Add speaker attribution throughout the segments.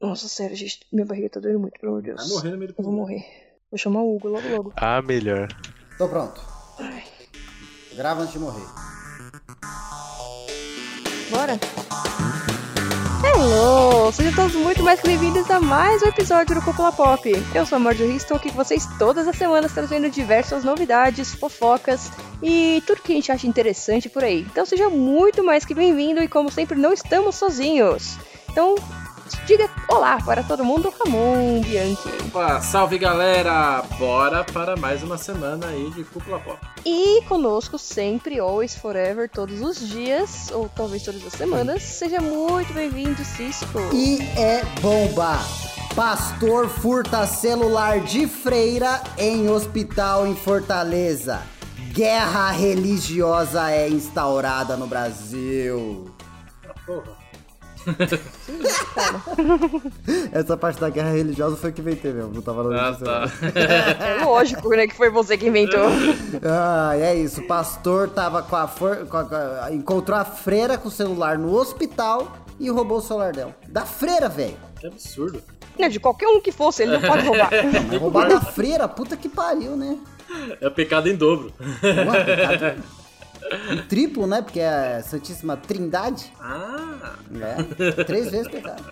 Speaker 1: Nossa, sério, gente, minha barriga tá doendo muito, pelo amor de
Speaker 2: Vai
Speaker 1: Deus.
Speaker 2: morrer no meio do
Speaker 1: Eu vou
Speaker 2: caminho.
Speaker 1: morrer. Vou chamar o Hugo logo logo.
Speaker 3: Ah, melhor.
Speaker 4: Tô pronto.
Speaker 1: Ai.
Speaker 4: Grava antes de morrer.
Speaker 1: Bora?
Speaker 5: Hello! Sejam todos muito mais bem-vindos a mais um episódio do Cúpula Pop. Eu sou a Marjorie e estou aqui com vocês todas as semanas trazendo diversas novidades, fofocas e tudo que a gente acha interessante por aí. Então seja muito mais que bem-vindo e como sempre não estamos sozinhos. Então diga olá para todo mundo, Ramon Bianchi.
Speaker 2: Opa, salve galera! Bora para mais uma semana aí de Cúpula Pop.
Speaker 5: E conosco sempre, always, forever, todos os dias, ou talvez todas as semanas, seja muito bem-vindo, Cisco.
Speaker 4: E é bomba! Pastor furta celular de freira em hospital em Fortaleza. Guerra religiosa é instaurada no Brasil.
Speaker 2: Porra.
Speaker 4: Essa parte da guerra religiosa foi que inventei mesmo, não tava na
Speaker 2: Ah,
Speaker 4: notícia,
Speaker 2: tá.
Speaker 5: É lógico, né, que foi você que inventou.
Speaker 4: Ah, é isso. O pastor tava com a, for... com a- com a- encontrou a freira com o celular no hospital e roubou o celular dela. Da freira, velho.
Speaker 2: Que absurdo.
Speaker 5: Não, de qualquer um que fosse, ele não pode roubar.
Speaker 4: Mas Roubar da freira, puta que pariu, né?
Speaker 2: É pecado em dobro.
Speaker 4: Porra, pecado. Um triplo, né? Porque é a Santíssima Trindade.
Speaker 2: Ah,
Speaker 4: É, três vezes pecado.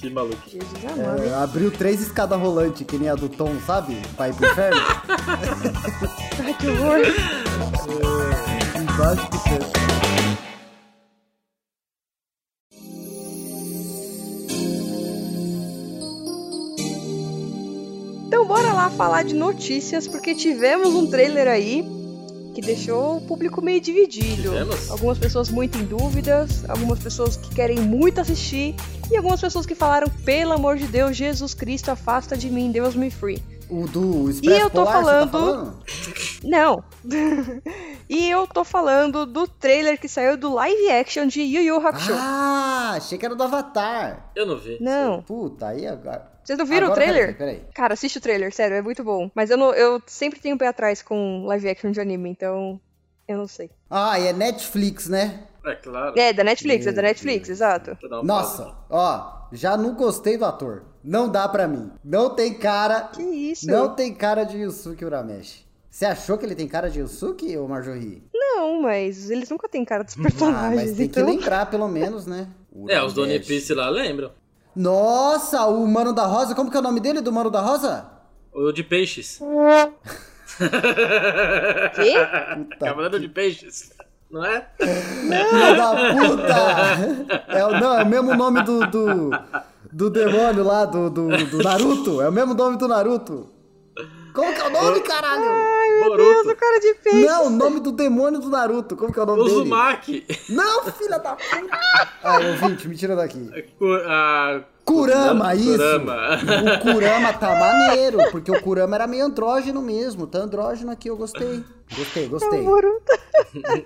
Speaker 2: que maluco.
Speaker 5: Jesus amado.
Speaker 4: É, abriu três escadas rolantes, que nem a do Tom, sabe? Pra ir pro inferno.
Speaker 5: Ai, que horror.
Speaker 4: Embaixo do teto.
Speaker 5: Então bora lá falar de notícias, porque tivemos um trailer aí que deixou o público meio dividido.
Speaker 2: Tivemos?
Speaker 5: Algumas pessoas muito em dúvidas, algumas pessoas que querem muito assistir, e algumas pessoas que falaram, pelo amor de Deus, Jesus Cristo, afasta de mim, Deus me free.
Speaker 4: O do Expresso
Speaker 5: E eu tô
Speaker 4: Polar, você tá
Speaker 5: falando-
Speaker 4: falando?
Speaker 5: Não! e eu tô falando do trailer que saiu do live action de Yu Yu Hakusho.
Speaker 4: Ah, achei que era do Avatar.
Speaker 2: Eu não vi.
Speaker 5: Não.
Speaker 4: Puta, aí agora...
Speaker 5: Vocês não viram
Speaker 4: Agora,
Speaker 5: o trailer?
Speaker 4: Peraí, peraí.
Speaker 5: Cara, assiste o trailer, sério, é muito bom. Mas eu, não, eu sempre tenho o pé atrás com live action de anime, então. Eu não sei.
Speaker 4: Ah, e é Netflix, né?
Speaker 2: É claro.
Speaker 5: É, da Netflix, é da
Speaker 4: Meu
Speaker 5: Netflix,
Speaker 4: Deus.
Speaker 5: exato.
Speaker 2: Vou dar uma pausa.
Speaker 4: Nossa, ó, já não gostei do ator. Não dá pra mim. Não tem cara.
Speaker 5: Que isso?
Speaker 4: Não tem cara de Yusuke Urameshi. Você achou que ele tem cara de Yusuke, ô Marjorie?
Speaker 5: Não, mas eles nunca têm cara dos
Speaker 4: Ah,
Speaker 5: personagens,
Speaker 4: mas tem que
Speaker 5: então.
Speaker 4: lembrar, pelo menos, né?
Speaker 2: É, os do One
Speaker 4: Urameshi.
Speaker 2: Piece lá, lembram?
Speaker 4: Nossa, o Mano da Rosa. Como que é o nome dele, do Mano da Rosa?
Speaker 2: O de peixes.
Speaker 5: Quê?
Speaker 2: É Cavaleiro de peixes. Não é?
Speaker 4: Filho da puta! É, o- não, é o mesmo nome do, do, do demônio lá, do, do, do Naruto. É o mesmo nome do Naruto. Como que é o nome, caralho?
Speaker 5: Deus, o
Speaker 2: Boruto.
Speaker 5: cara de peixe.
Speaker 4: Não, o nome do demônio do Naruto. Como que é o nome dele?
Speaker 2: Uzumaki.
Speaker 4: Não, filha da puta! Ah, ouvinte, me tira daqui.
Speaker 2: Cu- ah,
Speaker 4: Kurama, isso!
Speaker 2: Kurama.
Speaker 4: O Kurama tá maneiro, porque o Kurama era meio andrógeno mesmo. Tá andrógeno aqui, eu gostei. Gostei, gostei.
Speaker 5: Boruto.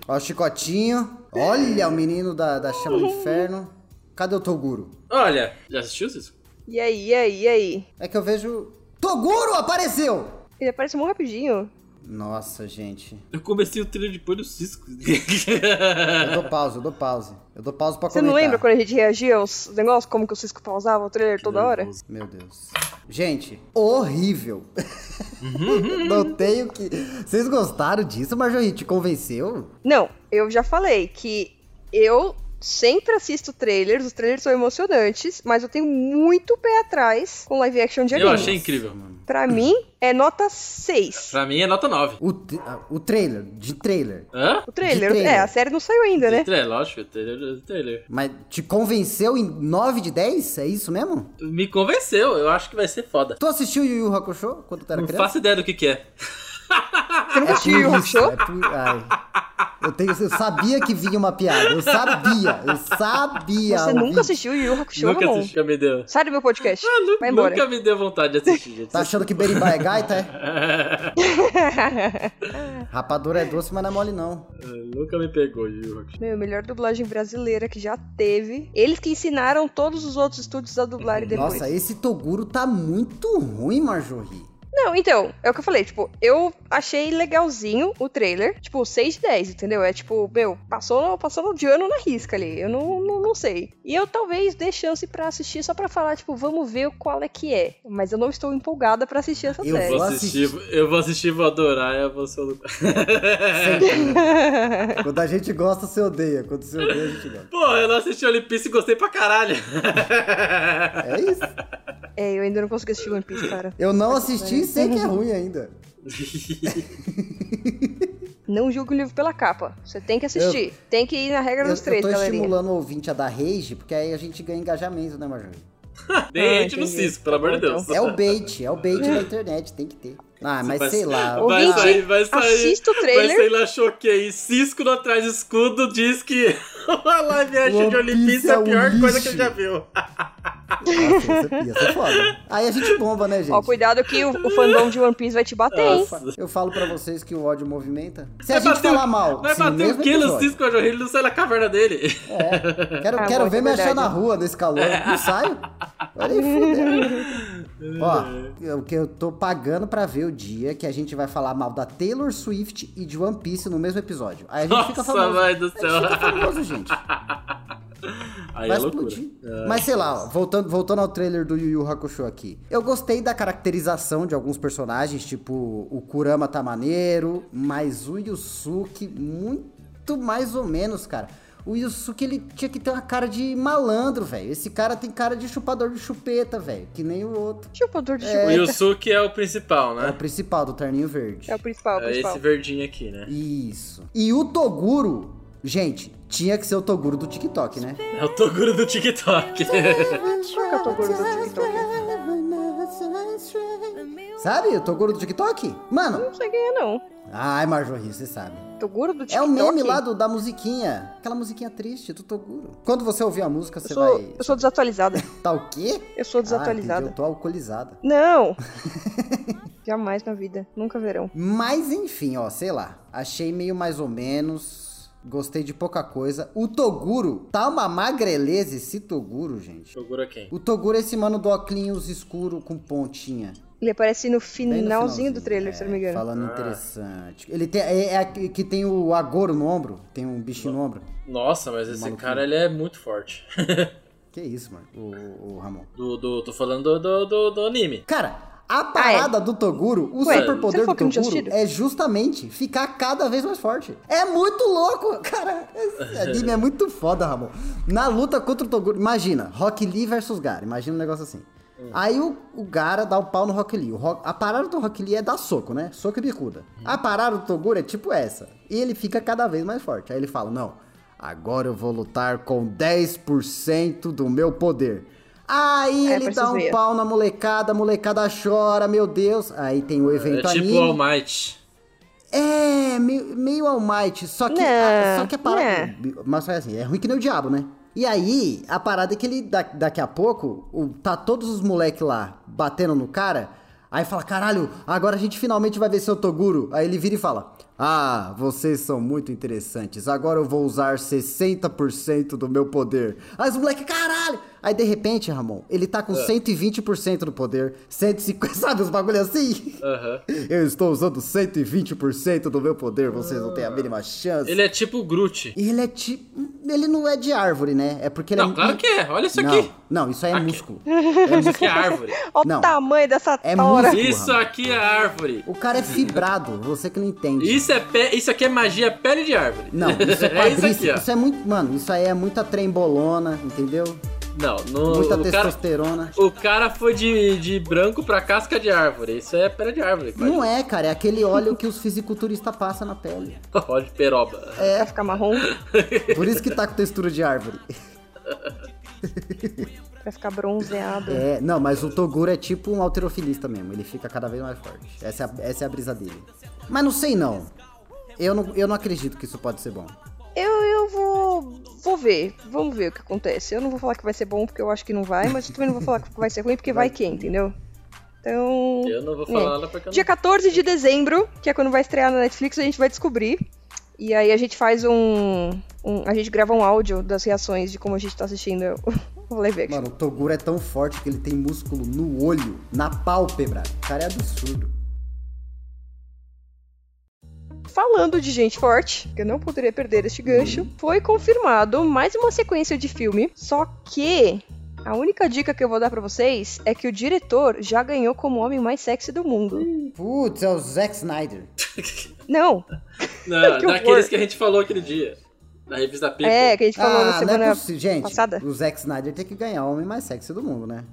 Speaker 4: Ó, o Chicotinho. Olha o menino da, da chama do inferno. Cadê o Toguro?
Speaker 2: Olha, já assistiu isso?
Speaker 5: E aí, e aí, e aí?
Speaker 4: É que eu vejo. Toguro apareceu!
Speaker 5: Ele aparece muito rapidinho.
Speaker 4: Nossa, gente.
Speaker 2: Eu comecei o trilho depois do Cisco.
Speaker 4: Eu dou pause, eu dou pause. Eu dou pause pra
Speaker 5: Você
Speaker 4: comentar.
Speaker 5: não lembra quando a gente reagia aos negócios? Como que o Cisco pausava o trailer toda hora?
Speaker 4: Meu Deus. Gente, horrível.
Speaker 5: Uhum.
Speaker 4: não tenho que. Vocês gostaram disso, Marjorie? Te convenceu?
Speaker 5: Não, eu já falei que eu sempre assisto trailers, os trailers são emocionantes, mas eu tenho muito pé atrás com live action de anime.
Speaker 2: Eu achei incrível.
Speaker 5: Pra mim, é nota 6.
Speaker 2: Pra mim é nota 9.
Speaker 4: O, t- ah, o trailer, de trailer.
Speaker 2: Hã?
Speaker 5: O trailer,
Speaker 4: De trailer.
Speaker 5: é, a série não saiu ainda, né?
Speaker 2: É, lógico, trailer, trailer.
Speaker 4: Mas te convenceu em 9 de 10? É isso mesmo?
Speaker 2: Me convenceu, eu acho que vai ser foda.
Speaker 4: Tu assistiu Yu Yu Hakusho quando tu era
Speaker 2: Não
Speaker 4: criança?
Speaker 2: faço ideia do que que é.
Speaker 5: Você nunca assistiu Yu Yu
Speaker 4: purista,
Speaker 5: Hakusho?
Speaker 4: é pu- ai. Eu, tenho, eu sabia que vinha uma piada. Eu sabia. Eu sabia.
Speaker 5: Você
Speaker 4: ouvinte.
Speaker 5: nunca assistiu Yu Yu Hakusho,
Speaker 2: Nunca
Speaker 5: Ramon?
Speaker 2: assisti, Ah, me deu.
Speaker 5: Sai do meu podcast. Vai embora.
Speaker 2: Nunca me deu vontade de assistir, gente.
Speaker 4: Tá achando que berimbau é gaita, é? Rapadura é doce, mas não é mole, não.
Speaker 2: Nunca me pegou, Yu Hakusho.
Speaker 5: Meu, melhor dublagem brasileira que já teve. Eles que ensinaram todos os outros estúdios a dublarem depois.
Speaker 4: Nossa, esse Toguro tá muito ruim, Marjorie.
Speaker 5: Não, então, é o que eu falei, tipo, eu achei legalzinho o trailer, tipo, 6 de 10, entendeu? É tipo, meu, passou, passou de ano na risca ali, eu não, não, não sei. E eu talvez dê chance pra assistir só pra falar, tipo, vamos ver qual é que é. Mas eu não estou empolgada pra assistir essa
Speaker 4: Eu
Speaker 5: série.
Speaker 2: Vou
Speaker 4: Vou
Speaker 2: assistir, eu vou assistir, vou adorar, eu vou ser o Lucas.
Speaker 4: Sempre. Quando a gente gosta, você odeia. Quando você odeia, a gente gosta.
Speaker 2: Pô, eu não assisti One Piece e gostei pra caralho.
Speaker 4: É isso.
Speaker 5: É, eu ainda não consegui assistir One Piece, cara.
Speaker 4: Eu não assisti e sei que é ruim ainda.
Speaker 5: Não julgue o livro pela capa. Você tem que assistir. Tem que ir na regra
Speaker 4: Eu,
Speaker 5: dos
Speaker 4: eu
Speaker 5: três,
Speaker 4: tô
Speaker 5: galerinha.
Speaker 4: estimulando o ouvinte a dar rage, porque aí a gente ganha engajamento, né, Marjorie?
Speaker 5: Ah,
Speaker 2: Dei hate no
Speaker 5: entendi.
Speaker 2: Cis, pelo amor de
Speaker 5: Então,
Speaker 2: Deus.
Speaker 4: É o bait, é o bait da internet, tem que ter. Ah, mas
Speaker 2: Vai-
Speaker 4: sei lá.
Speaker 2: Vai
Speaker 5: Ouvinte,
Speaker 2: sair, vai sair.
Speaker 5: Assista o
Speaker 2: Vai
Speaker 5: trailer.
Speaker 2: sair lá, choquei. Cisco no atrás do escudo diz que a live action de
Speaker 4: One
Speaker 2: One Piece
Speaker 4: Piece
Speaker 2: é
Speaker 4: é
Speaker 2: a
Speaker 4: um
Speaker 2: pior coisa que ele
Speaker 4: lixo.
Speaker 2: já viu.
Speaker 4: Nossa, essa, essa é foda. Aí a gente bomba, né, gente?
Speaker 5: Ó, cuidado que o, o fandom de One Piece vai te bater, hein?
Speaker 4: Eu falo pra vocês que o ódio movimenta. Se a
Speaker 2: Vai
Speaker 4: gente
Speaker 2: bater o-
Speaker 4: falar mal,
Speaker 2: Vai
Speaker 4: se no
Speaker 2: bater o
Speaker 4: mesmo
Speaker 2: que no
Speaker 4: episódio,
Speaker 2: Cisco Major? Ele não sai da caverna dele.
Speaker 4: Quero,
Speaker 5: Ah,
Speaker 4: quero
Speaker 5: bom,
Speaker 4: ver
Speaker 5: é
Speaker 4: me achar
Speaker 5: verdade.
Speaker 4: na rua nesse calor. Eu Não saio. Olha aí, fudeu. Ó, eu- que eu tô pagando pra ver o dia que a gente vai falar mal da Taylor Swift e de One Piece no mesmo episódio. Aí a gente fica
Speaker 2: Nossa,
Speaker 4: famoso.
Speaker 2: mãe do
Speaker 4: A
Speaker 2: céu.
Speaker 4: gente fica famoso, gente.
Speaker 2: Aí
Speaker 4: vai
Speaker 2: é loucura.
Speaker 4: explodir. Mas sei lá, ó, voltando, voltando ao trailer do Yu Yu Hakusho aqui. Eu gostei da caracterização de alguns personagens, tipo o Kurama tá maneiro, mas o Yusuke muito mais ou menos, cara. O Yusuke, ele tinha que ter uma cara de malandro, velho. Esse cara tem cara de chupador de chupeta, velho. Que nem o outro.
Speaker 5: Chupador Tipo, de
Speaker 2: O
Speaker 5: chupeta.
Speaker 2: Yusuke é o principal,
Speaker 4: É o
Speaker 2: né?
Speaker 4: principal do terninho verde.
Speaker 5: É o principal, o
Speaker 2: É
Speaker 5: principal.
Speaker 2: esse verdinho aqui, né?
Speaker 4: Isso. E o Toguro, gente, tinha que ser o Toguro do TikTok, né?
Speaker 2: É o Toguro do TikTok.
Speaker 5: que é o Toguro do TikTok?
Speaker 4: Sabe o Toguro do TikTok? Mano,
Speaker 5: Não sei quem é, não.
Speaker 4: ai, Marjorie, você sabe.
Speaker 5: Toguro do TikTok?
Speaker 4: É o meme lá do, da musiquinha. Aquela musiquinha triste do Toguro. Quando você ouvir a música,
Speaker 5: Eu
Speaker 4: você
Speaker 5: sou,
Speaker 4: vai.
Speaker 5: eu sou desatualizada.
Speaker 4: Tá o quê?
Speaker 5: Eu sou
Speaker 4: Ah, entendi,
Speaker 5: desatualizada.
Speaker 4: eu tô alcoolizada.
Speaker 5: Não! Jamais na vida. Nunca verão.
Speaker 4: Mas enfim, ó, sei lá. Achei meio mais ou menos. Gostei de pouca coisa. O Toguro tá uma magreleza esse Toguro, gente.
Speaker 2: Toguro é quem?
Speaker 4: O Toguro é esse mano do óculos escuro com pontinha.
Speaker 5: Ele aparece no
Speaker 4: Bem Tá no
Speaker 5: finalzinho do trailer, se eu não me
Speaker 4: é,
Speaker 5: engano.
Speaker 4: Falando
Speaker 2: Ah.
Speaker 4: interessante. Ele tem. É, é aquele que tem o Agoro no ombro. Tem um bichinho no ombro.
Speaker 2: Nossa, mas esse
Speaker 4: Maluquinho.
Speaker 2: cara ele é muito forte.
Speaker 4: Que isso, mano. O, o Ramon.
Speaker 2: Do, do, tô falando do, do, do anime.
Speaker 4: Cara, a parada do Toguro, o
Speaker 5: Ah, é. Ué, você
Speaker 4: superpoder do
Speaker 5: falou que não tinha
Speaker 4: Toguro
Speaker 5: assistido?
Speaker 4: é justamente ficar cada vez mais forte. É muito louco, cara. Esse anime é muito foda, Ramon. Na luta contra o Toguro, imagina, Rock Lee versus Gara. Imagina um negócio assim. Aí o, o Gara dá o pau no Rock Lee. O Rock- a parada do Rock Lee é dar soco, né? Soco e bicuda. A parada do Toguro é tipo essa. E ele fica cada vez mais forte. Aí ele fala, não, agora eu vou lutar com 10% do meu poder. Aí
Speaker 5: É,
Speaker 4: ele
Speaker 5: preciso
Speaker 4: dá um
Speaker 5: ver.
Speaker 4: pau na molecada, a molecada chora, meu Deus. Aí tem o
Speaker 2: É
Speaker 4: evento
Speaker 2: tipo
Speaker 4: anime.
Speaker 2: o All Might.
Speaker 4: É, meio, meio All Might, só que,
Speaker 5: Né,
Speaker 4: a, só que a parada... Mas foi assim, é ruim que nem o diabo, né? E aí, a parada é que ele, da- daqui a pouco, o- tá todos os moleque lá batendo no cara, aí fala, caralho, agora a gente finalmente vai ver seu Toguro. Aí ele vira e fala, ah, vocês são muito interessantes, agora eu vou usar 60% do meu poder. Aí os moleque, caralho! Aí, de repente, Ramon, ele tá com 120% do poder, 150%, sabe os bagulho assim?
Speaker 2: Aham.
Speaker 4: Eu estou usando 120% do meu poder, vocês não têm a mínima chance.
Speaker 2: Ele é tipo o Groot.
Speaker 4: Ele é tipo. Ele não é de árvore, né? É porque ele
Speaker 2: Não,
Speaker 4: é.
Speaker 2: claro que é. Olha isso
Speaker 4: não,
Speaker 2: aqui.
Speaker 4: Não, isso aí é músculo.
Speaker 2: Isso aqui é árvore.
Speaker 5: Olha
Speaker 4: Não.
Speaker 5: o tamanho dessa
Speaker 4: É
Speaker 5: tora.
Speaker 4: muito-
Speaker 2: Isso aqui é árvore.
Speaker 4: O cara é fibrado, você que não entende.
Speaker 2: Isso, é pé, isso aqui é magia pele de árvore.
Speaker 4: Não, isso é
Speaker 2: é isso
Speaker 4: quadríceps.
Speaker 2: aqui,
Speaker 4: isso,
Speaker 2: ó.
Speaker 4: é muito. Mano, isso aí é muita trembolona, entendeu?
Speaker 2: Não, no,
Speaker 4: muita
Speaker 2: o, cara,
Speaker 4: testosterona.
Speaker 2: o cara foi de, de branco pra casca de árvore. Isso é pele de árvore.
Speaker 4: Não é, cara, é aquele óleo que os fisiculturistas passam na pele.
Speaker 2: Ó, de peroba.
Speaker 5: É. Vai ficar marrom,
Speaker 4: Por isso que tá com textura de árvore.
Speaker 5: vai ficar bronzeado.
Speaker 4: É, não, mas o Toguro é tipo um alterofilista mesmo. Ele fica cada vez mais forte. Essa é a, essa é a brisa dele. Mas não sei não. Eu não, eu não acredito que isso pode ser bom.
Speaker 5: Eu, eu vou. Vou ver. Vamos ver o que acontece. Eu não vou falar que vai ser bom porque eu acho que não vai, mas eu também não vou falar que vai ser ruim porque vai que, entendeu? Então.
Speaker 2: Eu não vou
Speaker 5: É.
Speaker 2: falar nada porque eu
Speaker 5: Dia 14 de dezembro, que é quando vai estrear na Netflix, a gente vai descobrir. E aí a gente faz um. um- a gente grava um áudio das reações de como a gente tá assistindo Vou live action.
Speaker 4: Mano, o Toguro é tão forte que ele tem músculo no olho, na pálpebra. O cara é absurdo.
Speaker 5: Falando de gente forte, que eu não poderia perder este gancho,
Speaker 4: Uhum.
Speaker 5: foi confirmado mais uma sequência de filme, só que a única dica que eu vou dar pra vocês é que o diretor já ganhou como homem mais sexy do mundo.
Speaker 4: Putz, é o Zack Snyder.
Speaker 5: não,
Speaker 2: Não,
Speaker 5: Que
Speaker 2: daqueles
Speaker 5: horror.
Speaker 2: que a gente falou aquele dia. Na revista People.
Speaker 5: é que a gente falou na
Speaker 4: ah, não é
Speaker 5: semana
Speaker 4: possível. Gente,
Speaker 5: passada.
Speaker 4: o Zack Snyder tem que ganhar o homem mais sexy do mundo, né?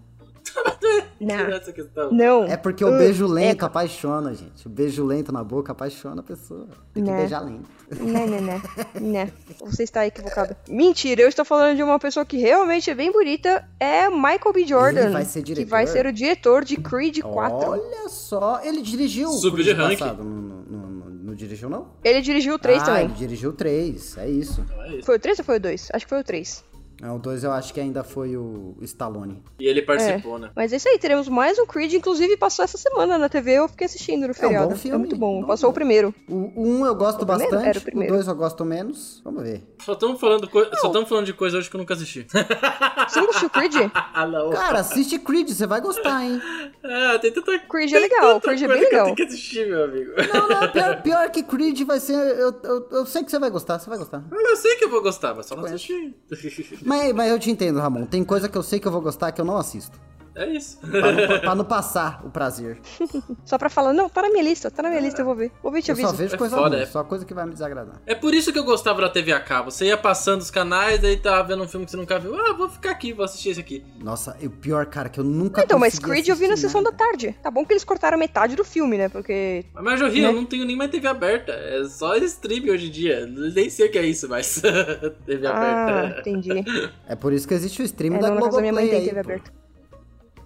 Speaker 5: Não,
Speaker 2: Essa questão.
Speaker 5: não.
Speaker 4: É porque o
Speaker 5: Uh,
Speaker 4: beijo lento apaixona, gente. O beijo lento na boca apaixona a pessoa. Tem que
Speaker 5: Né?
Speaker 4: beijar lento.
Speaker 5: Não, não, não. Não. Você está equivocado. Mentira, eu estou falando de uma pessoa que realmente é bem bonita. É Michael B. Jordan.
Speaker 4: Ele vai ser diretor?
Speaker 5: Que vai ser o diretor de Creed 4.
Speaker 4: Olha só, ele dirigiu o
Speaker 2: Subiu de
Speaker 4: Creed
Speaker 2: ranking.
Speaker 4: passado. Não, não- não- não- não dirigiu, não?
Speaker 5: Ele dirigiu o 3
Speaker 4: ah,
Speaker 5: também.
Speaker 4: ele dirigiu três, é isso.
Speaker 2: Não é isso.
Speaker 5: Foi o 3 ou foi o 2? Acho que foi o 3.
Speaker 4: É, o dois eu acho que ainda foi o Stallone.
Speaker 2: E ele participou, né?
Speaker 5: Mas é isso aí, teremos mais um Creed. Inclusive, passou essa semana na TV. Eu fiquei assistindo no feriado.
Speaker 4: É um bom filme.
Speaker 5: muito bom.
Speaker 4: Bom,
Speaker 5: passou
Speaker 4: bom.
Speaker 5: o primeiro.
Speaker 4: O, o um eu gosto
Speaker 5: primeiro?
Speaker 4: bastante,
Speaker 5: Era o primeiro.
Speaker 4: o dois eu gosto menos. Vamos ver.
Speaker 2: Só estamos falando, coi- só tamo falando de coisa hoje que eu nunca assisti.
Speaker 5: Você não assistiu Creed?
Speaker 2: ah, não.
Speaker 4: Cara, assiste Creed, você vai gostar, hein?
Speaker 2: Ah, tem tanta
Speaker 5: Creed é
Speaker 2: tem
Speaker 5: legal,
Speaker 2: tanta
Speaker 5: Creed é
Speaker 2: coisa
Speaker 5: bem
Speaker 2: que eu
Speaker 5: legal.
Speaker 2: tenho que assistir, meu amigo.
Speaker 4: Não, não, pior, pior que Creed vai ser. Eu, eu, eu sei que você vai gostar, você vai gostar.
Speaker 2: Eu sei que eu vou gostar, mas só não assisti.
Speaker 4: Mas, mas eu te entendo, Ramon. Tem coisa que eu sei que eu vou gostar que eu não assisto.
Speaker 2: É isso.
Speaker 4: Pra não, pra não passar o prazer.
Speaker 5: Só pra falar, não, tá na minha lista, tá na minha lista, eu vou ver. Vou ver e te
Speaker 4: É. Eu só
Speaker 5: aviso.
Speaker 4: vejo
Speaker 2: É
Speaker 4: coisa
Speaker 2: foda,
Speaker 4: ruim,
Speaker 2: é.
Speaker 4: só coisa que vai me desagradar.
Speaker 2: É por isso que eu gostava da TV a cabo. Você ia passando os canais, daí tava vendo um filme que você nunca viu. Ah, vou ficar aqui, vou assistir esse aqui.
Speaker 4: Nossa, e o pior, cara, que eu nunca
Speaker 5: Então, mas
Speaker 4: consegui
Speaker 5: Creed eu vi na
Speaker 4: assistir né?
Speaker 5: sessão da
Speaker 4: nada.
Speaker 5: tarde. Tá bom que eles cortaram metade do filme, né? Porque
Speaker 2: Mas, Major Rio, eu não tenho nem mais TV aberta. É só stream hoje em dia. Nem sei o que é isso, mas. TV
Speaker 5: Ah,
Speaker 2: Tá aberta.
Speaker 5: entendi.
Speaker 4: É por isso que existe o stream
Speaker 5: É,
Speaker 4: da
Speaker 5: não, na casa da minha mãe
Speaker 4: Globoplay
Speaker 5: tem TV
Speaker 4: aí, pô.
Speaker 5: aberta.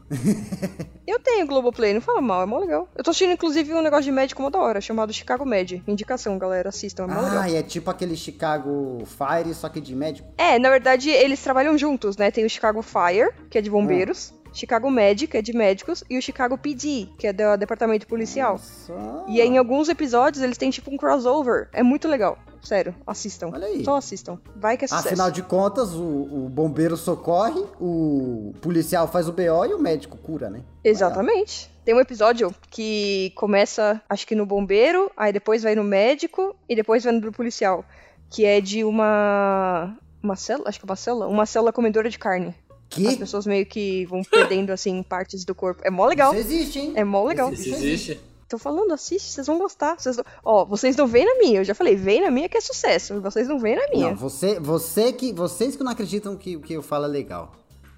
Speaker 5: Eu tenho Globoplay, não fala mal, é mó legal. Eu tô assistindo, inclusive, um negócio de médico mó da hora, chamado Chicago Med. Indicação, galera, assistam, é mó legal.
Speaker 4: Ah, e é tipo aquele Chicago Fire, só que de médico.
Speaker 5: É, na verdade, eles trabalham juntos, né? Tem o Chicago Fire, que é de bombeiros,
Speaker 4: Ah.
Speaker 5: Chicago Med, que é de médicos, e o Chicago PD, que é do departamento policial.
Speaker 4: Só...
Speaker 5: E aí, em alguns episódios, eles têm tipo um crossover. É muito legal. Sério, assistam.
Speaker 4: Olha aí.
Speaker 5: Só assistam. Vai que é sucesso.
Speaker 4: Ah, Afinal de contas, o, o bombeiro socorre, o policial faz o BO e o médico cura, né?
Speaker 5: Exatamente. Tem um episódio que começa, acho que no bombeiro, aí depois vai no médico e depois vai no policial. Que é de uma. Uma célula? Acho que é uma célula. Uma célula comedora de carne. As
Speaker 4: Que?
Speaker 5: pessoas meio que vão perdendo, assim, partes do corpo. É mó legal.
Speaker 4: Isso existe, hein?
Speaker 5: É mó legal.
Speaker 2: Isso existe?
Speaker 5: Tô falando, assiste, vocês vão gostar. Vocês não- Ó, vocês não veem na minha. Eu já falei, vem na minha que é sucesso. Vocês não veem na minha.
Speaker 4: Não, você, você que, vocês que não acreditam que o que eu falo é legal.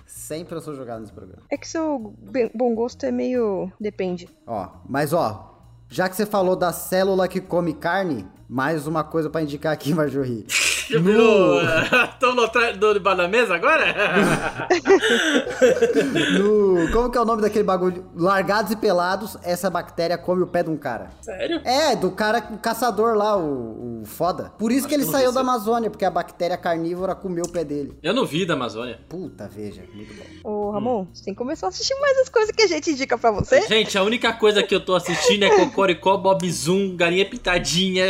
Speaker 4: Sempre eu sou jogado nesse programa.
Speaker 5: É que seu be- bom gosto é meio. Depende.
Speaker 4: Ó, mas ó, já que você falou da célula que come carne, mais uma coisa pra indicar aqui, Marjorie.
Speaker 2: Já virou. né? Estão no tra- do debaixo da mesa agora?
Speaker 4: No, como que é o nome daquele bagulho? Largados e pelados, essa bactéria come o pé de um cara.
Speaker 2: Sério?
Speaker 4: É, do cara, o caçador lá, o, o foda. Por isso que ele
Speaker 2: que não
Speaker 4: saiu
Speaker 2: sei
Speaker 4: da
Speaker 2: se-
Speaker 4: Amazônia, porque a bactéria carnívora comeu o pé dele.
Speaker 2: Eu não vi da Amazônia.
Speaker 4: Puta, veja, muito bom.
Speaker 5: Ô, Ramon, você tem que começar a assistir mais as coisas que a gente indica pra você.
Speaker 2: Gente, a única coisa que eu tô assistindo é Cocoricó, Bob Zoom, Galinha Pitadinha.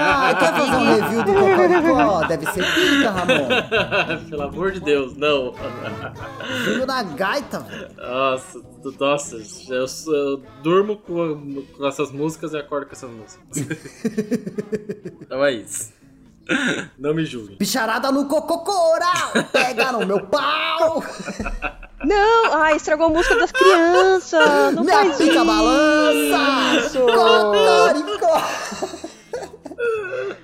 Speaker 4: Ah, quer fazer um review do Cocoricó? Deve ser pica, Ramon.
Speaker 2: Pelo amor de Deus, não.
Speaker 4: Filho da gaita, velho.
Speaker 2: Nossa, nossa, eu, sou- eu durmo com, com essas músicas e acordo com essas músicas. então é isso. Não me julguem.
Speaker 4: Bicharada no cococoral! Pegaram meu pau!
Speaker 5: Não! Ai, estragou a música das crianças! Não
Speaker 4: Minha tá
Speaker 5: faz
Speaker 4: pica
Speaker 5: isso!
Speaker 4: balança! Cocoricó!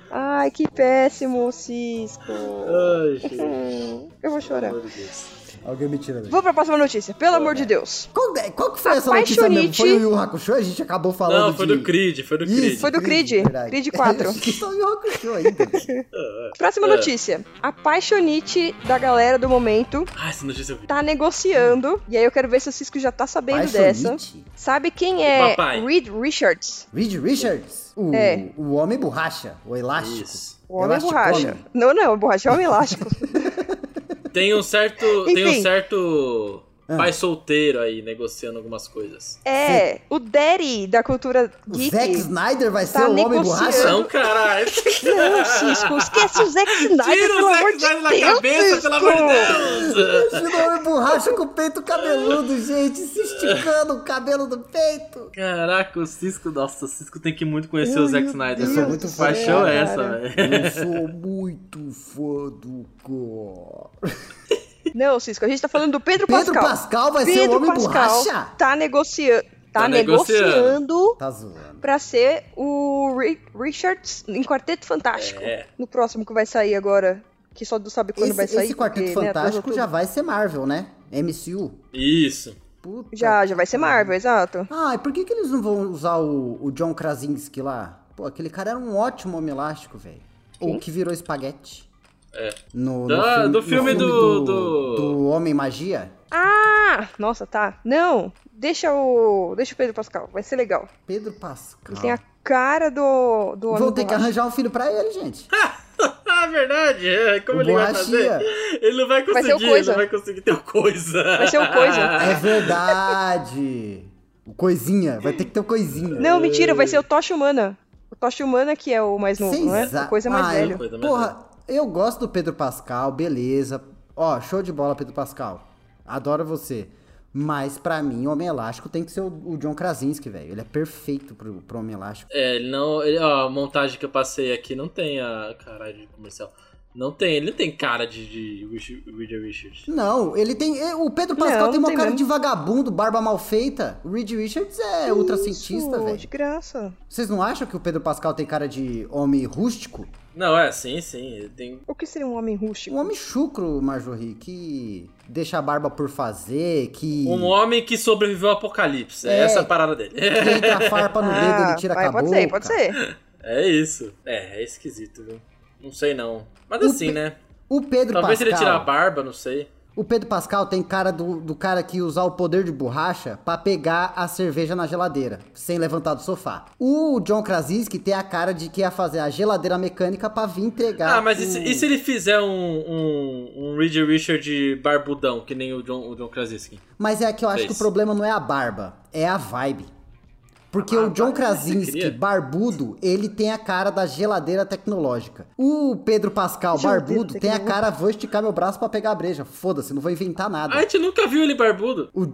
Speaker 5: Ai, que péssimo, Cisco.
Speaker 2: Ai, gente.
Speaker 5: Hum, Eu vou chorar.
Speaker 2: Meu Deus.
Speaker 4: Alguém me tira daí.
Speaker 5: Vou pra próxima notícia, pelo amor de Deus.
Speaker 4: Qual, qual que foi essa notícia mesmo?
Speaker 5: Apaixonite.
Speaker 4: Foi o Yu Hakusho? A gente acabou falando
Speaker 2: Não, foi
Speaker 4: de...
Speaker 2: do Creed, foi do
Speaker 4: Isso,
Speaker 2: Creed.
Speaker 5: Foi do Creed,
Speaker 4: verdade.
Speaker 5: Creed 4.
Speaker 4: Eu acho que só o Yu Hakusho ainda.
Speaker 5: Próxima notícia. A paixonite da galera do momento
Speaker 2: Ah, essa notícia eu vi.
Speaker 5: tá negociando. E aí eu quero ver se o Cisco já tá sabendo dessa.
Speaker 4: Paixonite?
Speaker 5: Sabe quem é
Speaker 2: Papai.
Speaker 5: Reed Richards?
Speaker 4: Reed Richards? O,
Speaker 5: É.
Speaker 4: o homem borracha, o elástico.
Speaker 2: Isso.
Speaker 5: O homem
Speaker 4: Elasticômetro.
Speaker 5: borracha. Não, não, borracha é homem elástico.
Speaker 2: Tem um certo. tem um
Speaker 5: Enfim.
Speaker 2: certo.
Speaker 4: Ah.
Speaker 2: pai solteiro aí, negociando algumas coisas.
Speaker 5: É, o Daddy da cultura
Speaker 4: O
Speaker 5: geek.
Speaker 4: Zack Snyder vai
Speaker 5: Tá
Speaker 4: ser o homem borracha?
Speaker 5: negociando.
Speaker 2: Não, caralho.
Speaker 5: Não, Cisco, esquece o Zack Snyder,
Speaker 2: Tira
Speaker 5: pelo
Speaker 2: o
Speaker 5: amor
Speaker 2: Zack
Speaker 5: de
Speaker 2: Snyder na
Speaker 5: Deus,
Speaker 2: cabeça, pelo
Speaker 5: Cisco.
Speaker 2: amor de Deus.
Speaker 4: Imagina o homem borracha com o peito cabeludo, gente, se esticando o cabelo do peito.
Speaker 2: Caraca, o Cisco, nossa, o Cisco tem que muito conhecer o
Speaker 4: Ai,
Speaker 2: Zack
Speaker 4: meu
Speaker 2: Snyder.
Speaker 4: Deus
Speaker 2: Essa
Speaker 4: do céu,
Speaker 2: Paixão é essa,
Speaker 5: cara.
Speaker 2: velho.
Speaker 4: Eu sou muito fã do Gore.
Speaker 5: Não, Cisco, a gente tá falando do Pedro,
Speaker 4: Pedro
Speaker 5: Pascal.
Speaker 4: Pascal vai ser o
Speaker 5: Pedro
Speaker 4: homem
Speaker 5: Pascal
Speaker 4: borracha?
Speaker 5: tá negociando. Tá,
Speaker 2: Tá negociando.
Speaker 5: negociando
Speaker 4: Tá zoando.
Speaker 5: pra ser o Ri- Richards em Quarteto Fantástico.
Speaker 2: É.
Speaker 5: No próximo que vai sair agora. Que só Deus sabe quando
Speaker 4: Esse,
Speaker 5: vai sair.
Speaker 4: esse Quarteto
Speaker 5: porque, né,
Speaker 4: Fantástico
Speaker 5: atrasou
Speaker 4: já
Speaker 5: tudo.
Speaker 4: vai ser Marvel, né? MCU.
Speaker 2: Isso.
Speaker 4: Puta.
Speaker 5: já. Já vai ser Marvel, exato.
Speaker 4: Ah, e por que, que eles não vão usar o, o John Krasinski lá? Pô, aquele cara era um ótimo homem elástico, velho. Ou que virou espaguete.
Speaker 2: É.
Speaker 4: No,
Speaker 2: Da-
Speaker 4: filme-
Speaker 2: do filme do- do-
Speaker 4: do Homem Magia.
Speaker 5: Ah! Nossa, tá. Não! Deixa o. Deixa o Pedro Pascal, vai ser legal.
Speaker 4: Pedro Pascal.
Speaker 5: Ele tem a cara do. do
Speaker 4: Vão
Speaker 5: Homem
Speaker 4: Ah. ter que
Speaker 5: Borracha.
Speaker 4: arranjar um filho pra ele, gente.
Speaker 2: Ah, verdade. é, Como
Speaker 4: O
Speaker 2: ele vai
Speaker 4: borrachinha.
Speaker 2: fazer? Ele não vai
Speaker 5: Vai ser o
Speaker 2: conseguir, ele
Speaker 5: Coisa.
Speaker 2: não vai conseguir ter o coisa.
Speaker 5: Vai ser o Coisa.
Speaker 4: É verdade. O coisinha. Vai ter que ter o coisinha.
Speaker 5: Não, mentira,
Speaker 4: É.
Speaker 5: vai ser o Tocha Humana. O Tocha Humana que é o mais novo,
Speaker 4: Vocês
Speaker 5: não é?
Speaker 4: a-
Speaker 5: O coisa mais
Speaker 4: Ah, eu-
Speaker 5: velho.
Speaker 2: Coisa é. mais
Speaker 4: Porra, eu gosto do Pedro Pascal, beleza. Ó, show de bola, Pedro Pascal. Adoro você. Mas pra mim, o Homem Elástico tem que ser o, o John Krasinski, velho. Ele é perfeito pro, pro Homem Elástico.
Speaker 2: É, ele não. ele- ó, a montagem que eu passei aqui não tem a. Caralho, de comercial. Não tem, ele não tem cara de, de Richard Richards.
Speaker 4: Não, ele tem. é, O Pedro Pascal
Speaker 5: Não,
Speaker 4: tem uma
Speaker 5: tem
Speaker 4: cara
Speaker 5: mesmo.
Speaker 4: de vagabundo, barba mal feita. O Reed Richards é ultracientista,
Speaker 5: Isso,
Speaker 4: velho.
Speaker 5: De graça.
Speaker 4: Vocês não acham que o Pedro Pascal tem cara de homem rústico?
Speaker 2: Não, é, sim, sim. Ele tem.
Speaker 5: O que seria um homem rústico?
Speaker 4: Um homem chucro, Marjorie, que deixa a barba por fazer, que.
Speaker 2: Um homem que sobreviveu ao apocalipse. É,
Speaker 4: É.
Speaker 2: essa a parada dele.
Speaker 4: que entra a farpa no dedo,
Speaker 5: Ah,
Speaker 4: ele tira a
Speaker 5: vai,
Speaker 4: cabeça.
Speaker 5: Pode ser, pode ser.
Speaker 2: É isso. É, é esquisito, viu? Não sei não. Mas
Speaker 4: O
Speaker 2: assim,
Speaker 4: Pe-
Speaker 2: né?
Speaker 4: O Pedro
Speaker 2: Talvez
Speaker 4: Pascal.
Speaker 2: ele tirar a barba, não sei.
Speaker 4: O Pedro Pascal tem cara do, do cara que usar o poder de borracha pra pegar a cerveja na geladeira, sem levantar do sofá. O John Krasinski tem a cara de que ia fazer a geladeira mecânica pra vir entregar.
Speaker 2: Ah, mas e se,
Speaker 4: o-
Speaker 2: e se ele fizer um, um, um Reed Richard barbudão, que nem o John, o John Krasinski?
Speaker 4: Mas é que eu acho
Speaker 2: Fez.
Speaker 4: que o problema não é a barba, é a vibe. Porque
Speaker 2: Ah,
Speaker 4: o John
Speaker 2: vai,
Speaker 4: Krasinski,
Speaker 2: queria.
Speaker 4: barbudo, ele tem a cara da geladeira tecnológica. O Pedro Pascal,
Speaker 5: Geladeira
Speaker 4: barbudo, tem a
Speaker 5: tecnológica.
Speaker 4: cara, vou esticar meu braço pra pegar a breja. Foda-se, não vou inventar nada.
Speaker 2: A gente nunca viu ele barbudo.
Speaker 4: O, o,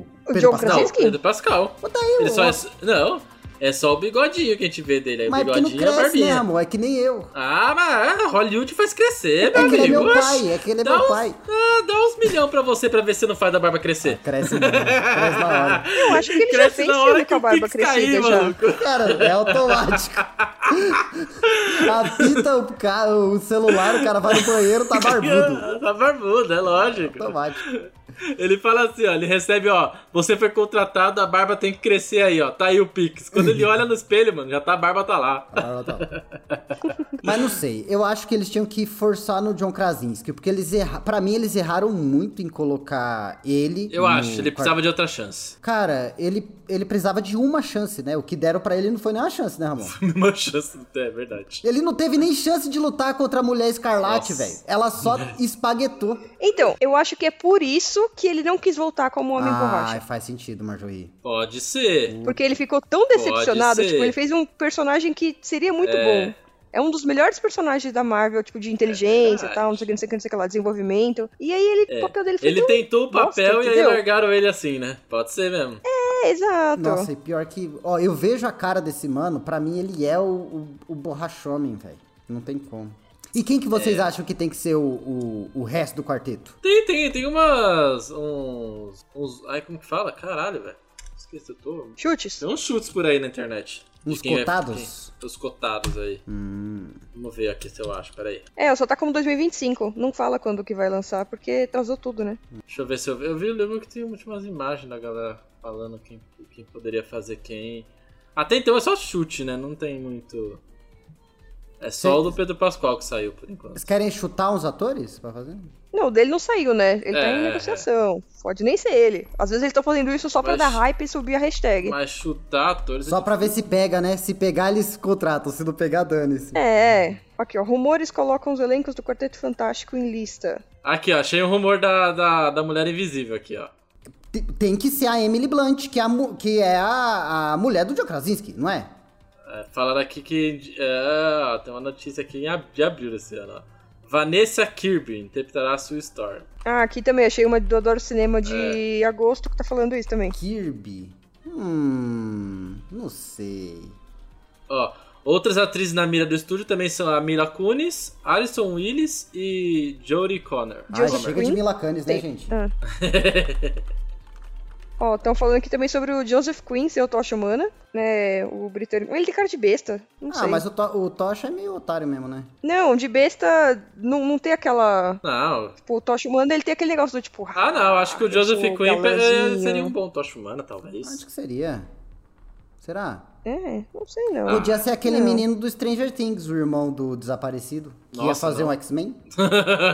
Speaker 4: o
Speaker 5: O
Speaker 4: Pedro
Speaker 5: John
Speaker 4: Pascal.
Speaker 2: Não,
Speaker 5: Krasinski?
Speaker 2: é do Pascal.
Speaker 4: Mas daí,
Speaker 2: Ele
Speaker 4: o-
Speaker 2: só é, não, é só o bigodinho que a gente vê dele. Aí o
Speaker 4: Mas é porque não
Speaker 2: bigodinho e a
Speaker 4: cresce,
Speaker 2: barbinha.
Speaker 4: né, amor? É que nem eu.
Speaker 2: Ah, mas ah, Hollywood faz crescer, meu
Speaker 4: É que ele é
Speaker 2: amigo.
Speaker 4: meu
Speaker 2: Oxe,
Speaker 4: pai, é que ele é
Speaker 2: dá
Speaker 4: meu
Speaker 2: uns-
Speaker 4: pai.
Speaker 2: Ah, dá uns milhão pra você pra ver se não faz da barba crescer.
Speaker 4: Cresce mesmo, cresce na Ah, hora.
Speaker 5: Eu acho que ele já
Speaker 2: Cresce
Speaker 5: fez
Speaker 2: na
Speaker 5: filme
Speaker 2: hora
Speaker 5: com
Speaker 2: que
Speaker 5: a
Speaker 2: o
Speaker 5: barba
Speaker 2: Pix cair,
Speaker 5: crescida já.
Speaker 2: maluco.
Speaker 4: Cara, é automático. Apita o, ca- o celular, o cara vai no banheiro, tá barbudo. Tá
Speaker 2: Tá barbudo, é lógico.
Speaker 4: Automático.
Speaker 2: Ele fala assim, ó, ele recebe, ó, você foi contratado, a barba tem que crescer aí, ó, tá aí o Pix. Quando ele olha no espelho, mano, já tá, a barba tá lá.
Speaker 4: A barba tá lá. Mas não sei, eu acho que eles tinham que forçar no John Krasinski, porque eles erra... pra mim eles erraram muito em colocar ele.
Speaker 2: Eu
Speaker 4: no
Speaker 2: acho, ele
Speaker 4: quarto-
Speaker 2: precisava de outra chance.
Speaker 4: Cara, ele, ele precisava de uma chance, né? O que deram pra ele não foi nem uma chance, né, Ramon?
Speaker 2: Uma chance, é verdade.
Speaker 4: Ele não teve nem chance de lutar contra a mulher escarlate,
Speaker 2: Nossa.
Speaker 4: velho. Ela só espaguetou.
Speaker 5: Então, eu acho que é por isso que ele não quis voltar como homem
Speaker 4: Ah,
Speaker 5: borracha.
Speaker 4: faz sentido, Marjorie.
Speaker 2: Pode ser.
Speaker 5: Porque ele ficou tão decepcionado,
Speaker 2: Pode ser.
Speaker 5: tipo, ele fez um personagem que seria muito
Speaker 2: É.
Speaker 5: bom. É um dos melhores personagens da Marvel, tipo, de inteligência
Speaker 2: É
Speaker 5: e tal, não sei o que, não sei o que, não sei o que lá, desenvolvimento. E aí ele, o papel dele foi
Speaker 2: Ele
Speaker 5: tão-
Speaker 2: tentou o
Speaker 5: bosta,
Speaker 2: papel e aí
Speaker 5: um entendeu?
Speaker 2: largaram ele assim, né? Pode ser mesmo.
Speaker 5: É, exato.
Speaker 4: Nossa, e pior que. Ó, eu vejo a cara desse mano, pra mim ele é o, o, o borrachomem, velho. Não tem como. E quem que vocês acham que tem que ser o, o, o resto do quarteto?
Speaker 2: Tem, tem, tem umas. uns. uns. Ai, como que fala? Caralho, velho. Esqueci, eu tô.
Speaker 5: Chutes.
Speaker 2: Tem uns chutes por aí na internet. De
Speaker 4: Uns
Speaker 2: quem vai-
Speaker 4: cotados?
Speaker 2: quem- os cotados aí.
Speaker 4: Hum.
Speaker 2: Vamos ver aqui se eu acho, peraí.
Speaker 5: É, só tá como 2025. Não fala quando que vai lançar, porque atrasou tudo, né?
Speaker 2: Deixa eu ver se eu. Eu vi, eu lembro que tem umas imagens da galera falando quem, quem poderia fazer quem. Até então é só chute, né? Não tem muito. É só
Speaker 4: Sim.
Speaker 2: o do Pedro Pascoal que saiu por enquanto.
Speaker 4: Vocês querem chutar uns atores pra fazer?
Speaker 5: Não, o dele não saiu, né? Ele tá
Speaker 2: É.
Speaker 5: em negociação. Pode nem ser ele. Às vezes eles estão fazendo isso só pra
Speaker 2: Mas-
Speaker 5: dar hype e subir a hashtag.
Speaker 2: Mas chutar atores.
Speaker 4: Só pra ver se pega, né? Se pegar, eles contratam. Se não pegar, dane-se.
Speaker 5: É, é. Aqui, ó. Rumores colocam os elencos do Quarteto Fantástico em lista.
Speaker 2: Aqui, ó, achei um rumor da, da, da Mulher Invisível aqui, ó.
Speaker 4: Te- Tem que ser a Emily Blunt, que é a, mu- que é a, a mulher do John Krasinski, não é?
Speaker 2: É, falaram aqui que. É, ó, tem uma notícia aqui em ab- de abril desse ano, ó. Vanessa Kirby interpretará a Sue Storm.
Speaker 5: Ah, aqui também achei uma do Adoro Cinema de
Speaker 2: É.
Speaker 5: agosto que tá falando isso também.
Speaker 4: Kirby. Hum. Não sei.
Speaker 2: Ó, outras atrizes na mira do estúdio também são a Mila Kunis, Alison Willis e Jodie Connor.
Speaker 4: Ah,
Speaker 5: Joseph
Speaker 4: chega de
Speaker 5: Quinn?
Speaker 4: Milacanes, né, gente?
Speaker 5: Ah. Ó, estão falando aqui também sobre o Joseph Quinn, seu Tocha Humana, né? O britânico. Ele tem cara de besta, não
Speaker 4: Ah,
Speaker 5: sei.
Speaker 4: mas o, to o Tocha é meio otário mesmo, né?
Speaker 5: Não, de besta não, não tem aquela.
Speaker 2: Não.
Speaker 5: Tipo, o Tocha Humana ele tem aquele negócio do tipo.
Speaker 2: Ah, não, acho que o
Speaker 5: eu sou
Speaker 2: Joseph
Speaker 4: um
Speaker 2: Quinn pe-
Speaker 5: galãzinho.
Speaker 2: seria um bom Tocha Humana, talvez.
Speaker 4: Acho que seria. Será?
Speaker 5: É, não sei não.
Speaker 2: Ah.
Speaker 4: Podia ser aquele
Speaker 5: Não.
Speaker 4: menino do Stranger Things, o irmão do desaparecido, que ia
Speaker 2: Nossa,
Speaker 4: fazer
Speaker 2: não.
Speaker 4: um X-Men.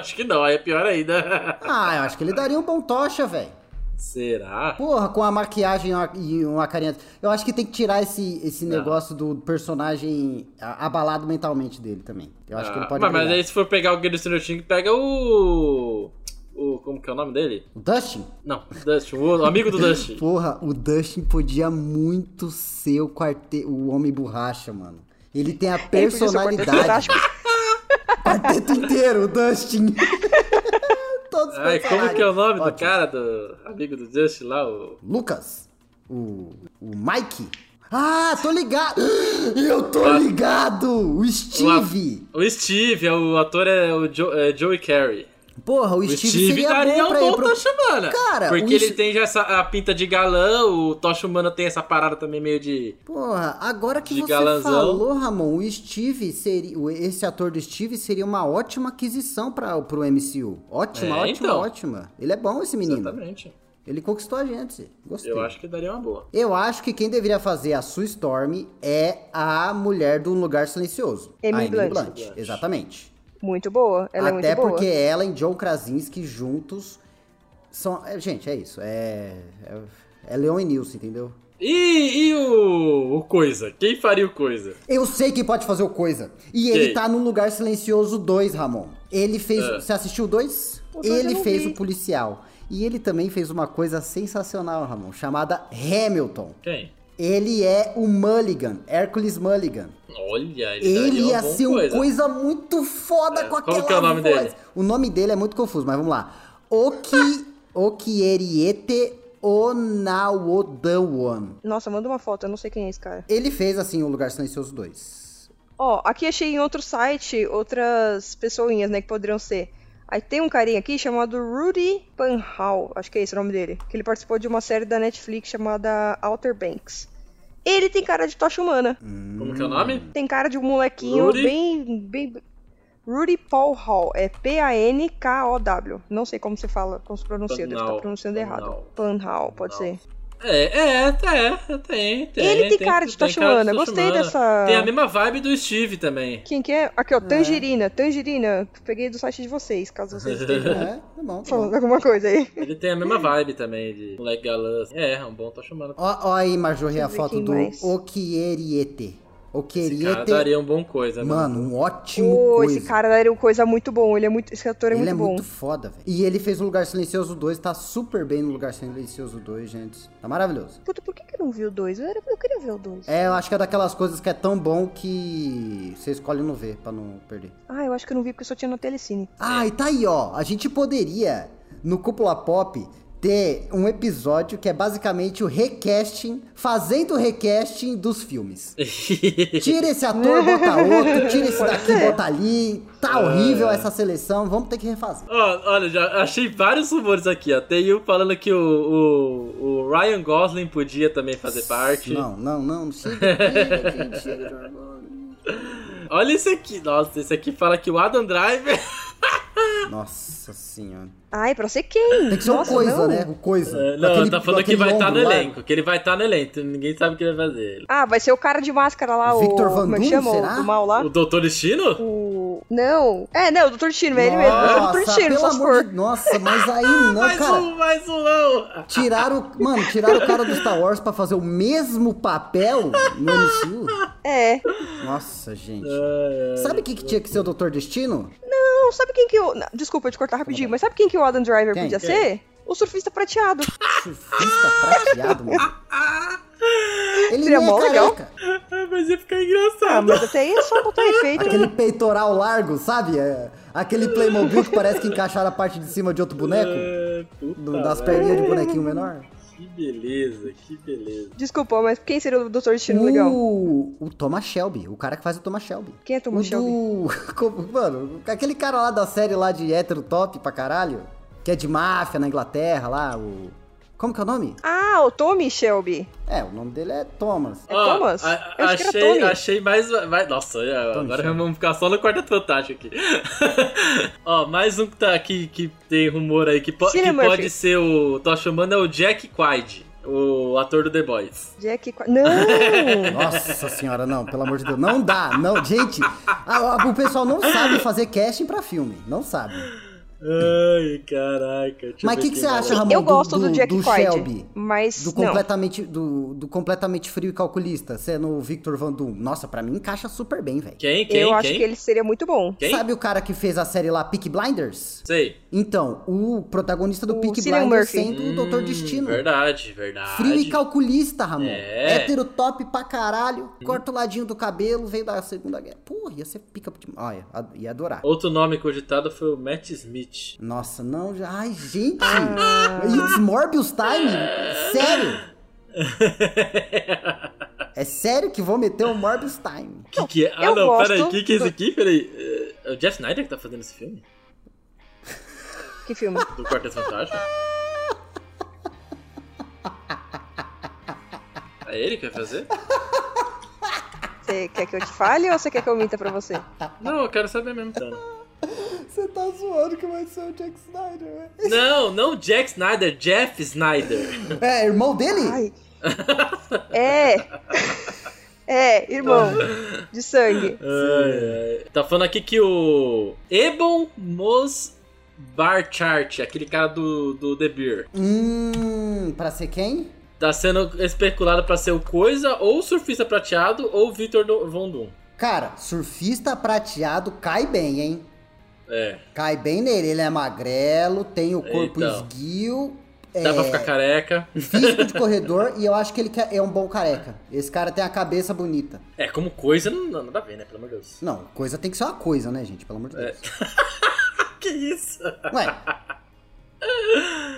Speaker 2: acho que não, aí é pior ainda.
Speaker 4: Ah, eu acho que ele daria um bom tocha, velho.
Speaker 2: Será?
Speaker 4: Porra, com a maquiagem e uma- e uma carinha. Eu acho que tem que tirar esse, esse
Speaker 2: Não.
Speaker 4: negócio do personagem a- abalado mentalmente dele também. Eu acho que ele
Speaker 2: Ah,
Speaker 4: pode.
Speaker 2: mas, mas
Speaker 4: brilhar.
Speaker 2: aí se for pegar o Guilherme Stranger Things, pega o. O. Como que é o nome dele?
Speaker 4: O Dustin?
Speaker 2: Não, Dustin, o amigo do Dustin.
Speaker 4: Porra, o Dustin podia muito ser o, quarte... o Homem Borracha, mano. Ele tem a
Speaker 5: Ele podia ser o Quarteto
Speaker 4: personalidade.
Speaker 5: Fantástico.
Speaker 4: Quarteto inteiro, o Dustin. Todos os
Speaker 2: Ai, como que é o nome do
Speaker 4: Ótimo.
Speaker 2: cara, do amigo do Dustin lá? O...
Speaker 4: Lucas, o, o Mike. Ah, tô ligado! Eu tô ligado! O Steve!
Speaker 2: o Steve, é o ator é o Jo- é Joey Carey.
Speaker 4: Porra, o
Speaker 2: O
Speaker 4: Steve,
Speaker 2: Steve,
Speaker 4: seria
Speaker 2: daria
Speaker 4: bom
Speaker 2: um
Speaker 4: pra
Speaker 2: bom
Speaker 4: ir pro...
Speaker 2: Tocha Humana.
Speaker 4: Cara,
Speaker 2: Porque
Speaker 4: o
Speaker 2: ele
Speaker 4: Steve-
Speaker 2: tem já essa a pinta de galã, o Tocha Humana tem essa parada também meio de.
Speaker 4: Porra, agora que
Speaker 2: De
Speaker 4: você
Speaker 2: galanzão.
Speaker 4: falou, Ramon, o Steve seria... o- Esse ator do Steve seria uma ótima aquisição pra, pro MCU. Ótima,
Speaker 2: É,
Speaker 4: ótima,
Speaker 2: então.
Speaker 4: ótima. Ele é bom, esse menino.
Speaker 2: Exatamente.
Speaker 4: Ele conquistou a gente. Gostei.
Speaker 2: Eu acho que daria uma boa.
Speaker 4: Eu acho que quem deveria fazer a Sue Storm é a mulher do Lugar Silencioso.
Speaker 5: Emily
Speaker 4: a Emily
Speaker 5: Blunt.
Speaker 4: Blunt. Exatamente.
Speaker 5: Muito boa. Ela
Speaker 4: Até
Speaker 5: é muito
Speaker 4: porque
Speaker 5: boa.
Speaker 4: ela e John Krasinski juntos são. é, gente, é isso. É. É, é Leon e Nilson, entendeu?
Speaker 2: E, e o, o Coisa? Quem faria o Coisa?
Speaker 4: Eu sei que pode fazer o coisa. E ele
Speaker 2: Quem?
Speaker 4: tá no Lugar Silencioso 2, Ramon. Ele fez.
Speaker 2: Ah.
Speaker 4: Você assistiu o 2?
Speaker 5: O dois eu
Speaker 4: Ele
Speaker 5: não
Speaker 4: fez
Speaker 5: vi.
Speaker 4: o policial. E ele também fez uma coisa sensacional, Ramon, chamada Hamilton.
Speaker 2: Quem?
Speaker 4: Ele é o Mulligan, Hércules Mulligan.
Speaker 2: Olha, ele, daria
Speaker 4: Ele
Speaker 2: uma
Speaker 4: ia
Speaker 2: boa
Speaker 4: ser um uma
Speaker 2: coisa.
Speaker 4: coisa. muito foda com aquela
Speaker 2: como que é o nome
Speaker 4: voz.
Speaker 2: dele?
Speaker 4: O nome dele é muito confuso, mas vamos lá. Oki, Okieriete Onawodawan.
Speaker 5: Nossa, manda uma foto, eu não sei quem é esse cara.
Speaker 4: Ele fez, assim, O Lugar Silencioso 2.
Speaker 5: Ó, aqui achei em outro site outras pessoinhas, né, que poderiam ser. Aí tem um carinha aqui chamado Rudy Panhal, acho que é esse o nome dele, que ele participou de uma série da Netflix chamada Outer Banks. Ele tem cara de tocha humana.
Speaker 2: Como que é o nome?
Speaker 5: Tem cara de um molequinho
Speaker 2: Rudy?
Speaker 5: bem, bem. Rudy Paul Hall. É P-A-N-K-O-W. Não sei como se fala, como se pronuncia, deve estar
Speaker 2: Panhal.
Speaker 5: pronunciando errado. Panhal, pode
Speaker 2: Panhal.
Speaker 5: ser.
Speaker 2: É, é, é, tem, tem.
Speaker 5: Ele tem cara de Tocha
Speaker 2: cara de
Speaker 5: Humana,
Speaker 2: Tocha
Speaker 5: gostei
Speaker 2: Humana.
Speaker 5: dessa-
Speaker 2: Tem a mesma vibe do Steve também.
Speaker 5: Quem que é? Aqui, ó, Tangerina. Tangerina. Peguei do site de vocês, caso vocês estejam
Speaker 4: É, tá bom, tá bom.
Speaker 5: falando alguma coisa aí.
Speaker 2: Ele tem a mesma vibe também de moleque galã. É, é um bom Tocha Humana.
Speaker 4: Ó, ó aí, Marjorie, a
Speaker 5: ver
Speaker 4: foto
Speaker 5: quem
Speaker 4: do
Speaker 5: mais.
Speaker 4: Okieriete.
Speaker 2: Esse cara
Speaker 4: Okieriete.
Speaker 2: daria um bom coisa, mano.
Speaker 4: Mano, um ótimo
Speaker 5: Pô,
Speaker 4: coisa.
Speaker 5: esse cara era um coisa muito bom. Ele é muito. Esse ator é
Speaker 4: Ele
Speaker 5: muito
Speaker 4: é
Speaker 5: bom.
Speaker 4: muito foda, velho. E ele fez O Lugar Silencioso 2, tá super bem no Lugar Silencioso 2, gente. Tá maravilhoso.
Speaker 5: Puta, por que, que eu não vi o 2? Eu, era- eu queria ver o 2.
Speaker 4: É, eu acho que é daquelas coisas que é tão bom que você escolhe não ver pra não perder.
Speaker 5: Ah, eu acho que eu não vi porque só tinha no Telecine.
Speaker 4: Ah, e tá aí, ó. A gente poderia, no Cúpula Pop, ter um episódio que é basicamente o recasting, fazendo o recasting dos filmes. Tira esse ator, bota outro, tira esse daqui, bota ali.
Speaker 2: Ah.
Speaker 4: Tá horrível essa seleção, vamos ter que refazer.
Speaker 2: Ó, olha, já achei vários rumores aqui, ó. Tem um falando que o, o, o Ryan Gosling podia também fazer parte.
Speaker 4: Não, não, não, chega, chega, gente, chega de orgulho.
Speaker 2: Olha esse aqui. Nossa, esse aqui fala que o Adam Driver.
Speaker 4: Nossa senhora.
Speaker 5: Ai, pra ser quem?
Speaker 4: Tem que ser o
Speaker 5: Nossa,
Speaker 4: coisa,
Speaker 5: não.
Speaker 4: né? O coisa.
Speaker 2: Não,
Speaker 4: Aquele-
Speaker 2: tá falando que
Speaker 4: aquele
Speaker 2: vai estar no
Speaker 4: ombro é? lá.
Speaker 2: elenco. Que ele vai estar no elenco. Ninguém sabe o que ele vai fazer.
Speaker 5: Ah, vai ser o cara de máscara lá,
Speaker 4: Victor
Speaker 5: o.
Speaker 4: Van
Speaker 5: como é que
Speaker 4: Doom,
Speaker 5: chama? O
Speaker 4: será?
Speaker 5: do mal lá?
Speaker 2: O Doutor Destino?
Speaker 5: O. o. Não! É, não, o Dr. Destino, é ele mesmo. É o Dr. Destino,
Speaker 4: pelo
Speaker 5: só se
Speaker 4: amor
Speaker 5: for. Ah,
Speaker 4: de... Nossa, mas aí não,
Speaker 2: mais
Speaker 4: cara.
Speaker 2: um, mais um não!
Speaker 4: Tiraram, o- mano, tiraram o cara do Star Wars pra fazer o mesmo papel no MCU?
Speaker 5: É.
Speaker 4: Nossa, gente.
Speaker 2: Ai, ai.
Speaker 4: Sabe o que, que tinha que ser o Doutor Destino?
Speaker 5: Não, sabe quem que eu. não, Desculpa te cortar rapidinho, mas sabe quem que o Adam Driver
Speaker 4: Quem?
Speaker 5: podia
Speaker 4: Quem?
Speaker 5: ser? O surfista prateado.
Speaker 4: Surfista prateado, mano. Ele
Speaker 5: Seria
Speaker 4: nem
Speaker 5: mó
Speaker 4: é
Speaker 5: legal.
Speaker 4: careca.
Speaker 2: Ah, Mas ia ficar
Speaker 5: Ah,
Speaker 2: engraçado.
Speaker 5: mas até aí é só botar efeito.
Speaker 4: Aquele peitoral largo, sabe? É, aquele Playmobil que parece que encaixaram a parte de cima de outro boneco.
Speaker 2: É, puta
Speaker 4: Ah, do- das
Speaker 2: merda.
Speaker 4: perninhas de bonequinho menor.
Speaker 2: Que beleza, que beleza.
Speaker 5: Desculpa, mas quem seria o Dr. Destino legal?
Speaker 4: O, o Thomas Shelby, o cara que faz o Thomas Shelby.
Speaker 5: Quem é
Speaker 4: O
Speaker 5: Thomas Shelby?
Speaker 4: do... como- Mano, aquele cara lá da série lá de hétero top pra caralho, que é de máfia na Inglaterra lá, o... Como que é o nome?
Speaker 5: Ah, o Tommy Shelby.
Speaker 4: É, o nome dele é Thomas.
Speaker 5: É
Speaker 2: Ó,
Speaker 5: Thomas?
Speaker 2: a-
Speaker 5: Eu acho que era
Speaker 2: achei,
Speaker 5: Tommy.
Speaker 2: achei mais, mais. Nossa, agora
Speaker 4: Tommy, chama.
Speaker 2: vamos ficar só no Quarteto Fantástico aqui. Ó, mais um que tá aqui que tem rumor aí que, po-
Speaker 5: Cillian
Speaker 2: que
Speaker 5: né, Murphy.
Speaker 2: pode ser o. Tô chamando é o Jack Quaid, o ator do The Boys.
Speaker 5: Jack. Qua- Não!
Speaker 4: Nossa senhora, não, pelo amor de Deus, não dá, não, gente, a- a- o pessoal não sabe fazer casting pra filme, não sabe.
Speaker 2: Ai, caraca. deixa eu
Speaker 4: Mas
Speaker 2: ver
Speaker 4: o que, que
Speaker 2: quem
Speaker 4: você
Speaker 2: mais.
Speaker 4: acha, Ramon,
Speaker 5: eu gosto do, Jack Quaid,
Speaker 4: Shelby?
Speaker 5: mas
Speaker 4: Do
Speaker 5: não.
Speaker 4: completamente, do, do completamente frio e calculista, sendo o Victor Van Doom. Nossa, pra mim encaixa super bem, velho.
Speaker 2: Quem, quem,
Speaker 5: Eu
Speaker 2: quem?
Speaker 5: acho que ele seria muito bom.
Speaker 2: Quem?
Speaker 4: Sabe o cara que fez a série lá, Peak Blinders?
Speaker 2: Sei.
Speaker 4: Então, o protagonista do
Speaker 5: O
Speaker 4: Peak
Speaker 5: Cillian
Speaker 4: Blinders
Speaker 5: Murphy.
Speaker 4: sendo o Doutor Destino.
Speaker 2: Hum, Verdade, verdade.
Speaker 4: Frio e calculista, Ramon.
Speaker 2: É.
Speaker 4: Hétero top pra caralho. Corta o ladinho do cabelo, veio da Segunda Guerra. Porra, ia ser pica demais. Olha, ad- ia adorar.
Speaker 2: Outro nome cogitado foi o Matt Smith.
Speaker 4: Nossa, não. já- Ai, gente.
Speaker 2: Ah.
Speaker 4: It's Morbius time? Sério? É sério que vou meter o Morbius time?
Speaker 2: que, que é? Ah,
Speaker 5: eu
Speaker 2: não,
Speaker 5: gosto
Speaker 2: peraí, o que, que é
Speaker 5: do-
Speaker 2: esse aqui? Peraí. É o Jeff Snyder que tá fazendo esse filme?
Speaker 5: Que filme?
Speaker 2: Do Quarteto Fantástico? É ele que vai fazer?
Speaker 5: Você quer que eu te fale ou você quer que eu minta pra você?
Speaker 2: Não, eu quero saber mesmo, então.
Speaker 4: Você tá zoando que vai ser o Jack Snyder, né? velho.
Speaker 2: Não, não Jack Snyder, Jeff Snyder.
Speaker 4: É, irmão dele?
Speaker 5: Ai. É. É, irmão. De sangue.
Speaker 2: Ai, ai. Tá falando aqui que o Ebon Mos Barchart, aquele cara do, do The Beer,
Speaker 4: Hum, pra ser quem?
Speaker 2: tá sendo especulado pra ser o Coisa, ou o Surfista Prateado, ou o Victor do- Von Doom.
Speaker 4: Cara, surfista prateado cai bem, hein?
Speaker 2: É,
Speaker 4: Cai bem nele. Ele é magrelo, tem o corpo
Speaker 2: Então.
Speaker 4: esguio.
Speaker 2: dá pra
Speaker 4: é,
Speaker 2: ficar careca.
Speaker 4: Físico de corredor e eu acho que ele quer- é um bom careca. Esse cara tem a cabeça bonita.
Speaker 2: É, como coisa, não, não dá bem, né? Pelo amor de Deus.
Speaker 4: Não, coisa tem que ser uma coisa, né, gente? Pelo amor de Deus.
Speaker 2: Que isso?
Speaker 4: Ué,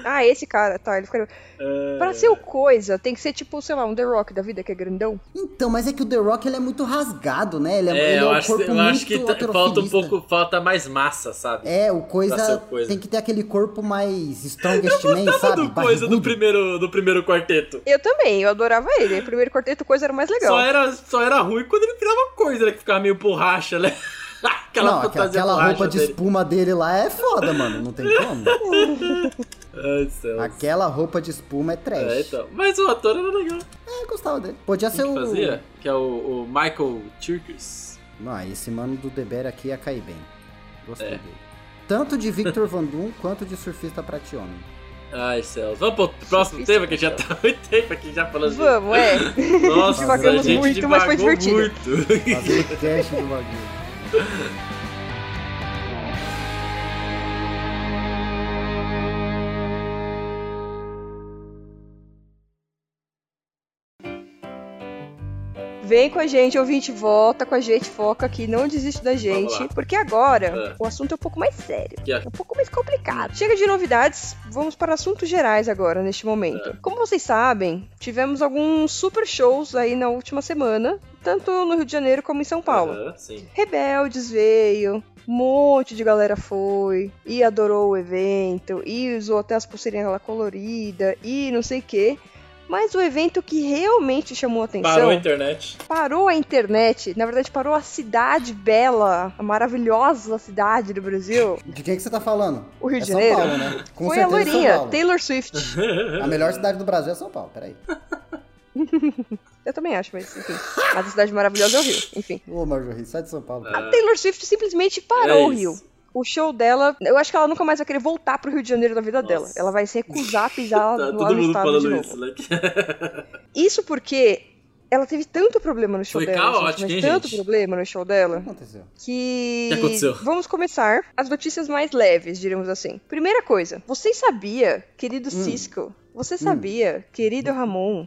Speaker 5: Ah, esse cara, tá, ele ficaria.
Speaker 2: É.
Speaker 5: Pra ser o coisa, tem que ser tipo, sei lá, um The Rock da vida que é grandão.
Speaker 4: então, mas é que o The Rock ele é muito rasgado, né? Ele é,
Speaker 2: É,
Speaker 4: ele é
Speaker 2: eu,
Speaker 4: um
Speaker 2: acho,
Speaker 4: corpo
Speaker 2: eu acho que
Speaker 4: muito
Speaker 2: tá- falta um
Speaker 4: heterofilista.
Speaker 2: pouco, falta mais massa, sabe?
Speaker 4: É, o
Speaker 2: Pra
Speaker 4: coisa,
Speaker 2: ser o Coisa.
Speaker 4: tem que ter aquele corpo mais strongest man, sabe?
Speaker 2: do coisa do
Speaker 4: Barrigudo.
Speaker 2: primeiro, do primeiro quarteto.
Speaker 5: Eu também, eu adorava ele. O primeiro quarteto coisa era o mais legal.
Speaker 2: Só era, só era ruim quando ele virava coisa, né? Que ficava meio borracha, né? aquela
Speaker 4: Não, aquela,
Speaker 2: fantasia
Speaker 4: aquela
Speaker 2: borracha
Speaker 4: roupa de
Speaker 2: dele.
Speaker 4: espuma dele lá é foda, mano. Não tem como.
Speaker 2: Ai, céu.
Speaker 4: Aquela roupa de espuma é trash.
Speaker 2: Ah, É, então. Mas o ator era legal.
Speaker 4: Eu gostava dele. Podia ser
Speaker 2: que
Speaker 4: o.
Speaker 2: fazia? Que é o, o Michael Chirkus.
Speaker 4: Não, esse mano do Deber aqui ia cair bem. Gostei
Speaker 2: É.
Speaker 4: dele. Tanto de Victor Van Doom quanto de surfista prateado.
Speaker 2: Ai, céus. é Vamos pro próximo
Speaker 5: Surfista,
Speaker 2: tema, que já tá muito tempo aqui já falando de-
Speaker 5: Vamos, é.
Speaker 2: Nossa, a
Speaker 4: Divagamos
Speaker 2: gente
Speaker 5: muito, mas foi
Speaker 2: divagou
Speaker 5: divertido.
Speaker 2: muito.
Speaker 4: Fazer o teste do bagulho.
Speaker 5: Vem com a gente, ouvinte, volta com a gente, foca aqui, não desiste da gente.
Speaker 2: lá.
Speaker 5: Porque agora
Speaker 2: É.
Speaker 5: o assunto é um pouco mais sério.
Speaker 2: Que é-
Speaker 5: É um pouco mais complicado. Chega de novidades, vamos para assuntos gerais agora, neste momento.
Speaker 2: Ah.
Speaker 5: Como vocês sabem, tivemos alguns super shows aí na última semana, tanto no Rio de Janeiro como em São Paulo.
Speaker 2: Aham, Ah, sim.
Speaker 5: Rebeldes veio, um monte de galera foi, e adorou o evento, e usou até as pulseirinhas lá colorida e não sei o quê. Mas o evento que realmente chamou a atenção
Speaker 2: Parou a internet.
Speaker 5: parou a internet, na verdade parou a cidade bela, a maravilhosa cidade do Brasil,
Speaker 4: De quem que você tá falando?
Speaker 5: o Rio
Speaker 4: é
Speaker 5: de
Speaker 4: São
Speaker 5: Janeiro.
Speaker 4: Paulo, né? Com
Speaker 5: Foi a
Speaker 4: certeza é São
Speaker 5: loirinha,
Speaker 4: Paulo.
Speaker 5: Taylor Swift.
Speaker 4: A melhor cidade do Brasil é São Paulo, peraí.
Speaker 5: Eu também acho, mas enfim. Mas a cidade maravilhosa é o Rio. Enfim.
Speaker 4: Ô, Marjorie, sai de São
Speaker 2: É.
Speaker 4: Paulo. cara.
Speaker 5: A Taylor Swift simplesmente parou o Rio. O show dela, eu acho que ela nunca mais vai querer voltar pro Rio de Janeiro da vida
Speaker 2: Nossa.
Speaker 5: dela. Ela vai se recusar a pisar
Speaker 2: Tá
Speaker 5: lá
Speaker 2: todo
Speaker 5: no
Speaker 2: mundo
Speaker 5: estado de
Speaker 2: falando
Speaker 5: novo.
Speaker 2: isso, né?
Speaker 5: Isso porque ela teve tanto problema no show
Speaker 2: Foi
Speaker 5: dela.
Speaker 2: caótico,
Speaker 5: mas
Speaker 2: hein,
Speaker 5: tanto
Speaker 2: gente?
Speaker 5: problema no show
Speaker 4: O
Speaker 5: dela
Speaker 4: que aconteceu?
Speaker 5: que.
Speaker 2: O que aconteceu?
Speaker 5: Vamos começar as notícias mais leves, diríamos assim. Primeira coisa, você sabia,
Speaker 2: Hum.
Speaker 5: querido Cisco? Você sabia, querido Ramon?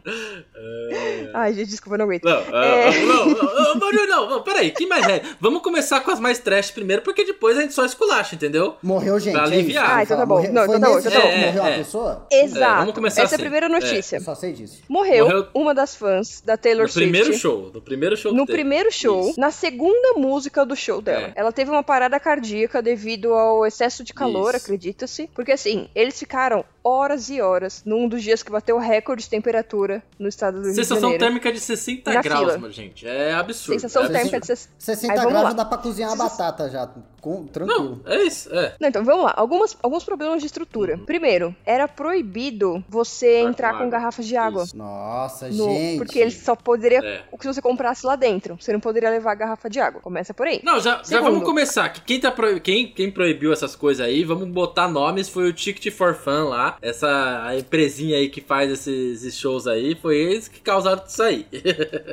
Speaker 2: É.
Speaker 5: Ai, gente, desculpa, eu não aguento.
Speaker 2: Não, ah,
Speaker 5: É.
Speaker 2: ah, não, não, não, Mario, não, não, peraí, que mais é? Vamos começar com as mais trash primeiro, porque depois a gente só esculacha, entendeu?
Speaker 4: Morreu gente.
Speaker 2: Pra
Speaker 4: é isso, eu
Speaker 2: aliviar.
Speaker 4: vou
Speaker 2: Ah,
Speaker 5: então tá
Speaker 4: falar.
Speaker 5: bom.
Speaker 4: Morreu-
Speaker 5: Não,
Speaker 4: Foi
Speaker 5: então tá bom,
Speaker 4: nesse
Speaker 5: então tá
Speaker 4: dia que
Speaker 2: bom.
Speaker 4: morreu
Speaker 2: É,
Speaker 4: uma
Speaker 2: é.
Speaker 4: pessoa?
Speaker 5: Exato.
Speaker 2: É, vamos começar
Speaker 5: Essa é
Speaker 2: assim.
Speaker 5: a primeira
Speaker 2: É.
Speaker 5: notícia.
Speaker 4: Eu só sei disso.
Speaker 5: Morreu,
Speaker 2: Morreu-
Speaker 5: uma das fãs da Taylor
Speaker 2: No
Speaker 5: Swift.
Speaker 2: primeiro show, no primeiro show
Speaker 5: No
Speaker 2: que teve.
Speaker 5: primeiro show,
Speaker 2: Isso.
Speaker 5: na segunda música do show dela.
Speaker 2: É.
Speaker 5: Ela teve uma parada cardíaca devido ao excesso de calor,
Speaker 2: Isso.
Speaker 5: acredita-se. Porque assim, eles ficaram horas e horas num dos dias que bateu recorde de temperatura no estado do Rio de
Speaker 2: Sensação
Speaker 5: Janeiro.
Speaker 2: térmica de 60
Speaker 5: Na
Speaker 2: graus,
Speaker 5: fila.
Speaker 2: mano, gente. É absurdo.
Speaker 5: Sensação
Speaker 2: é
Speaker 5: térmica de
Speaker 2: absurdo.
Speaker 5: 60.
Speaker 4: 60
Speaker 5: Aí, vamos
Speaker 4: graus
Speaker 5: lá.
Speaker 4: já dá pra cozinhar a
Speaker 5: Sessenta-
Speaker 4: batata já. Com, tranquilo.
Speaker 2: Não, é isso, é.
Speaker 5: Não, então vamos lá. Algumas, alguns problemas de estrutura. Primeiro, era proibido você
Speaker 2: Entrar com
Speaker 5: entrar com,
Speaker 2: água.
Speaker 5: garrafas de água.
Speaker 2: Isso.
Speaker 4: Nossa,
Speaker 5: no-
Speaker 4: gente.
Speaker 5: porque ele só poderia.
Speaker 2: É.
Speaker 5: O que você comprasse lá dentro. Você não poderia levar a garrafa de água. Começa por aí.
Speaker 2: Não, já, já
Speaker 5: Segundo.
Speaker 2: vamos começar. Que Quem, tá pro- quem, quem proibiu essas coisas aí, vamos botar nomes, foi o Ticket for Fun lá. Essa a empresinha aí que faz esses, esses shows aí, foi eles que causaram isso aí.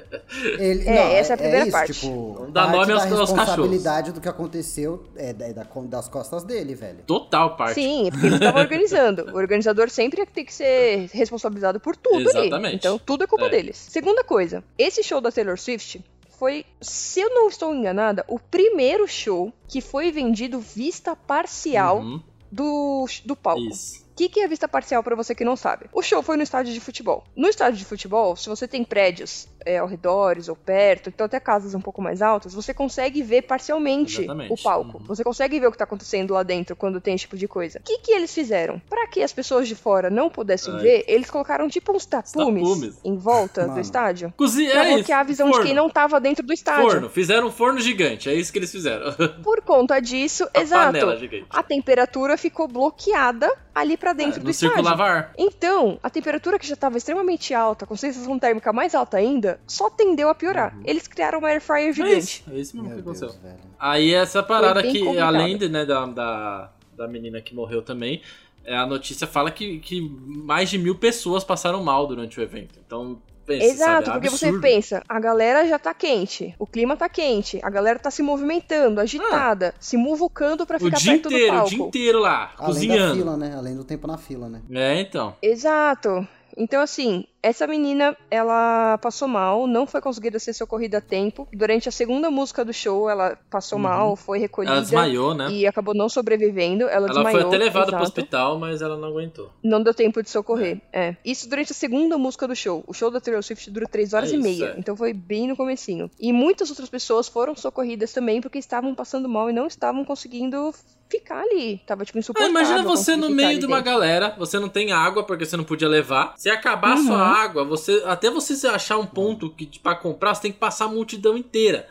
Speaker 4: Ele-
Speaker 5: É, essa é a primeira
Speaker 4: isso,
Speaker 5: parte.
Speaker 4: Tipo,
Speaker 2: Dá
Speaker 4: parte
Speaker 2: nome
Speaker 4: da
Speaker 2: aos- aos
Speaker 4: responsabilidade do que aconteceu é, da, da- das costas dele, velho.
Speaker 2: Total parte.
Speaker 5: Sim, é porque ele estava organizando. O organizador sempre é que tem que ser responsabilizado por tudo ali.
Speaker 2: Exatamente.
Speaker 5: Então, tudo é culpa
Speaker 2: É.
Speaker 5: deles. Segunda coisa, esse show da Taylor Swift foi, se eu não estou enganada, o primeiro show que foi vendido vista parcial
Speaker 2: Uhum,
Speaker 5: do, do palco.
Speaker 2: Isso.
Speaker 5: O que, que é vista parcial pra você que não sabe? O show foi no estádio de futebol. No estádio de futebol, se você tem prédios é, ao redores ou perto, então até casas um pouco mais altas, você consegue ver parcialmente
Speaker 2: Exatamente.
Speaker 5: o palco.
Speaker 2: Uhum.
Speaker 5: Você consegue ver o que tá acontecendo lá dentro quando tem esse tipo de coisa. O que, que eles fizeram? Pra que as pessoas de fora não pudessem
Speaker 2: Ai.
Speaker 5: ver, eles colocaram tipo uns tapumes,
Speaker 2: tapumes.
Speaker 5: em volta do
Speaker 4: Mano.
Speaker 5: estádio.
Speaker 2: Cozinha,
Speaker 5: Pra
Speaker 2: é isso.
Speaker 5: bloquear a visão de
Speaker 2: forno.
Speaker 5: quem não tava dentro do estádio.
Speaker 2: Forno, fizeram um forno gigante, é isso que eles fizeram.
Speaker 5: Por conta disso,
Speaker 2: A
Speaker 5: exato,
Speaker 2: panela gigante.
Speaker 5: a temperatura ficou bloqueada ali pra dentro do
Speaker 2: no
Speaker 5: estádio.
Speaker 2: É, circulava ar.
Speaker 5: Então, a temperatura que já estava extremamente alta, com sensação térmica mais alta ainda, só tendeu a piorar. Eles criaram uma air fryer
Speaker 2: É
Speaker 5: gigante.
Speaker 2: isso, é isso mesmo
Speaker 4: Meu
Speaker 2: que
Speaker 4: Deus,
Speaker 2: aconteceu.
Speaker 4: velho.
Speaker 2: Aí essa parada
Speaker 5: bem
Speaker 2: que,
Speaker 5: complicado.
Speaker 2: além de, né, da, da, da menina que morreu também, é, a notícia fala que, que mais de mil pessoas passaram mal durante o evento. Então, pensa,
Speaker 5: Exato,
Speaker 2: sabe?
Speaker 5: porque
Speaker 2: É
Speaker 5: você
Speaker 2: absurdo.
Speaker 5: pensa, a galera já tá quente, o clima tá quente, a galera tá se movimentando, agitada, se muvucando pra
Speaker 2: Ah. O
Speaker 5: ficar
Speaker 2: dia
Speaker 5: perto do
Speaker 2: inteiro, o
Speaker 5: palco.
Speaker 2: dia inteiro lá,
Speaker 4: Além da
Speaker 2: cozinhando.
Speaker 4: fila, né? Além do tempo na fila, né?
Speaker 2: É, então.
Speaker 5: Exato. Então, assim, essa menina, ela passou mal, não foi conseguida ser socorrida a tempo. Durante a segunda música do show, ela passou
Speaker 2: Uhum.
Speaker 5: mal, foi recolhida
Speaker 2: Ela desmaiou, né?
Speaker 5: e acabou não sobrevivendo. Ela,
Speaker 2: Ela
Speaker 5: desmaiou.
Speaker 2: foi até levada pro
Speaker 5: exato.
Speaker 2: hospital, mas ela não aguentou.
Speaker 5: Não deu tempo de socorrer. É. Isso durante a segunda música do show. O show da Taylor Swift dura 3 horas e
Speaker 2: É isso,
Speaker 5: meia.
Speaker 2: é.
Speaker 5: Então foi bem no comecinho. E muitas outras pessoas foram socorridas também porque estavam passando mal e não estavam conseguindo ficar ali. Tava tipo
Speaker 2: Ah,
Speaker 5: insuportável.
Speaker 2: imagina você
Speaker 5: conseguir
Speaker 2: no
Speaker 5: ficar
Speaker 2: meio
Speaker 5: ali
Speaker 2: de uma
Speaker 5: dentro.
Speaker 2: galera, você não tem água porque você não podia levar. Se acabar a
Speaker 5: Uhum.
Speaker 2: sua água, você até você se achar um ponto que para comprar, você tem que passar a multidão inteira.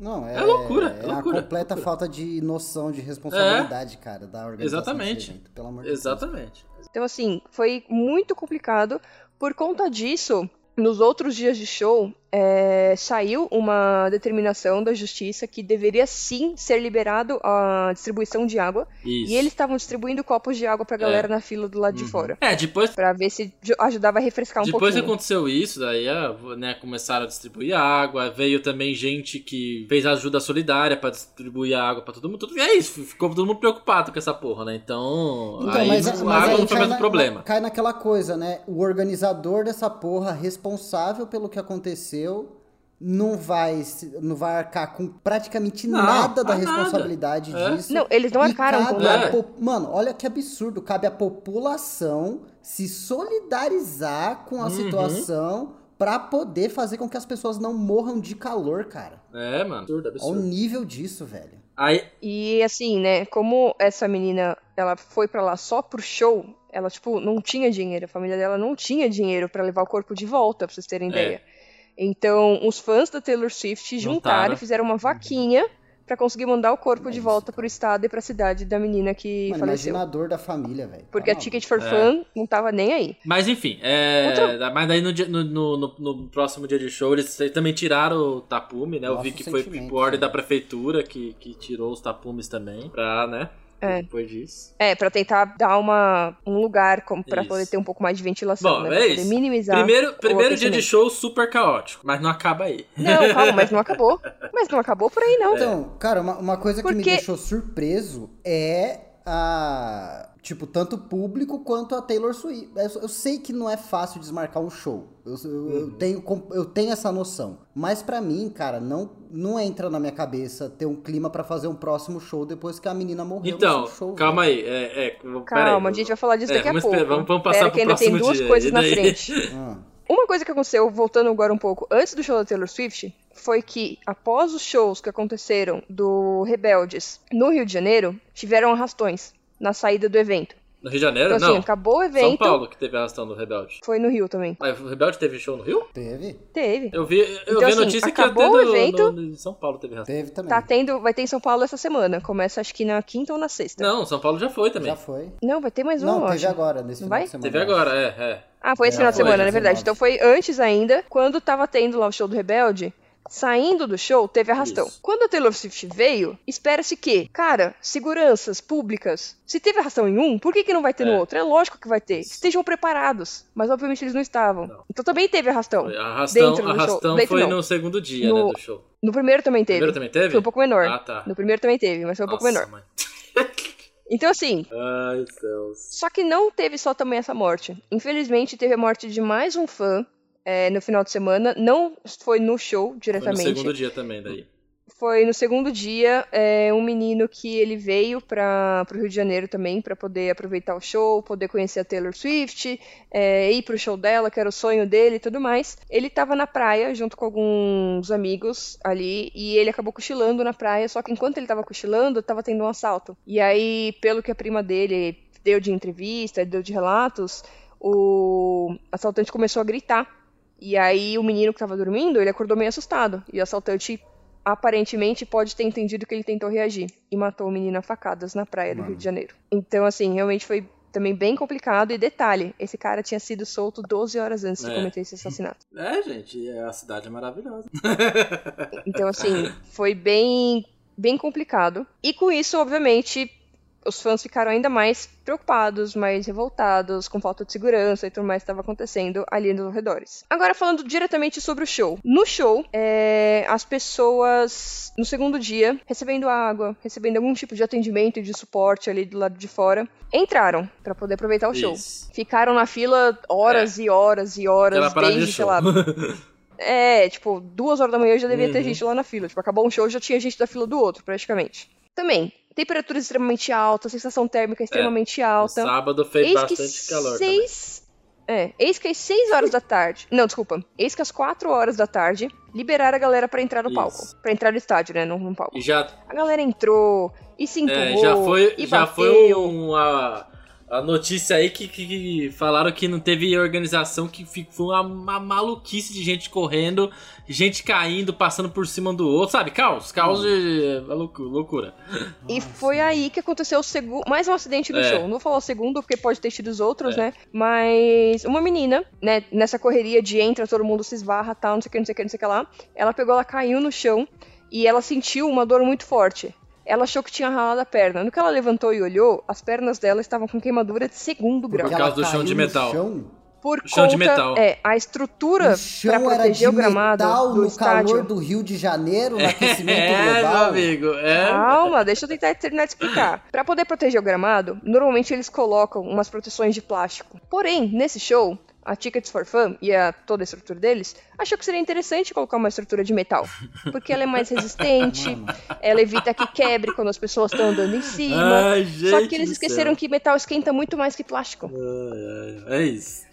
Speaker 4: Não, é,
Speaker 2: É loucura, é
Speaker 4: É uma
Speaker 2: loucura,
Speaker 4: completa
Speaker 2: loucura.
Speaker 4: falta de noção de responsabilidade, cara, da organização.
Speaker 2: Exatamente.
Speaker 4: desse evento, pelo amor de Deus.
Speaker 2: Exatamente.
Speaker 5: Então, assim, foi muito complicado. Por conta disso, nos outros dias de show, é, saiu uma determinação da justiça que deveria sim ser liberado a distribuição de água.
Speaker 2: Isso. É.
Speaker 5: E eles estavam distribuindo copos de água pra galera na fila do lado de
Speaker 2: Uhum.
Speaker 5: fora.
Speaker 2: É, depois
Speaker 5: Pra ver se ju- ajudava a refrescar um
Speaker 2: Depois que
Speaker 5: pouquinho.
Speaker 2: aconteceu isso, daí ah, né, começaram a distribuir água, veio também gente que fez ajuda solidária pra distribuir a água pra todo mundo. Tudo, e é isso, ficou todo mundo preocupado com essa porra, né? Então, aí
Speaker 4: mas-
Speaker 2: a
Speaker 4: mas
Speaker 2: água
Speaker 4: aí
Speaker 2: não foi
Speaker 4: cai
Speaker 2: mais
Speaker 4: na-
Speaker 2: um problema.
Speaker 4: Cai naquela coisa, né? O organizador dessa porra, responsável pelo que aconteceu, não vai, se- não vai arcar com praticamente
Speaker 2: Não,
Speaker 4: nada da
Speaker 2: ah, nada.
Speaker 4: responsabilidade
Speaker 2: É.
Speaker 4: disso.
Speaker 5: Não, eles não
Speaker 4: E
Speaker 5: arcaram com
Speaker 4: cabe
Speaker 5: nada.
Speaker 4: à po- Mano, olha que absurdo. Cabe à população se solidarizar com a
Speaker 2: Uhum.
Speaker 4: situação pra poder fazer com que as pessoas não morram de calor, cara.
Speaker 2: É, mano. Absurdo,
Speaker 4: Olha o
Speaker 2: absurdo.
Speaker 4: nível disso, velho.
Speaker 2: Aí,
Speaker 5: E assim, né, como essa menina, ela foi pra lá só pro show, ela, tipo, não tinha dinheiro, a família dela não tinha dinheiro pra levar o corpo de volta, pra vocês terem
Speaker 2: É.
Speaker 5: ideia. Então, os fãs da Taylor Swift juntaram
Speaker 2: Juntaram.
Speaker 5: e fizeram uma vaquinha pra conseguir mandar o corpo de volta pro estado e pra cidade da menina que
Speaker 4: Mano,
Speaker 5: faleceu.
Speaker 4: imagina a dor da família, velho.
Speaker 5: Porque
Speaker 4: Tá
Speaker 5: a
Speaker 4: maluco.
Speaker 5: Ticket
Speaker 2: É.
Speaker 5: for Fun não tava nem aí.
Speaker 2: Mas enfim, é. Mas daí no, dia- no, no- no- no próximo dia de show eles também tiraram o tapume, né? Eu
Speaker 4: Nossa,
Speaker 2: vi que foi
Speaker 4: sentimento,
Speaker 2: por ordem
Speaker 4: né?
Speaker 2: da prefeitura que, que tirou os tapumes também. Pra, né?
Speaker 5: É.
Speaker 2: Depois disso.
Speaker 5: É, pra tentar dar uma, um lugar como pra
Speaker 2: Isso.
Speaker 5: poder ter um pouco mais de ventilação,
Speaker 2: Bom,
Speaker 5: né?
Speaker 2: é
Speaker 5: Pra poder
Speaker 2: isso.
Speaker 5: minimizar.
Speaker 2: Primeiro, primeiro dia
Speaker 5: aquecimento.
Speaker 2: de show super caótico, mas não acaba aí.
Speaker 5: Não, calma, mas não acabou. Mas não acabou por aí,
Speaker 2: É,
Speaker 5: não.
Speaker 4: Então, cara, uma, uma coisa que me
Speaker 5: Porque-
Speaker 4: deixou surpreso é a. Tipo, tanto o público quanto a Taylor Swift. Eu, eu sei que não é fácil desmarcar um show. Eu, eu- eu
Speaker 2: Uhum.
Speaker 4: tenho, com- eu tenho essa noção. Mas pra mim, cara, não, não entra na minha cabeça ter um clima pra fazer um próximo show depois que a menina morreu. no
Speaker 2: Então,
Speaker 4: seu show,
Speaker 2: calma
Speaker 4: velho.
Speaker 2: aí. É, é, peraí.
Speaker 5: um Calma, a gente vai falar disso
Speaker 2: É,
Speaker 5: daqui a
Speaker 2: vamos
Speaker 5: pouco.
Speaker 2: esperar, vamos- vamos passar
Speaker 5: Pera
Speaker 2: pro
Speaker 5: que ainda tem
Speaker 2: próximo
Speaker 5: duas
Speaker 2: dia,
Speaker 5: coisas
Speaker 2: e
Speaker 5: na
Speaker 2: daí?
Speaker 5: frente.
Speaker 4: Ah,
Speaker 5: Uma coisa que aconteceu, voltando agora um pouco, antes do show da Taylor Swift, foi que após os shows que aconteceram do Rebeldes no Rio de Janeiro, tiveram arrastões na saída do evento.
Speaker 2: No Rio de Janeiro?
Speaker 5: Então, assim,
Speaker 2: não.
Speaker 5: acabou o evento.
Speaker 2: São Paulo que teve a ação do Rebelde.
Speaker 5: Foi no Rio também.
Speaker 2: Mas o Rebelde teve show no Rio?
Speaker 4: teve?
Speaker 5: Teve.
Speaker 2: Eu vi, eu
Speaker 5: Então,
Speaker 2: vi a
Speaker 5: assim,
Speaker 2: notícia que até
Speaker 5: acabou
Speaker 2: no,
Speaker 5: o evento.
Speaker 2: no- em São Paulo teve ação.
Speaker 4: Teve também.
Speaker 5: Tá tendo, vai ter em São Paulo essa semana. Começa acho que na quinta ou na sexta.
Speaker 2: Não, São Paulo já foi também.
Speaker 4: Já foi.
Speaker 5: Não, vai ter mais uma,
Speaker 4: não,
Speaker 5: eu
Speaker 4: teve
Speaker 5: acho.
Speaker 4: agora, nesse
Speaker 5: Não
Speaker 4: final
Speaker 5: vai?
Speaker 4: de semana.
Speaker 2: Teve
Speaker 4: eu acho.
Speaker 2: agora, é, é.
Speaker 5: Ah, foi esse
Speaker 4: É,
Speaker 5: final de
Speaker 2: foi,
Speaker 5: semana, na
Speaker 4: 19.
Speaker 5: verdade. Então foi antes ainda, quando tava tendo lá o show do Rebelde. Saindo do show, teve arrastão.
Speaker 2: Isso.
Speaker 5: Quando a Taylor Swift veio, espera-se que, cara, seguranças públicas, se teve arrastão em um, por que, que não vai ter
Speaker 2: É.
Speaker 5: no outro? É lógico que vai ter.
Speaker 2: Isso.
Speaker 5: Estejam preparados. Mas obviamente eles não estavam.
Speaker 2: Não.
Speaker 5: Então também teve arrastão.
Speaker 2: Foi. Arrastão,
Speaker 5: Dentro do show.
Speaker 2: arrastão
Speaker 5: Dentro
Speaker 2: foi
Speaker 5: não.
Speaker 2: no segundo dia,
Speaker 5: No-
Speaker 2: né, do show.
Speaker 5: No primeiro também teve.
Speaker 2: Primeiro também teve?
Speaker 5: Foi um pouco menor.
Speaker 2: Ah, tá.
Speaker 5: No primeiro também teve, mas foi um pouco
Speaker 2: Nossa,
Speaker 5: menor.
Speaker 2: mãe.
Speaker 5: Então assim,
Speaker 2: Ai, céus.
Speaker 5: Só que não teve só também essa morte. Infelizmente, teve a morte de mais um fã é, no final de semana. Não foi no show
Speaker 2: Foi no
Speaker 5: diretamente.
Speaker 2: segundo dia também, daí.
Speaker 5: Foi no segundo dia, é, um menino que ele veio para o Rio de Janeiro também para poder aproveitar o show, poder conhecer a Taylor Swift, é, ir pro show dela, que era o sonho dele e tudo mais. Ele tava na praia junto com alguns amigos ali e ele acabou cochilando na praia, só que enquanto ele tava cochilando, tava tendo um assalto. E aí, pelo que a prima dele deu de entrevista, deu de relatos, o assaltante começou a gritar. E aí o menino que tava dormindo, ele acordou meio assustado. E o assaltante aparentemente pode ter entendido que ele tentou reagir e matou o menino a facadas na praia do
Speaker 4: Mano.
Speaker 5: Rio de Janeiro. Então, assim, realmente foi também bem complicado. E detalhe, esse cara tinha sido solto 12 horas antes de
Speaker 2: É.
Speaker 5: cometer esse assassinato.
Speaker 2: É, gente, é- a cidade é maravilhosa.
Speaker 5: Então, assim, foi bem, bem complicado. E com isso, obviamente, os fãs ficaram ainda mais preocupados, mais revoltados, com falta de segurança e tudo mais que estava acontecendo ali nos redores. Agora, falando diretamente sobre o show. No show, é, as pessoas, no segundo dia, recebendo água, recebendo algum tipo de atendimento e de suporte ali do lado de fora, entraram para poder aproveitar o show.
Speaker 2: Isso. É.
Speaker 5: Ficaram na fila horas e horas e
Speaker 2: Aquela
Speaker 5: horas,
Speaker 2: parada de
Speaker 5: desde, sei
Speaker 2: show.
Speaker 5: lá, é, tipo, duas horas da manhã eu já devia ter
Speaker 2: Uhum.
Speaker 5: gente lá na fila. Tipo, acabou um show, já tinha gente da fila do outro, praticamente. Também, temperaturas extremamente altas, sensação térmica extremamente
Speaker 2: No
Speaker 5: alta.
Speaker 2: É, sábado fez
Speaker 5: eis que
Speaker 2: bastante calor também.
Speaker 5: seis... É, eis que às seis horas da tarde... Não, desculpa. Eis que às quatro horas da tarde, liberaram a galera pra entrar no
Speaker 2: Isso.
Speaker 5: palco. Pra entrar no estádio, né, no, no palco.
Speaker 2: E já
Speaker 5: A galera entrou, e se empurrou,
Speaker 2: É, já foi,
Speaker 5: e
Speaker 2: já
Speaker 5: bateu.
Speaker 2: foi um uma a notícia aí que, que- que falaram que não teve organização, que fi- foi uma, uma maluquice de gente correndo, gente caindo, passando por cima do outro, sabe? Caos,
Speaker 5: Hum.
Speaker 2: caos de é loucu- loucura.
Speaker 5: E foi aí que aconteceu o segu... mais um acidente no
Speaker 2: É.
Speaker 5: show. Não vou falar o segundo, porque pode ter tido os outros, né? Mas uma menina, né, nessa correria de entra, todo mundo se esbarra, tal, não sei o que, não sei o que, não sei o que lá. Ela pegou, ela caiu no chão e ela sentiu uma dor muito forte. Ela achou que tinha ralado a perna. No que ela levantou e olhou, as pernas dela estavam com queimadura de segundo grau.
Speaker 4: Porque
Speaker 2: causa
Speaker 4: ela
Speaker 2: do chão
Speaker 4: caiu
Speaker 2: de
Speaker 4: no
Speaker 2: metal.
Speaker 4: chão?
Speaker 5: Por
Speaker 2: Chão
Speaker 5: conta,
Speaker 2: de metal.
Speaker 5: é, a estrutura
Speaker 4: O
Speaker 5: para
Speaker 4: chão era de
Speaker 5: proteger o gramado
Speaker 4: metal
Speaker 5: do
Speaker 4: no
Speaker 5: estádio.
Speaker 4: calor do Rio de Janeiro, no aquecimento
Speaker 2: É, meu
Speaker 4: global.
Speaker 2: amigo, é.
Speaker 5: Calma, deixa eu tentar terminar de explicar. Pra poder proteger o gramado, normalmente eles colocam umas proteções de plástico. Porém, nesse show, a Tickets for Fun e a, toda a estrutura deles achou que seria interessante colocar uma estrutura de metal, porque ela é mais resistente,
Speaker 4: Mano,
Speaker 5: ela evita que quebre quando as pessoas estão andando em cima.
Speaker 2: Ai,
Speaker 5: Só
Speaker 2: gente
Speaker 5: que eles
Speaker 2: do
Speaker 5: esqueceram que metal esquenta muito mais que plástico.
Speaker 2: céu. É isso.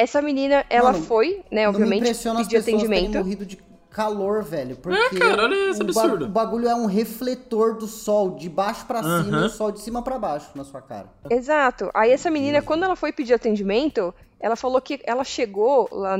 Speaker 5: Essa menina, ela
Speaker 4: Mano,
Speaker 5: foi, né,
Speaker 4: não me
Speaker 5: É, obviamente,
Speaker 4: impressiona as
Speaker 5: pedir
Speaker 4: pessoas terem
Speaker 5: atendimento.
Speaker 4: morrido de calor, velho. Porque
Speaker 2: É, cara, olha esse
Speaker 4: o, ba-
Speaker 2: absurdo.
Speaker 4: o bagulho é um refletor do sol de baixo pra cima
Speaker 2: Aham.
Speaker 4: e o sol de cima pra baixo na sua cara.
Speaker 5: Exato. Aí essa menina, quando ela foi pedir atendimento, ela falou que ela chegou lá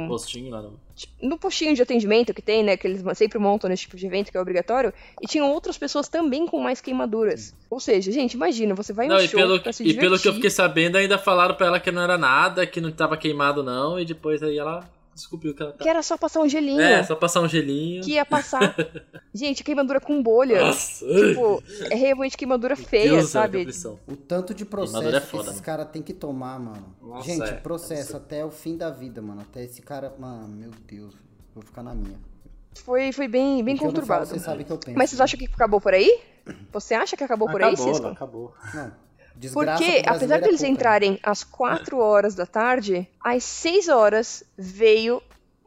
Speaker 5: no.
Speaker 2: Postinho lá no.
Speaker 5: no postinho de atendimento que tem, né? Que eles sempre montam nesse tipo de evento, que é obrigatório. E tinham outras pessoas também com mais queimaduras. Ou seja, gente, imagina, você vai em um
Speaker 2: Não, e
Speaker 5: show
Speaker 2: pelo,
Speaker 5: pra se
Speaker 2: e
Speaker 5: divertir.
Speaker 2: pelo que eu fiquei sabendo, ainda falaram pra ela que não era nada, que não tava queimado, não, e depois aí ela descobriu que ela tá.
Speaker 5: Que era só passar um gelinho.
Speaker 2: É, só passar um gelinho.
Speaker 5: Que ia passar. gente, queimadura com bolha.
Speaker 2: Nossa!
Speaker 5: Tipo, é realmente queimadura feia,
Speaker 2: Deus,
Speaker 5: sabe?
Speaker 2: velho, que aflição.
Speaker 4: O tanto de processo
Speaker 2: Queimadura é
Speaker 4: que
Speaker 2: foda,
Speaker 4: esses
Speaker 2: mano.
Speaker 4: caras têm que tomar, mano.
Speaker 2: Nossa,
Speaker 4: Gente,
Speaker 2: é,
Speaker 4: processo
Speaker 2: absurdo.
Speaker 4: até o fim da vida, mano. Até esse cara. Mano, meu Deus. Vou ficar na minha.
Speaker 5: Foi, foi bem, bem
Speaker 4: O que eu não falo,
Speaker 5: conturbado.
Speaker 4: Vocês sabem o que eu penso.
Speaker 5: Mas vocês acham que acabou por aí? Você acha que acabou, por aí,
Speaker 2: Acabou,
Speaker 5: Cisco?
Speaker 2: velho, acabou.
Speaker 4: Não. Desgraça pro
Speaker 5: Porque,
Speaker 4: brasileiro
Speaker 5: apesar
Speaker 4: é
Speaker 5: deles
Speaker 4: pouca, né?
Speaker 5: entrarem às 4 horas da tarde, às 6 horas veio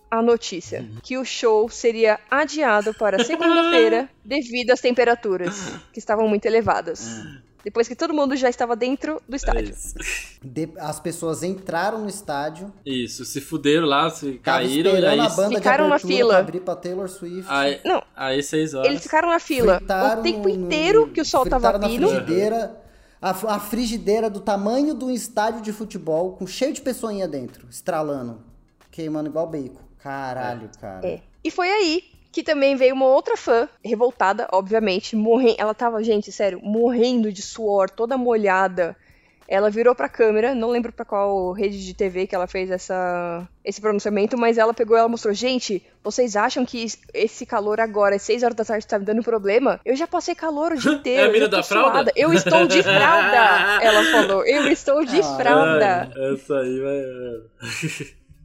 Speaker 5: a notícia
Speaker 4: Uhum.
Speaker 5: que o show seria adiado para segunda-feira devido às temperaturas, que estavam muito elevadas.
Speaker 4: É.
Speaker 5: Depois que todo mundo já estava dentro do
Speaker 2: É
Speaker 5: estádio.
Speaker 2: isso.
Speaker 4: De- As pessoas entraram no estádio,
Speaker 2: Isso, se fuderam lá, se
Speaker 4: tava
Speaker 2: caíram, e
Speaker 4: esperando
Speaker 2: aí,
Speaker 4: a banda
Speaker 5: Ficaram
Speaker 4: de
Speaker 5: na
Speaker 4: abertura
Speaker 5: fila.
Speaker 4: pra abrir pra Taylor Swift.
Speaker 2: aí,
Speaker 5: Não.
Speaker 2: aí seis horas.
Speaker 5: Eles ficaram na fila
Speaker 4: Fritaram
Speaker 5: o tempo
Speaker 4: no-
Speaker 5: inteiro que o sol
Speaker 4: fritaram
Speaker 5: estava
Speaker 4: na
Speaker 5: vindo.
Speaker 4: frigideira, a, f- a frigideira do tamanho de um estádio de futebol, com cheio de pessoinha dentro, estralando, queimando igual bacon. Caralho, cara.
Speaker 5: É. E foi aí que também veio uma outra fã, revoltada, obviamente, morrendo. Ela tava, gente, sério, morrendo de suor, toda molhada. Ela virou pra câmera, não lembro pra qual rede de TV que ela fez essa, esse pronunciamento, mas ela pegou e ela mostrou: Gente, vocês acham que es- esse calor agora, às 6 horas da tarde, tá me dando problema? Eu já passei calor o dia inteiro.
Speaker 2: É a mina
Speaker 5: eu tô
Speaker 2: da fralda?
Speaker 5: suada, Eu estou de fralda! ela falou: Eu estou de
Speaker 4: Ah,
Speaker 5: fralda!
Speaker 2: É, essa aí vai.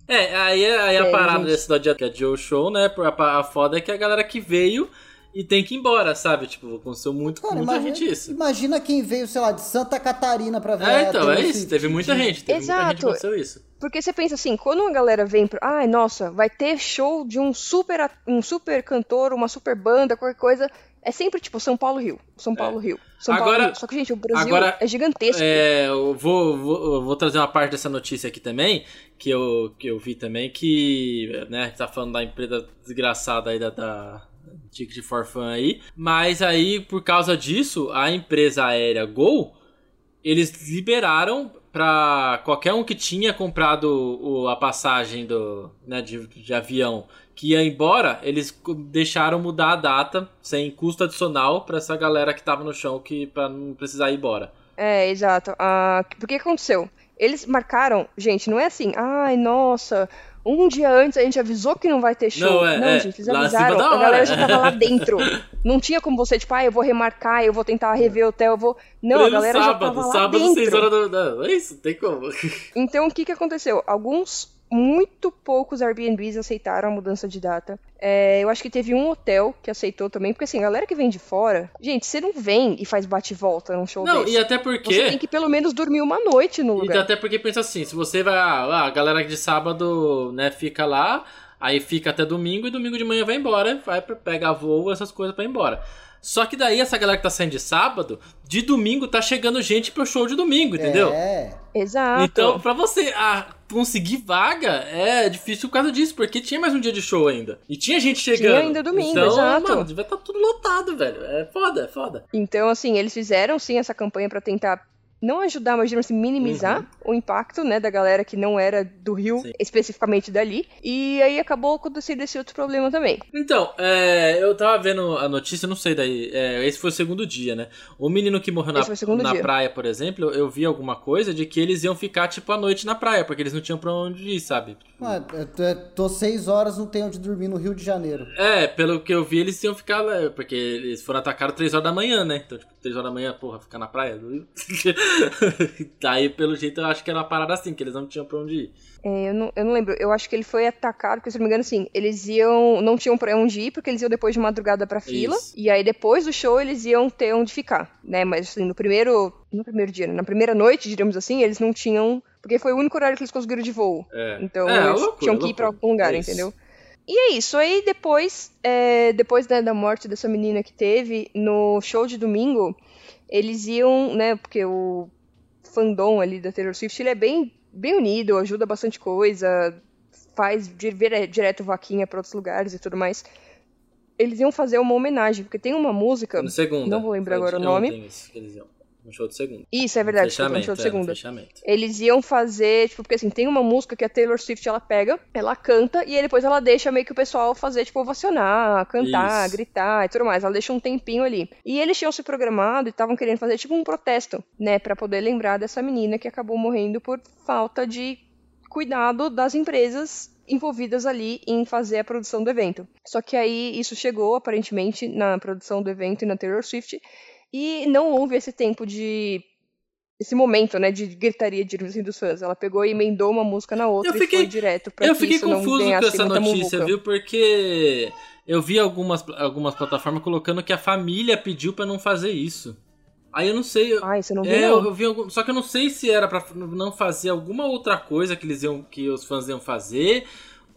Speaker 2: É, aí, aí a
Speaker 5: Sério,
Speaker 2: parada
Speaker 5: gente.
Speaker 2: desse da dia- que é Joe Show, né? por- A, a foda é que a galera que veio e tem que ir embora, sabe? Tipo, aconteceu muito com
Speaker 4: Cara,
Speaker 2: muita
Speaker 4: imagina,
Speaker 2: gente isso.
Speaker 4: imagina quem veio, sei lá, de Santa Catarina pra ver
Speaker 2: É,
Speaker 4: a
Speaker 2: então,
Speaker 4: Taylor
Speaker 2: é isso.
Speaker 4: Swift.
Speaker 2: Teve muita gente. Teve muita gente que
Speaker 5: Exato.
Speaker 2: aconteceu isso.
Speaker 5: Porque você pensa assim, quando uma galera vem pro. Ai, nossa, vai ter show de um super, at- um super cantor, uma super banda, qualquer coisa. É sempre tipo São Paulo Rio. São Paulo Rio. São Paulo
Speaker 2: É. Agora-
Speaker 5: Rio. Só que, gente, o Brasil
Speaker 2: agora-
Speaker 5: é gigantesco.
Speaker 2: É, eu vou, vou, eu vou trazer uma parte dessa notícia aqui também, que eu, que eu vi também, que, né, a gente tá falando da empresa desgraçada aí da, da Ticket for Fun aí, mas aí, por causa disso, a empresa aérea Gol, eles liberaram pra qualquer um que tinha comprado o- a passagem do, né, de, de avião que ia embora, eles co- deixaram mudar a data, sem custo adicional, pra essa galera que tava no chão, que pra não precisar ir embora.
Speaker 5: É, exato. Ah, porque que aconteceu? Eles marcaram, gente, não é assim, ai, nossa, um dia antes a gente avisou que não vai ter show.
Speaker 2: Não, é, é.
Speaker 5: gente, eles
Speaker 2: Lá em
Speaker 5: avisaram,
Speaker 2: cima da
Speaker 5: a galera
Speaker 2: hora.
Speaker 5: já tava lá dentro. Não tinha como você, tipo, ah, eu vou remarcar, eu vou tentar rever o hotel, eu vou. Não, a
Speaker 2: Pleno
Speaker 5: galera já
Speaker 2: sábado,
Speaker 5: tava lá
Speaker 2: sábado,
Speaker 5: dentro.
Speaker 2: 6 horas da da- É isso, não tem como.
Speaker 5: Então, o que, que aconteceu? Alguns, muito poucos Airbnbs aceitaram a mudança de data. É, eu acho que teve um hotel que aceitou também, porque assim, a galera que vem de fora, gente, você não vem e faz bate e volta num show
Speaker 2: Não,
Speaker 5: desse.
Speaker 2: e até
Speaker 5: Você tem
Speaker 2: porque.
Speaker 5: que pelo menos dormir uma noite no
Speaker 2: E
Speaker 5: lugar.
Speaker 2: até porque pensa assim, se você vai. ah, a galera de sábado, né, fica lá, aí fica até domingo, e domingo de manhã vai embora, vai pra- pegar voo, essas coisas pra ir embora. Só que daí essa galera que tá saindo de sábado, de domingo tá chegando gente pro show de domingo, entendeu?
Speaker 4: É.
Speaker 5: Exato.
Speaker 2: Então, pra você ah, conseguir vaga, é difícil por causa disso, porque tinha mais um dia de show ainda. E tinha gente chegando.
Speaker 5: ainda domingo,
Speaker 2: então,
Speaker 5: exato.
Speaker 2: mano, vai estar tudo lotado, velho. É foda, é foda.
Speaker 5: Então, assim, eles fizeram sim essa campanha pra tentar não ajudar, mas digamos assim, minimizar o impacto, né, da galera que não era do Rio,
Speaker 2: Uhum. Sim.
Speaker 5: especificamente dali. E aí acabou acontecendo esse outro problema também.
Speaker 2: Então, é, eu tava vendo a notícia, não sei daí. é, esse foi o segundo dia, né? O menino que morreu na,
Speaker 5: Esse foi o segundo
Speaker 2: na
Speaker 5: dia.
Speaker 2: praia, por exemplo, eu, eu vi alguma coisa de que eles iam ficar, tipo, à noite na praia, porque eles não tinham pra onde ir, sabe?
Speaker 4: Mano, eu tô- eu tô seis horas, não tenho onde dormir no Rio de Janeiro.
Speaker 2: É, pelo que eu vi, eles iam ficar lá, porque eles foram atacados 3 horas da manhã, né? Então, tipo, 3 horas da manhã, porra, ficar na praia. Daí, pelo jeito, eu acho que era uma parada assim, que eles não tinham pra onde ir.
Speaker 5: É, eu, não, eu não lembro, eu acho que ele foi atacado, porque se não me engano, assim, eles iam. Não tinham pra onde ir, porque eles iam depois de madrugada pra fila.
Speaker 2: Isso.
Speaker 5: E aí depois do show eles iam ter onde ficar, né? Mas assim, no primeiro. No primeiro dia, né? na primeira noite, diríamos assim, eles não tinham. Porque foi o único horário que eles conseguiram de voo.
Speaker 2: É.
Speaker 5: Então
Speaker 2: é,
Speaker 5: eles
Speaker 2: loucura,
Speaker 5: tinham que ir
Speaker 2: loucura.
Speaker 5: pra algum lugar,
Speaker 2: É isso.
Speaker 5: entendeu? E é isso. Aí depois, é, depois né, da morte dessa menina que teve, no show de domingo, eles iam, né? Porque o fandom ali da Taylor Swift ele é bem, bem unido, ajuda bastante coisa, faz de vira- direto vaquinha pra outros lugares e tudo mais. Eles iam fazer uma homenagem, porque tem uma música.
Speaker 2: No segunda.
Speaker 5: Não vou lembrar
Speaker 2: Foi
Speaker 5: agora o
Speaker 2: de
Speaker 5: nome.
Speaker 2: ontem isso que eles iam. No show de segunda.
Speaker 5: Isso, é verdade, desculpa, no
Speaker 2: fechamento,
Speaker 5: show de
Speaker 2: é,
Speaker 5: segunda.
Speaker 2: fechamento.
Speaker 5: Eles iam fazer, tipo, porque assim, tem uma música que a Taylor Swift ela pega, ela canta e aí depois ela deixa meio que o pessoal fazer, tipo, ovacionar, cantar,
Speaker 2: Isso.
Speaker 5: gritar e tudo mais. Ela deixa um tempinho ali. E eles tinham se programado e estavam querendo fazer, tipo, um protesto, né, Pra poder lembrar dessa menina que acabou morrendo por falta de cuidado das empresas envolvidas ali em fazer a produção do evento. Só que aí isso chegou aparentemente na produção do evento e na Taylor Swift e não houve esse tempo de esse momento, né, de gritaria de assim, dos fãs. Ela pegou e emendou uma música na outra
Speaker 2: Eu fiquei-
Speaker 5: e foi direto pra
Speaker 2: eu
Speaker 5: que
Speaker 2: fiquei
Speaker 5: isso não
Speaker 2: confuso com
Speaker 5: ganhasse
Speaker 2: essa
Speaker 5: muita
Speaker 2: notícia,
Speaker 5: muvuca.
Speaker 2: viu? Porque eu vi algumas, algumas plataformas colocando que a família pediu pra não fazer isso. Aí eu não sei. eu-
Speaker 5: Ai, você Ah, não viu?
Speaker 2: É,
Speaker 5: não?
Speaker 2: eu, eu vi algum, só que eu não sei se era pra não fazer alguma outra coisa que eles iam que os fãs iam fazer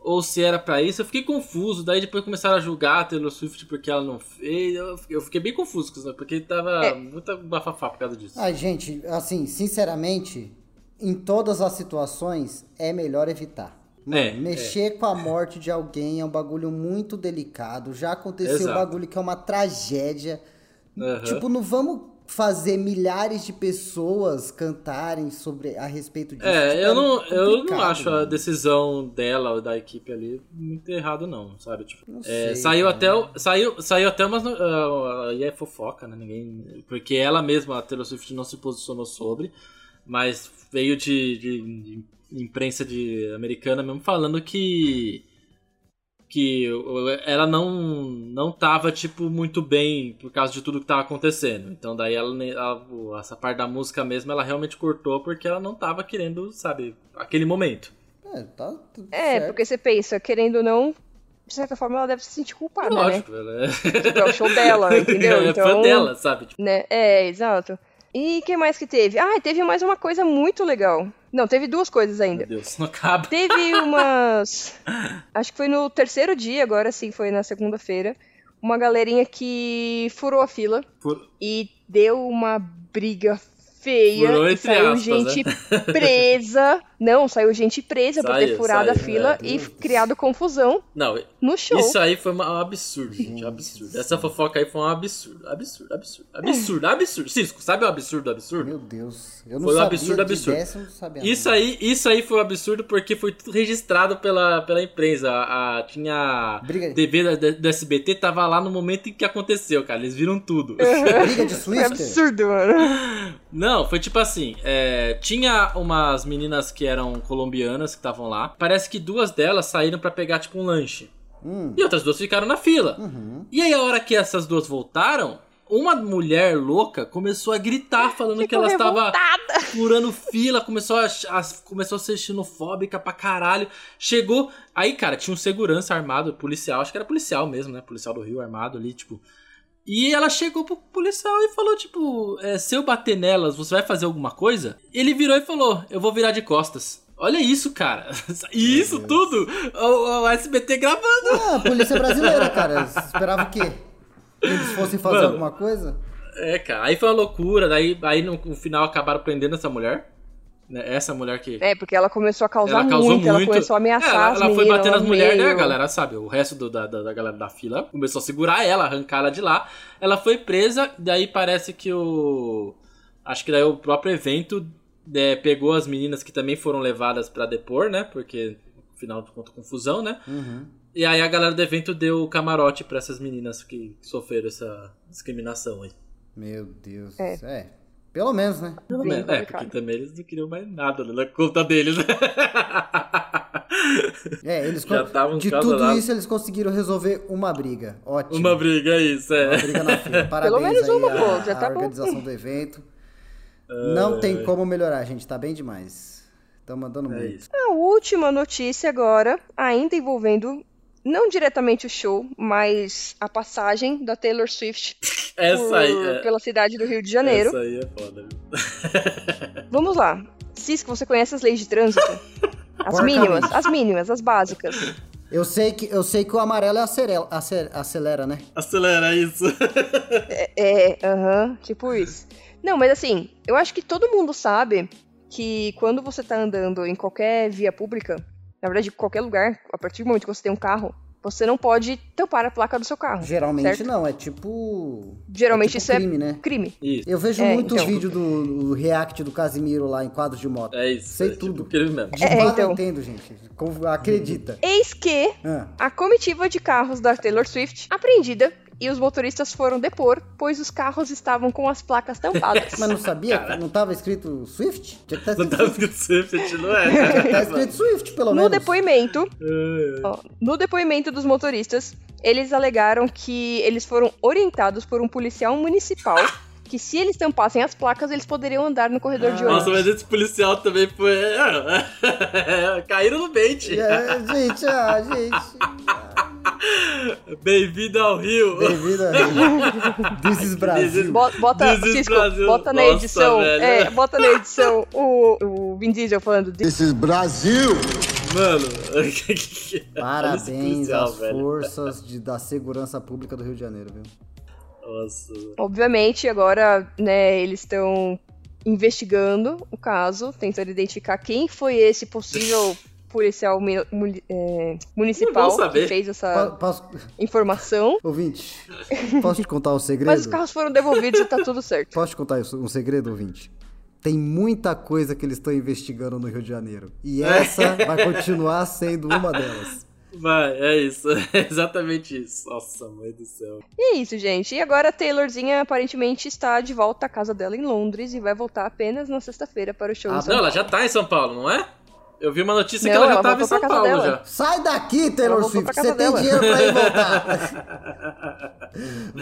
Speaker 2: ou se era pra isso. Eu fiquei confuso, daí depois começaram a julgar a Taylor Swift porque ela não fez. Eu, eu fiquei bem confuso com isso, né? porque tava
Speaker 5: É.
Speaker 2: muita bafafá por causa disso.
Speaker 4: Ai, gente, assim, sinceramente, em todas as situações é melhor evitar.
Speaker 2: É,
Speaker 4: Mexer com a morte de alguém é um bagulho muito delicado. Já aconteceu
Speaker 2: Exato.
Speaker 4: um bagulho que é uma tragédia.
Speaker 2: é, Aham.
Speaker 4: Tipo, não vamos fazer milhares de pessoas cantarem sobre a respeito disso. Tipo,
Speaker 2: É, eu não, eu não
Speaker 4: complicado,
Speaker 2: acho a
Speaker 4: mano.
Speaker 2: decisão dela ou da equipe ali muito errado não, sabe? Tipo,
Speaker 4: Não
Speaker 2: é,
Speaker 4: sei,
Speaker 2: saiu
Speaker 4: cara.
Speaker 2: até o- saiu saiu até umas no- ah, e é fofoca, né? Ninguém, porque ela mesma, a Taylor Swift não se posicionou sobre, mas veio de, de- de imprensa de americana mesmo falando que que o- ela não não tava tipo muito bem por causa de tudo que tava acontecendo. Então daí ela, ne- ela- o- essa parte da música mesmo ela realmente cortou porque ela não tava querendo, sabe, aquele momento.
Speaker 4: É, tá tudo
Speaker 5: É,
Speaker 4: certo.
Speaker 5: porque você pensa, querendo ou não, de certa forma ela deve se sentir culpada, né?
Speaker 2: Lógico, ela é,
Speaker 5: Tipo, é o show dela, entendeu?
Speaker 2: é
Speaker 5: então,
Speaker 2: fã dela, sabe? Tipo,
Speaker 5: né? É, exato. E que mais que teve? Ah, teve mais uma coisa muito legal. Não, teve duas coisas ainda.
Speaker 2: meu Deus, não acaba.
Speaker 5: Teve umas. Acho que foi no terceiro dia, agora sim, foi na segunda-feira. Uma galerinha que furou a fila
Speaker 2: Fur-
Speaker 5: e deu uma briga feia.
Speaker 2: Furou
Speaker 5: e
Speaker 2: entre
Speaker 5: saiu
Speaker 2: aspas, né?
Speaker 5: gente presa. Não, saiu gente presa por ter
Speaker 2: Saiu,
Speaker 5: furado a
Speaker 2: saiu,
Speaker 5: fila
Speaker 4: meu
Speaker 5: e
Speaker 4: Deus.
Speaker 5: criado confusão
Speaker 2: Não,
Speaker 5: no show.
Speaker 2: né? Isso aí foi uma- um absurdo, gente. Um absurdo. Essa fofoca aí foi um absurdo. Absurdo, absurdo. Absurdo, absurdo. Cisco, sabe o absurdo, absurdo?
Speaker 4: Meu Deus. Eu não
Speaker 2: Foi um
Speaker 4: sabia
Speaker 2: absurdo,
Speaker 4: de
Speaker 2: absurdo.
Speaker 4: dessa, eu não sabia
Speaker 2: Isso
Speaker 4: nada.
Speaker 2: aí, isso aí foi um absurdo porque foi tudo registrado pela, pela empresa. A, a- tinha.
Speaker 4: Briga,
Speaker 2: a TV da, da- do SBT tava lá no momento em que aconteceu, cara. Eles viram tudo.
Speaker 4: briga de
Speaker 2: é um
Speaker 5: Foi
Speaker 4: Swifter?
Speaker 5: absurdo, mano.
Speaker 2: Não, foi tipo assim: é, tinha umas meninas que eram colombianas que estavam lá. Parece que duas delas saíram pra pegar, tipo, um lanche.
Speaker 4: Hum.
Speaker 2: E outras duas ficaram na fila.
Speaker 4: Uhum.
Speaker 2: E aí, a hora que essas duas voltaram, uma mulher louca começou a gritar, falando que
Speaker 5: Ficou
Speaker 2: ela estava
Speaker 5: revoltada.
Speaker 2: furando fila, começou a, ach- a- começou a ser xenofóbica pra caralho. Chegou. Aí, cara, tinha um segurança armado, policial, acho que era policial mesmo, né? Policial do Rio armado ali, tipo. E ela chegou pro policial e falou, tipo, é, se eu bater nelas, você vai fazer alguma coisa? Ele virou e falou, eu vou virar de costas. Olha isso, cara. E isso
Speaker 4: Meu Deus.
Speaker 2: tudo, o, o SBT gravando.
Speaker 4: Ah, polícia brasileira, cara. Esperava o quê? Que eles fossem fazer
Speaker 2: Mano.
Speaker 4: alguma coisa?
Speaker 2: É, cara, aí foi uma loucura, daí aí no, no final acabaram prendendo essa mulher. né, Essa mulher que.
Speaker 5: É, porque ela começou a causar
Speaker 2: Ela causou
Speaker 5: muito, ela
Speaker 2: muito.
Speaker 5: começou a
Speaker 2: É,
Speaker 5: ameaçar
Speaker 2: ela
Speaker 5: as
Speaker 2: ela
Speaker 5: meninas
Speaker 2: foi batendo
Speaker 5: lá
Speaker 2: as
Speaker 5: no
Speaker 2: mulheres, né,
Speaker 5: meio.
Speaker 2: galera? Sabe? O resto do- da, da, da galera da fila começou a segurar ela, arrancar ela de lá. Ela foi presa, daí parece que o. Acho que daí o próprio evento né, pegou as meninas que também foram levadas pra depor, né? Porque, afinal de contas, confusão, né?
Speaker 4: Uhum.
Speaker 2: E aí a galera do evento deu o camarote pra essas meninas que sofreram essa discriminação aí.
Speaker 4: Meu Deus.
Speaker 5: É.
Speaker 4: É. Pelo menos, né?
Speaker 5: Bem
Speaker 2: É, é,
Speaker 5: complicado.
Speaker 2: porque também eles não queriam mais nada né, na conta deles, né?
Speaker 4: É, eles
Speaker 2: Já
Speaker 4: con-
Speaker 2: tava um
Speaker 4: De
Speaker 2: caso
Speaker 4: tudo
Speaker 2: lá.
Speaker 4: isso, eles conseguiram resolver uma briga. Ótimo.
Speaker 2: Uma briga, é isso,
Speaker 4: Uma
Speaker 2: é.
Speaker 4: briga na fila. Parabéns
Speaker 5: menos
Speaker 4: aí
Speaker 5: uma,
Speaker 4: à-
Speaker 5: pô, já
Speaker 4: à
Speaker 5: tá bom.
Speaker 4: organização do evento. Não tem como melhorar, gente. Tá bem demais. Estão mandando
Speaker 2: É
Speaker 4: muito.
Speaker 2: isso.
Speaker 5: A última notícia agora, ainda envolvendo não diretamente o show, mas a passagem da Taylor Swift por-
Speaker 2: Essa aí, é,
Speaker 5: pela cidade do Rio de Janeiro.
Speaker 2: essa aí é foda. viu?
Speaker 5: Vamos lá. Cisco, você conhece as leis de trânsito? As
Speaker 4: Porcamente.
Speaker 5: mínimas, as mínimas, as básicas.
Speaker 4: Eu, sei que, eu sei que o amarelo é acerela, acer- acelera, né?
Speaker 2: Acelera isso.
Speaker 5: É, aham, tipo isso. Não, mas assim, eu acho que todo mundo sabe que quando você tá andando em qualquer via pública, Na verdade, qualquer lugar, a partir do momento que você tem um carro, você não pode tampar a placa do seu carro.
Speaker 4: Geralmente
Speaker 5: certo?
Speaker 4: não, é tipo.
Speaker 5: Geralmente
Speaker 4: é tipo
Speaker 5: isso é
Speaker 4: crime, né?
Speaker 5: crime.
Speaker 2: Isso.
Speaker 4: Eu vejo
Speaker 5: É,
Speaker 4: muito
Speaker 5: então.
Speaker 4: vídeo do, do react do Casimiro lá em quadros de moto.
Speaker 2: É isso.
Speaker 4: Sei
Speaker 2: é
Speaker 4: tudo.
Speaker 2: Tipo, aquele mesmo.
Speaker 4: De
Speaker 5: É,
Speaker 4: fato eu
Speaker 5: então.
Speaker 4: entendo, gente. Com- Acredita.
Speaker 5: Eis que
Speaker 4: Ah,
Speaker 5: a comitiva de carros da Taylor Swift apreendida e os motoristas foram depor, pois os carros estavam com as placas tampadas.
Speaker 4: mas não é sabia? Não tava escrito Swift? Tinha que estar
Speaker 2: Não
Speaker 4: escrito Swift.
Speaker 2: tá escrito Swift, a gente não é.
Speaker 4: Tá escrito Swift, pelo
Speaker 5: No
Speaker 4: menos.
Speaker 5: depoimento,
Speaker 2: É.
Speaker 5: Ó, No depoimento dos motoristas, eles alegaram que eles foram orientados por um policial municipal que se eles tampassem as placas, eles poderiam andar no corredor de ônibus.
Speaker 2: Nossa, mas esse policial também foi. É, Caíram no bait.
Speaker 4: É, gente, ah, gente. É.
Speaker 2: Bem-vindo ao Rio.
Speaker 4: Bem-vindo a This is Brasil.
Speaker 5: Bo- Bota,
Speaker 2: This is
Speaker 5: Cisco,
Speaker 2: Brasil.
Speaker 5: bota na
Speaker 2: Nossa,
Speaker 5: edição.
Speaker 2: velho.
Speaker 5: é, bota na edição o, o Vin Diesel falando de
Speaker 3: This is Brazil!
Speaker 2: Mano, que- que- que- olha esse
Speaker 4: Parabéns
Speaker 2: policial,
Speaker 4: às forças de- da segurança pública do Rio de Janeiro, viu?
Speaker 2: Nossa.
Speaker 5: Obviamente, agora, né, eles estão investigando o caso, tentando identificar quem foi esse possível policial mi- muni- é,
Speaker 2: Não
Speaker 5: municipal
Speaker 2: vou saber.
Speaker 5: que fez essa
Speaker 4: Pa- Posso,
Speaker 5: informação.
Speaker 4: ouvinte, posso te contar um segredo?
Speaker 5: Mas os carros foram devolvidos e tá tudo certo.
Speaker 4: Posso te contar isso- um segredo, ouvinte? Tem muita coisa que eles estão investigando no Rio de Janeiro. E
Speaker 5: É.
Speaker 4: essa vai continuar sendo uma delas.
Speaker 2: Vai, é isso. É exatamente isso. Nossa, mãe do céu.
Speaker 5: E é isso, gente. E agora a Taylorzinha aparentemente está de volta à casa dela em Londres e vai voltar apenas na sexta-feira para o show.
Speaker 4: Ah,
Speaker 5: em
Speaker 2: Não,
Speaker 5: São
Speaker 2: ela já tá em São Paulo, não é? Eu vi uma notícia que
Speaker 5: Não,
Speaker 2: ela já
Speaker 5: ela
Speaker 2: tava em
Speaker 5: voltou
Speaker 2: São
Speaker 5: pra casa
Speaker 2: Paulo
Speaker 5: dela.
Speaker 2: já.
Speaker 4: Sai daqui,
Speaker 5: Ela
Speaker 4: Taylor
Speaker 5: voltou pra
Speaker 4: Swift. Você
Speaker 5: casa
Speaker 4: tem
Speaker 5: dela.
Speaker 4: dinheiro pra ir voltar.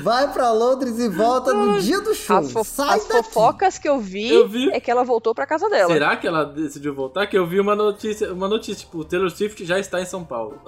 Speaker 4: Vai pra Londres e volta no dia do show.
Speaker 5: As, fo-
Speaker 4: Sai
Speaker 5: as
Speaker 4: daqui.
Speaker 5: fofocas que eu vi,
Speaker 2: Eu vi.
Speaker 5: é que ela voltou para casa dela.
Speaker 2: Será que ela decidiu voltar? Que eu vi uma notícia, uma notícia, tipo, o Taylor Swift já está em São Paulo.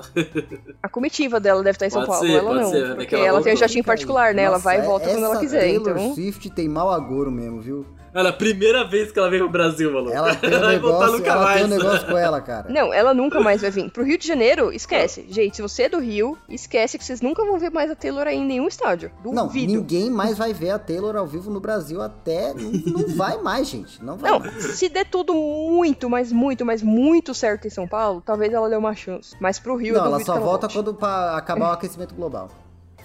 Speaker 5: A comitiva dela deve estar em São
Speaker 2: Pode
Speaker 5: Paulo,
Speaker 2: ser,
Speaker 5: ela
Speaker 2: pode
Speaker 5: não.
Speaker 2: ser, né, que
Speaker 5: porque
Speaker 2: ela
Speaker 5: ela, tem um
Speaker 2: voltou.
Speaker 5: jatinho particular, né? ela
Speaker 4: Nossa, é
Speaker 5: vai e volta quando ela
Speaker 4: essa
Speaker 5: quiser.
Speaker 4: Taylor
Speaker 5: Então,
Speaker 4: Swift tem mau agouro mesmo, viu?
Speaker 2: Ela, primeira vez que ela veio ao Brasil, maluco.
Speaker 4: Ela tem um
Speaker 2: vai voltar
Speaker 4: negócio,
Speaker 2: nunca
Speaker 4: ela
Speaker 2: mais.
Speaker 4: tem um negócio com ela, cara.
Speaker 5: não, ela nunca mais vai vir. Pro Rio de Janeiro, esquece. Gente, se você é do Rio, esquece que vocês nunca vão ver mais a Taylor aí em nenhum estádio.
Speaker 4: Não,
Speaker 5: Duvido.
Speaker 4: ninguém mais vai ver a Taylor ao vivo no Brasil até. Não, não vai mais, gente. Não vai
Speaker 5: Não,
Speaker 4: mais.
Speaker 5: se der tudo muito, mas muito, mas muito certo em São Paulo, talvez ela dê uma chance. Mas pro Rio, eu
Speaker 4: Não,
Speaker 5: duvido
Speaker 4: ela só
Speaker 5: que ela
Speaker 4: volta
Speaker 5: volte.
Speaker 4: quando pra acabar o aquecimento global.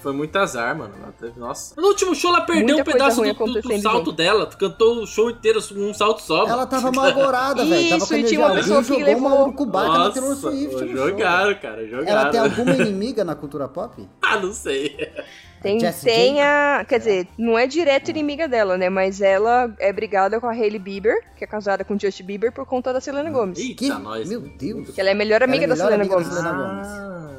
Speaker 2: Foi muito azar, mano. Ela teve- Nossa. No último show ela perdeu
Speaker 5: Muita
Speaker 2: um pedaço
Speaker 5: coisa
Speaker 2: do,
Speaker 5: ruim
Speaker 2: do- do
Speaker 5: acontecendo,
Speaker 2: salto
Speaker 5: gente.
Speaker 2: dela. Cantou o show inteiro um salto só. mano.
Speaker 4: Ela tava mal agorada, velho. Tava
Speaker 5: Isso,
Speaker 4: com
Speaker 5: e tinha
Speaker 4: energia.
Speaker 5: uma
Speaker 4: Alguém
Speaker 5: pessoa que
Speaker 4: jogou
Speaker 5: levou-
Speaker 4: uma urucubaca na Taylor
Speaker 2: Nossa,
Speaker 4: Swift. no show.
Speaker 2: jogaram, cara, jogaram.
Speaker 4: Ela tem alguma inimiga na cultura pop?
Speaker 2: Ah, não sei.
Speaker 5: Tem,
Speaker 4: Jessie
Speaker 5: tem
Speaker 4: J?
Speaker 5: a. Quer dizer, não é direto inimiga dela, né? Mas ela é brigada com a Hailey Bieber, que é casada com o Justin Bieber, por conta da Selena Gomes.
Speaker 2: Eita,
Speaker 4: Que-
Speaker 2: nós.
Speaker 4: Meu Deus.
Speaker 5: Que ela é a melhor amiga
Speaker 4: Hum. Ela é
Speaker 5: da
Speaker 4: melhor
Speaker 5: Selena
Speaker 4: amiga da
Speaker 5: Gomes.
Speaker 4: Selena
Speaker 2: Ah.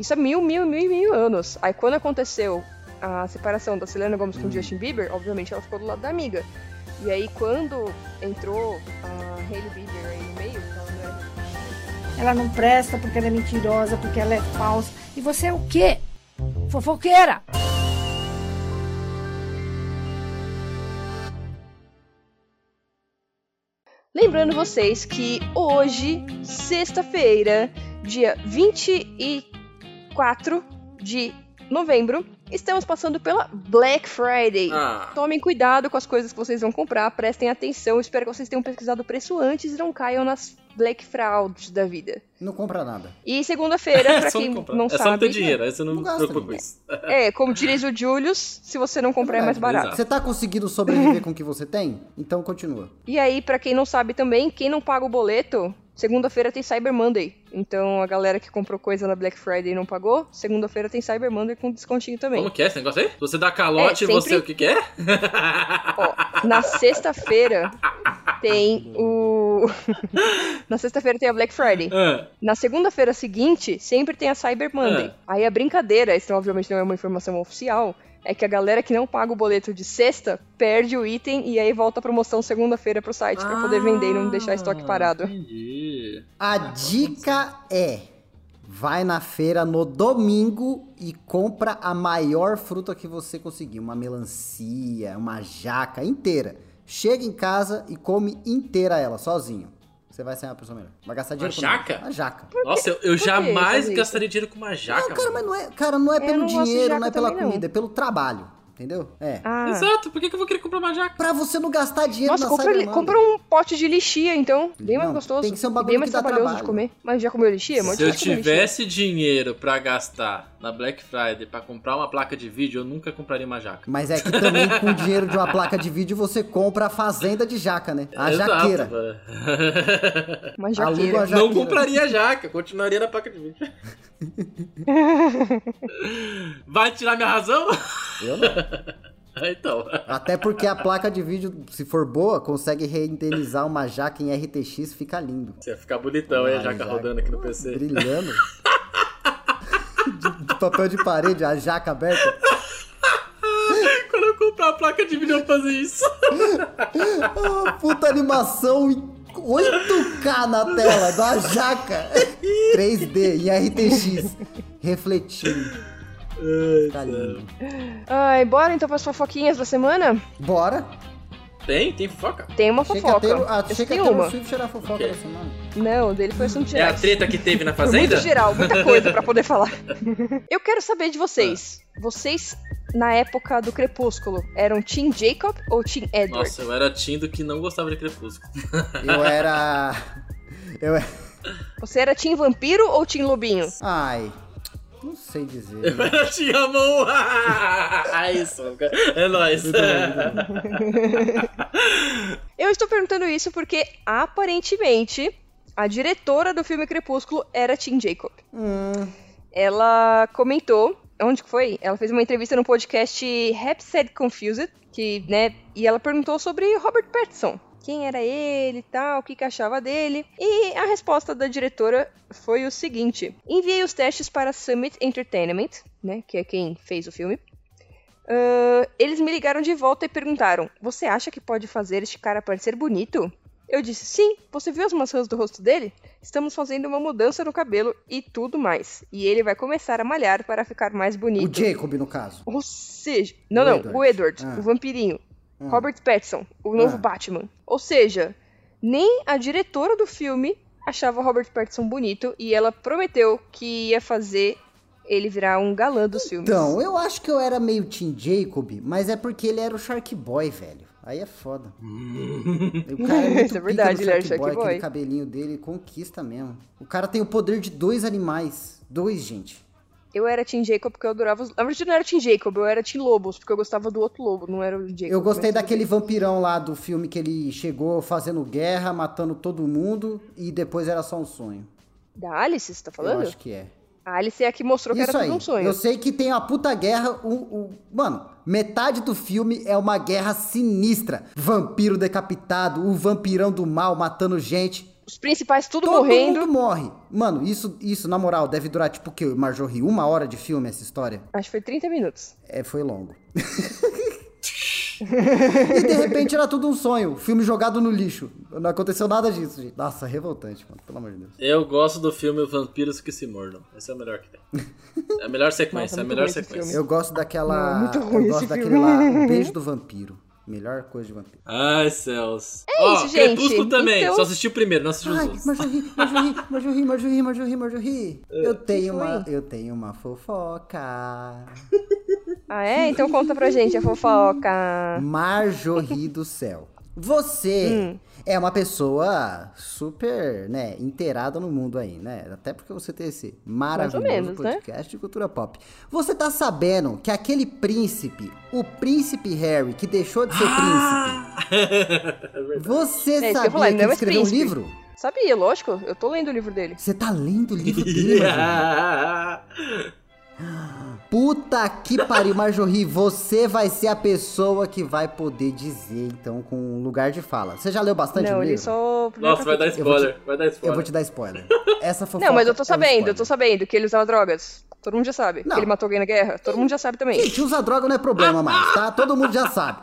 Speaker 5: Isso há mil, mil, mil, mil anos. Aí quando aconteceu a separação da Selena Gomes com o Justin Bieber, obviamente ela ficou do lado da amiga. E aí quando entrou a Hailey Bieber aí no meio, ela não era
Speaker 6: Ela não presta porque ela é mentirosa, porque ela é falsa. E você é o quê? Fofoqueira!
Speaker 5: Lembrando vocês que hoje, sexta-feira, dia 24 de novembro, estamos passando pela Black Friday.
Speaker 2: Ah.
Speaker 5: Tomem cuidado com as coisas que vocês vão comprar, prestem atenção, espero que vocês tenham pesquisado o preço antes e não caiam nas Black Frauds da vida.
Speaker 4: Não compra nada.
Speaker 5: E segunda-feira, pra
Speaker 2: só
Speaker 5: quem
Speaker 2: comprar.
Speaker 5: não
Speaker 2: é
Speaker 5: sabe,
Speaker 2: só não ter dinheiro, aí você não,
Speaker 4: Não
Speaker 2: se
Speaker 4: gasta,
Speaker 2: preocupa com
Speaker 4: gente.
Speaker 2: isso.
Speaker 5: é, como diz o Julius, se você não comprar é mais
Speaker 2: Verdade,
Speaker 5: barato.
Speaker 2: exato.
Speaker 4: Você tá conseguindo sobreviver com o que você tem? Então continua.
Speaker 5: E aí, pra quem não sabe também, quem não paga o boleto, segunda-feira tem Cyber Monday. Então a galera que comprou coisa na Black Friday e não pagou, segunda-feira tem Cyber Monday com descontinho também.
Speaker 2: Como que é esse negócio aí? Você dá calote,
Speaker 5: É, sempre-
Speaker 2: você o que que é?
Speaker 5: Ó, na sexta-feira tem o. na sexta-feira tem a Black Friday.
Speaker 2: Ah,
Speaker 5: Na segunda-feira seguinte, sempre tem a Cyber Monday.
Speaker 2: É.
Speaker 5: Aí a brincadeira, isso obviamente não é uma informação oficial, é que a galera que não paga o boleto de sexta perde o item e aí volta a promoção segunda-feira pro site pra É tipo poder vender e não
Speaker 2: Ah.
Speaker 5: deixar estoque parado.
Speaker 2: Entendi.
Speaker 4: A dica é: vai na feira no domingo e compra a maior fruta que você conseguir, uma melancia, uma jaca inteira. Chega em casa e come inteira ela sozinho. Você vai ser uma pessoa melhor. Vai gastar dinheiro
Speaker 2: Uma
Speaker 4: com nada.
Speaker 2: jaca?
Speaker 4: Uma jaca.
Speaker 2: Nossa, eu, eu
Speaker 5: que
Speaker 2: jamais
Speaker 5: fazer isso?
Speaker 2: gastaria dinheiro com uma jaca.
Speaker 4: Não, cara,
Speaker 2: mano.
Speaker 4: mas não é, cara, não é
Speaker 5: Eu
Speaker 4: pelo
Speaker 5: não gosto de
Speaker 4: dinheiro,
Speaker 5: jaca
Speaker 4: não é pela
Speaker 5: também, não.
Speaker 4: comida, é pelo trabalho. entendeu? É.
Speaker 5: Ah.
Speaker 2: Exato, por que, que eu vou querer comprar uma jaca?
Speaker 4: Pra você não gastar dinheiro
Speaker 5: Nossa,
Speaker 4: na
Speaker 5: compra,
Speaker 4: Cyber
Speaker 5: li-
Speaker 4: Monday.
Speaker 5: compra um pote de lixia, então. Bem mais
Speaker 4: Não,
Speaker 5: gostoso.
Speaker 4: tem que ser um
Speaker 5: E
Speaker 4: bagulho
Speaker 5: Bem mais
Speaker 4: que dá
Speaker 5: trabalhoso de
Speaker 4: trabalho.
Speaker 5: comer. Mas já comeu lixia? É muito
Speaker 2: Se eu
Speaker 5: difícil comer lixia.
Speaker 2: tivesse dinheiro pra gastar na Black Friday pra comprar uma placa de vídeo, eu nunca compraria uma jaca.
Speaker 4: Mas é que também com o dinheiro de uma placa de vídeo você compra a fazenda de jaca, né? A
Speaker 2: Exato,
Speaker 4: jaqueira.
Speaker 2: velho.
Speaker 5: Mas já
Speaker 4: Aluga
Speaker 5: queira.
Speaker 4: a
Speaker 2: Não
Speaker 4: jaqueira.
Speaker 2: compraria a jaca, continuaria na placa de vídeo. Vai tirar minha razão?
Speaker 4: Eu não.
Speaker 2: então.
Speaker 4: Até porque a placa de vídeo, se for boa, consegue reindenizar uma jaca em RTX, fica lindo.
Speaker 2: Você ia ficar bonitão, hein? A
Speaker 4: Ah,
Speaker 2: é jaca rodando aqui no PC.
Speaker 4: Brilhando. de, de papel de parede, a jaca aberta.
Speaker 2: Quando eu comprar a placa de vídeo, eu vou fazer isso.
Speaker 4: Ah, puta animação em 8K na tela da jaca. 3D em RTX. Refletindo. Fica lindo.
Speaker 5: Ai, bora então pras fofoquinhas da semana?
Speaker 4: Bora.
Speaker 2: Tem, tem fofoca.
Speaker 5: Tem uma
Speaker 4: Chega a
Speaker 5: fofoca.
Speaker 4: ter, a,
Speaker 5: Eu só
Speaker 4: chega a
Speaker 5: tenho
Speaker 4: ter
Speaker 5: uma.
Speaker 4: o Swift tirar a fofoca
Speaker 2: Ok.
Speaker 4: da semana.
Speaker 5: Não, dele foi assunto
Speaker 2: É a
Speaker 5: geral.
Speaker 2: treta que teve na
Speaker 5: Muito
Speaker 2: fazenda?
Speaker 5: geral, muita coisa pra poder falar. Eu quero saber de vocês. Vocês, na época do Crepúsculo, eram Team Jacob ou Team Edward?
Speaker 2: Nossa, eu era tindo que não gostava de crepúsculo.
Speaker 4: Eu era. Eu era.
Speaker 5: Você era Team Vampiro ou Team Lobinho?
Speaker 4: Ai. Não sei dizer.
Speaker 2: Eu era te amo! É isso, é nóis.
Speaker 5: Eu estou perguntando isso porque, aparentemente, a diretora do filme Crepúsculo era Tim Jacob.
Speaker 4: Hum,
Speaker 5: Ela comentou. Onde que foi? Ela fez uma entrevista no podcast Hapsed Confused, que, né? E ela perguntou sobre Robert Pattinson. Quem era ele e tal, o que, que achava dele. E a resposta da diretora foi o seguinte: enviei os testes para Summit Entertainment, né? Que é quem fez o filme. Ah, eles me ligaram de volta e perguntaram: Você acha que pode fazer este cara parecer bonito? Eu disse: Sim, você viu as maçãs do rosto dele? Estamos fazendo uma mudança no cabelo e tudo mais. E ele vai começar a malhar para ficar mais
Speaker 4: o
Speaker 5: bonito.
Speaker 4: Jacob, no caso.
Speaker 5: Ou seja, não,
Speaker 4: O
Speaker 5: não,
Speaker 4: Edward.
Speaker 5: o Edward,
Speaker 4: Ah.
Speaker 5: o vampirinho.
Speaker 4: Ah.
Speaker 5: Robert Pattinson, o novo
Speaker 4: Ah.
Speaker 5: Batman. Ou seja, nem a diretora do filme achava o Robert Pattinson bonito e ela prometeu que ia fazer ele virar um galã dos filmes.
Speaker 4: Então, eu acho que eu era meio Team Jacob, mas é porque ele era o Shark Boy, velho. Aí é foda. O cara é muito
Speaker 5: Isso é
Speaker 4: pica
Speaker 5: verdade,
Speaker 4: no
Speaker 5: ele era o Shark
Speaker 4: Boy.
Speaker 5: Boy.
Speaker 4: Aquele cabelinho dele conquista mesmo. O cara tem o poder de dois animais. Dois, gente.
Speaker 5: Eu era Team Jacob porque eu adorava os. Na verdade, eu não era Team Jacob, eu era Team Lobos, porque eu gostava do outro lobo, não era o Jacob. né?
Speaker 4: Eu gostei
Speaker 5: mas tudo
Speaker 4: daquele
Speaker 5: bem.
Speaker 4: vampirão lá do filme que ele chegou fazendo guerra, matando todo mundo e depois era só um sonho.
Speaker 5: Da Alice, você tá falando?
Speaker 4: Eu acho que é.
Speaker 5: A Alice é a que mostrou que
Speaker 4: Isso
Speaker 5: era
Speaker 4: aí.
Speaker 5: tudo um sonho.
Speaker 4: Eu sei que tem uma puta guerra. O, o- Mano, metade do filme é uma guerra sinistra. Vampiro decapitado, o vampirão do mal matando gente.
Speaker 5: Os principais tudo
Speaker 4: Todo
Speaker 5: morrendo.
Speaker 4: mundo morre. Mano, isso, isso, na moral, deve durar tipo o quê? Marjorie, uma hora de filme essa história?
Speaker 5: Acho que foi 30 minutos.
Speaker 4: É, foi longo. e de repente era tudo um sonho. Filme jogado no lixo. Não aconteceu nada disso, gente. Nossa, revoltante, mano. Pelo amor de Deus.
Speaker 2: Eu gosto do filme Vampiros que se mordam. Esse é o melhor que tem. É a melhor sequência,
Speaker 5: Nossa,
Speaker 2: é a
Speaker 5: muito
Speaker 2: melhor
Speaker 5: bom esse
Speaker 2: sequência.
Speaker 4: Eu gosto daquela.
Speaker 5: Não, é muito ruim
Speaker 4: eu gosto
Speaker 5: esse
Speaker 4: daquele
Speaker 5: filme.
Speaker 4: lá, O Beijo do Vampiro. Melhor coisa de vampiro.
Speaker 2: Ai, céus. É
Speaker 5: isso, gente.
Speaker 2: Crepúsculo também.
Speaker 5: Então-
Speaker 2: Só assisti o primeiro, não assisti os
Speaker 4: Ai,
Speaker 2: outros.
Speaker 4: Marjorie, Marjorie, Marjorie, Marjorie, Marjorie, Marjorie.
Speaker 5: É.
Speaker 4: Eu tenho uma, eu tenho uma fofoca.
Speaker 5: Ah, é? Então conta pra gente a fofoca.
Speaker 4: Marjorie do céu. Você
Speaker 5: Hum.
Speaker 4: é uma pessoa super, né, inteirada no mundo aí, né? Até porque você tem esse maravilhoso
Speaker 5: menos, né?
Speaker 4: podcast de cultura pop. Você tá sabendo que aquele príncipe, o príncipe Harry, que deixou de ser príncipe, você
Speaker 5: Ah! É isso que eu ia
Speaker 4: sabia
Speaker 5: falar, ele
Speaker 4: que
Speaker 5: não é mais
Speaker 4: ele escreveu um
Speaker 5: príncipe.
Speaker 4: livro?
Speaker 5: Sabia, lógico, eu tô lendo o livro dele.
Speaker 4: Você tá lendo o livro dele, Marjorie? Puta que pariu, Marjorie, você vai ser a pessoa que vai poder dizer, então, com um lugar de fala. Você já leu bastante
Speaker 5: não,
Speaker 4: o livro?
Speaker 5: ele só. o primeiro
Speaker 2: Nossa, vai dar
Speaker 5: capítulo.
Speaker 2: spoiler. Vai dar
Speaker 4: Eu vou
Speaker 2: spoiler.
Speaker 4: te dar spoiler. Essa fofoca
Speaker 5: Não, mas eu tô
Speaker 4: é um
Speaker 5: sabendo, eu
Speaker 4: spoiler.
Speaker 5: tô sabendo que ele usava drogas. Todo mundo já sabe.
Speaker 4: Não.
Speaker 5: Que ele matou alguém na guerra. Todo mundo já sabe também.
Speaker 4: Gente, usar droga não é problema mais, tá? Todo mundo já sabe.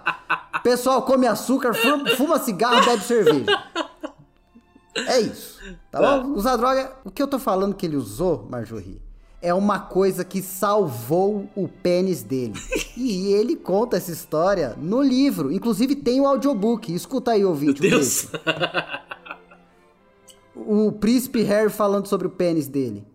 Speaker 4: Pessoal come açúcar, fu- fuma cigarro, bebe cerveja. É isso. Tá bom? Usar droga. O que eu tô falando que ele usou, Marjorie, é uma coisa que salvou o pênis dele. E ele conta essa história no livro. Inclusive tem o audiobook. Escuta aí, ouvinte.
Speaker 2: Meu
Speaker 4: um
Speaker 2: Deus.
Speaker 4: beijo. O príncipe Harry falando sobre o pênis dele.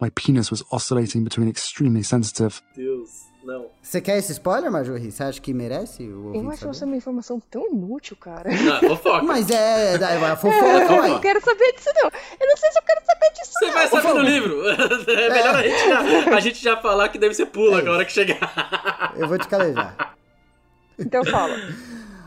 Speaker 3: My penis was oscillating between extremely sensitive
Speaker 2: Deus, não.
Speaker 4: Você quer esse spoiler, Majorri? Você acha que merece o
Speaker 1: Eu
Speaker 4: ouvinte
Speaker 1: acho essa
Speaker 4: saber?
Speaker 1: uma informação tão inútil, cara.
Speaker 2: Não, fofoca.
Speaker 4: Mas é, é, é fofoca,
Speaker 1: Eu não
Speaker 4: ué.
Speaker 1: quero saber disso, não. Eu não sei se eu quero saber disso,
Speaker 2: Você vai saber no livro. É melhor a gente, já, a gente já falar que deve ser pula
Speaker 4: É
Speaker 2: na hora que chegar.
Speaker 4: Eu vou te calejar.
Speaker 1: não. Então fala.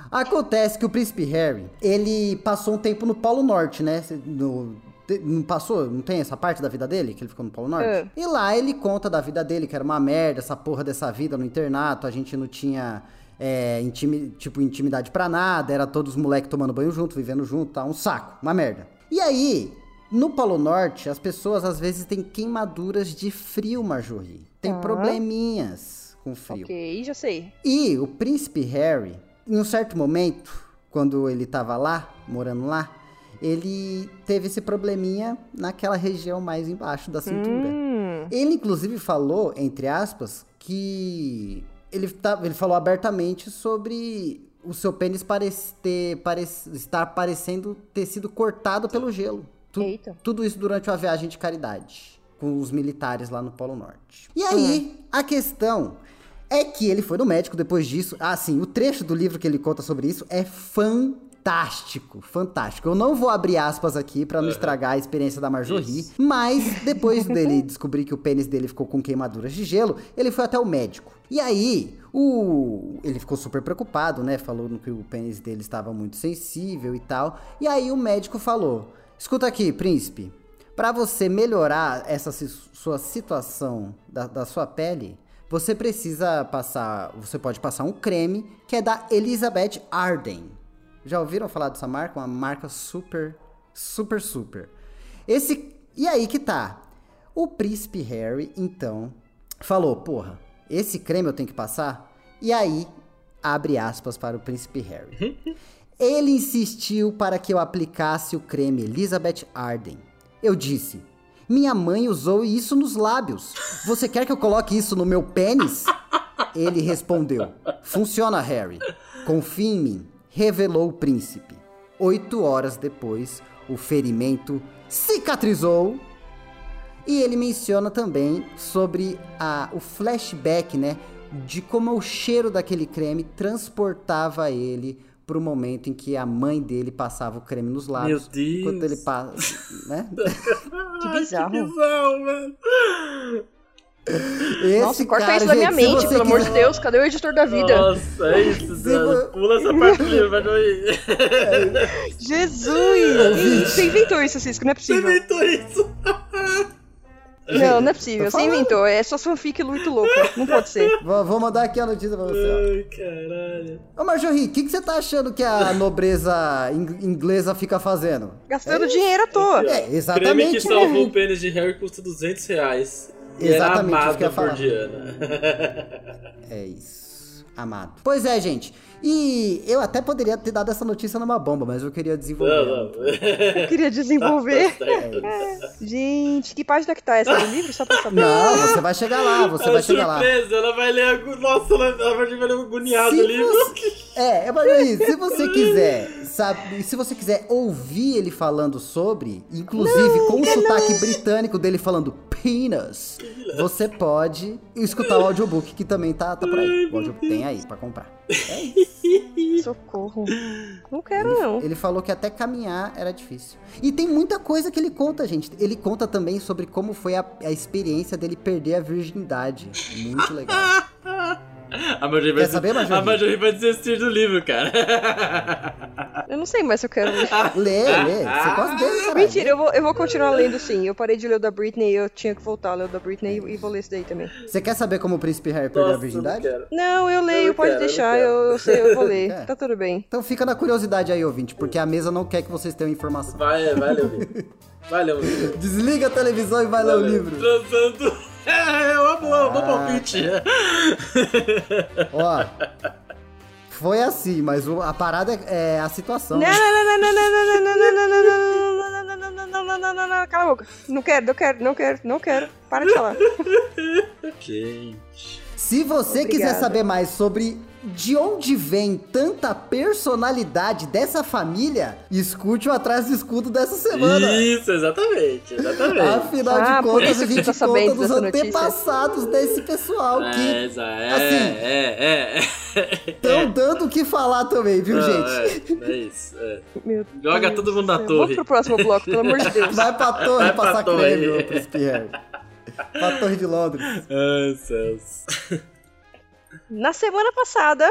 Speaker 4: Acontece que o príncipe Harry, ele passou um tempo no Polo Norte, né? No- te- não passou? Não tem essa parte da vida dele? Que ele ficou no Polo Norte?
Speaker 1: É.
Speaker 4: E lá ele conta da vida dele, que era uma merda, essa porra dessa vida no internato, a gente não tinha. é, intimi- tipo, intimidade pra nada, era todos os moleques tomando banho junto, vivendo junto, tá? Um saco, uma merda. E aí, no Polo Norte, as pessoas às vezes têm queimaduras de frio, Marjorie. Tem
Speaker 1: Tá.
Speaker 4: probleminhas com frio.
Speaker 1: Ok, já sei.
Speaker 4: E o príncipe Harry, em um certo momento, quando ele tava lá, morando lá, ele teve esse probleminha naquela região mais embaixo da cintura.
Speaker 1: Hum,
Speaker 4: Ele, inclusive, falou, entre aspas, que ele, tá, ele falou abertamente sobre o seu pênis parece ter, parece, estar parecendo ter sido cortado pelo gelo. Tu-
Speaker 1: Eita.
Speaker 4: tudo isso durante uma viagem de caridade com os militares lá no Polo Norte. E aí, a questão é que ele foi no médico depois disso. Ah, sim, o trecho do livro que ele conta sobre isso é fantástico, fantástico. Eu não vou abrir aspas aqui pra não estragar a experiência da Marjorie, mas depois dele descobrir que o pênis dele ficou com queimaduras de gelo, ele foi até o médico. E aí, o ele ficou super preocupado, né? Falou que o pênis dele estava muito sensível e tal. E aí o médico falou: "Escuta aqui, príncipe, para você melhorar essa si- sua situação da, da sua pele, você precisa passar, você pode passar um creme que é da Elizabeth Arden. Já ouviram falar dessa marca? Uma marca super, super, super. Esse e aí que tá. O príncipe Harry então falou, porra, esse creme eu tenho que passar. E aí abre aspas para o príncipe Harry. Ele insistiu para que eu aplicasse o creme Elizabeth Arden. Eu disse: Minha mãe usou isso nos lábios. Você quer que eu coloque isso no meu pênis? Ele respondeu: Funciona, Harry. Confie em mim, revelou o príncipe. Oito horas depois, o ferimento cicatrizou. E ele menciona também sobre a- o flashback, né? De como o cheiro daquele creme transportava ele pro momento em que a mãe dele passava o creme nos lábios.
Speaker 2: Deus.
Speaker 4: Enquanto ele passa. Né?
Speaker 1: que bizarro.
Speaker 2: Que bizarro, velho.
Speaker 4: Esse
Speaker 1: Nossa, corta
Speaker 4: cara,
Speaker 1: isso da minha
Speaker 4: gente, se
Speaker 1: mente,
Speaker 4: você
Speaker 1: pelo amor de
Speaker 4: quiser-
Speaker 1: Deus. Cadê o editor da vida?
Speaker 2: Nossa, é isso.
Speaker 4: Se vo-
Speaker 2: Zé. Pula essa parte do livro, vai doer.
Speaker 1: Jesus! Você inventou isso, Cisco, não é
Speaker 2: Você
Speaker 1: possível.
Speaker 2: inventou isso.
Speaker 1: Não, não é
Speaker 4: Tá
Speaker 1: possível. Você inventou. É só fanfic muito louca. Não pode ser.
Speaker 4: Vou, vou mandar aqui a notícia pra você.
Speaker 2: Ai, caralho.
Speaker 4: ó. Ô, Marjorie, o que, que você tá achando que a nobreza ing- inglesa fica fazendo?
Speaker 1: Gastando dinheiro à toa.
Speaker 4: É,
Speaker 2: Creme que
Speaker 4: exatamente.
Speaker 2: salvou o pênis de Harry custa 200 reais. E era
Speaker 4: Exatamente, isso que eu
Speaker 2: amado
Speaker 4: ia falar.
Speaker 2: por Diana.
Speaker 4: É isso. Amado. Pois é, gente. E eu até poderia ter dado essa notícia numa bomba, mas eu queria desenvolver.
Speaker 2: Não, não.
Speaker 4: É.
Speaker 1: Eu queria desenvolver.
Speaker 2: Tá certo.
Speaker 1: Gente, que página que tá essa do livro? Só pra saber.
Speaker 4: Não, você vai chegar lá, você
Speaker 2: Ela
Speaker 4: vai chegar lá.
Speaker 2: É surpresa, ela vai ler. agu- Nossa, ela, ela vai ler agoniada
Speaker 4: Se
Speaker 2: o livro.
Speaker 4: você- É, Marjorie, se você quiser, sabe, se você quiser ouvir ele falando sobre, inclusive com o sotaque britânico dele falando penis, você pode escutar o audiobook que também tá, tá por aí. O audiobook tem aí pra comprar.
Speaker 1: Socorro. Não quero, não.
Speaker 4: Ele falou que até caminhar era difícil. E tem muita coisa que ele conta, gente. Ele conta também sobre como foi a, a experiência dele perder a virgindade. Muito legal.
Speaker 2: A Marjorie vai,
Speaker 4: Quer saber, Marjorie?
Speaker 2: A Marjorie vai desistir do livro, cara.
Speaker 1: Eu não sei mais se eu quero
Speaker 2: Ah,
Speaker 1: ler.
Speaker 4: Lê, lê. Você gosta dele,
Speaker 2: tá.
Speaker 4: caralho. né?
Speaker 1: Mentira, eu vou, eu vou continuar lendo sim. Eu parei de ler o da Britney, eu tinha que voltar a ler o da Britney e, e vou ler esse daí também.
Speaker 4: Você quer saber como o príncipe Harry perdeu
Speaker 2: Nossa,
Speaker 4: a virgindade?
Speaker 2: não quero.
Speaker 1: Não, eu leio,
Speaker 2: Eu não
Speaker 1: pode
Speaker 2: quero, eu não
Speaker 1: deixar,
Speaker 2: quero.
Speaker 1: eu, eu sei, eu vou ler.
Speaker 4: É.
Speaker 1: Tá tudo bem.
Speaker 4: Então fica na curiosidade aí, ouvinte, porque a mesa não quer que vocês tenham informação.
Speaker 2: Vai, vai ler o livro. Vai ler o livro.
Speaker 4: Desliga a televisão e vai ler o livro.
Speaker 2: Transando. É, eu amo, eu amo
Speaker 4: Ah,
Speaker 2: palpite.
Speaker 4: Ó. Foi assim, mas o- a parada é é a situação.
Speaker 1: Não, não, não, não, não, não, não, não, não, não, não, não, não, não, não, não, não, não, não, não, não, cala a boca. Não quero, não quero, não quero, não quero. Para de falar.
Speaker 2: Gente.
Speaker 4: Se você
Speaker 1: Obrigada.
Speaker 4: quiser saber mais sobre de onde vem tanta personalidade dessa família? Escute o Atrás do Escudo dessa semana.
Speaker 2: Isso, exatamente, exatamente.
Speaker 4: Afinal
Speaker 5: Ah,
Speaker 4: de
Speaker 5: por
Speaker 4: contas,
Speaker 5: isso
Speaker 4: a
Speaker 5: que você
Speaker 4: gente
Speaker 5: tá
Speaker 4: conta
Speaker 5: sabendo
Speaker 4: dos
Speaker 5: dessa notícia.
Speaker 4: antepassados desse pessoal
Speaker 2: É,
Speaker 4: que
Speaker 2: exa- é,
Speaker 4: assim-
Speaker 2: é, é, é.
Speaker 4: estão dando o que falar também, viu,
Speaker 5: Ah,
Speaker 2: Não,
Speaker 4: gente? é
Speaker 2: É, é isso. é.
Speaker 5: Meu
Speaker 2: Joga
Speaker 5: Deus
Speaker 2: todo mundo
Speaker 5: do
Speaker 2: na
Speaker 5: céu.
Speaker 2: torre.
Speaker 5: Vamos pro próximo bloco, pelo amor de Deus.
Speaker 4: Vai pra torre
Speaker 2: Vai pra
Speaker 4: passar
Speaker 2: torre.
Speaker 4: creme, ô Príncipe Harry. Pra torre de Londres.
Speaker 2: Ai, céus.
Speaker 5: Na semana passada,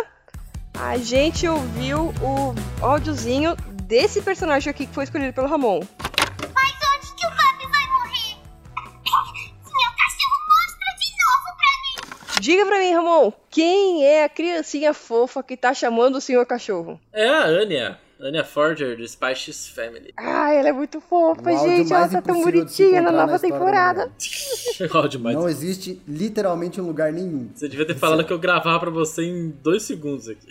Speaker 5: a gente ouviu o áudiozinho desse personagem aqui que foi escolhido pelo Ramon.
Speaker 7: Mas antes que o Bob vai morrer? Meu cachorro mostra de novo pra mim!
Speaker 5: Diga pra mim, Ramon, quem é a criancinha fofa que tá chamando o senhor cachorro?
Speaker 2: É a Anya. Anya Forger, do Spice Family.
Speaker 5: Ah, ela é muito fofa,
Speaker 4: O áudio
Speaker 5: gente. Ela
Speaker 4: mais
Speaker 5: tá tão
Speaker 4: impossível de se
Speaker 5: bonitinha na nova
Speaker 4: encontrar na história da
Speaker 5: temporada.
Speaker 4: humanidade.
Speaker 2: Ó, demais.
Speaker 4: Não existe literalmente em lugar nenhum.
Speaker 2: Você devia ter falado que eu gravava pra você em dois segundos aqui.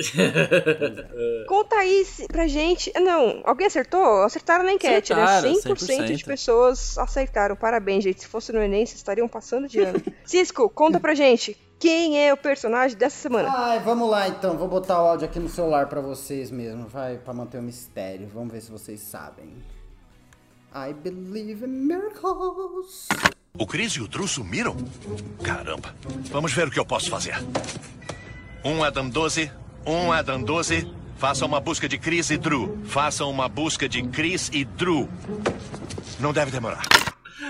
Speaker 5: Conta aí se- pra gente. Ah, Não, alguém acertou? Acertaram na enquete,
Speaker 2: Acertaram,
Speaker 5: né? 100%, de
Speaker 2: 100%.
Speaker 5: pessoas acertaram. Parabéns, gente. Se fosse no Enem, vocês estariam passando de ano. Cisco, conta pra gente. Quem é o personagem dessa semana?
Speaker 4: Ai, vamos lá então. Vou botar o áudio aqui no celular pra vocês mesmo, vai, pra manter o mistério. Vamos ver se vocês sabem. I believe in miracles.
Speaker 8: O Cris e o Tru sumiram? Caramba. Vamos ver o que eu posso fazer. Um Adam 12, um Adam 12. Faça uma busca de Cris e Drew. Faça uma busca de Cris e Drew. Não deve demorar.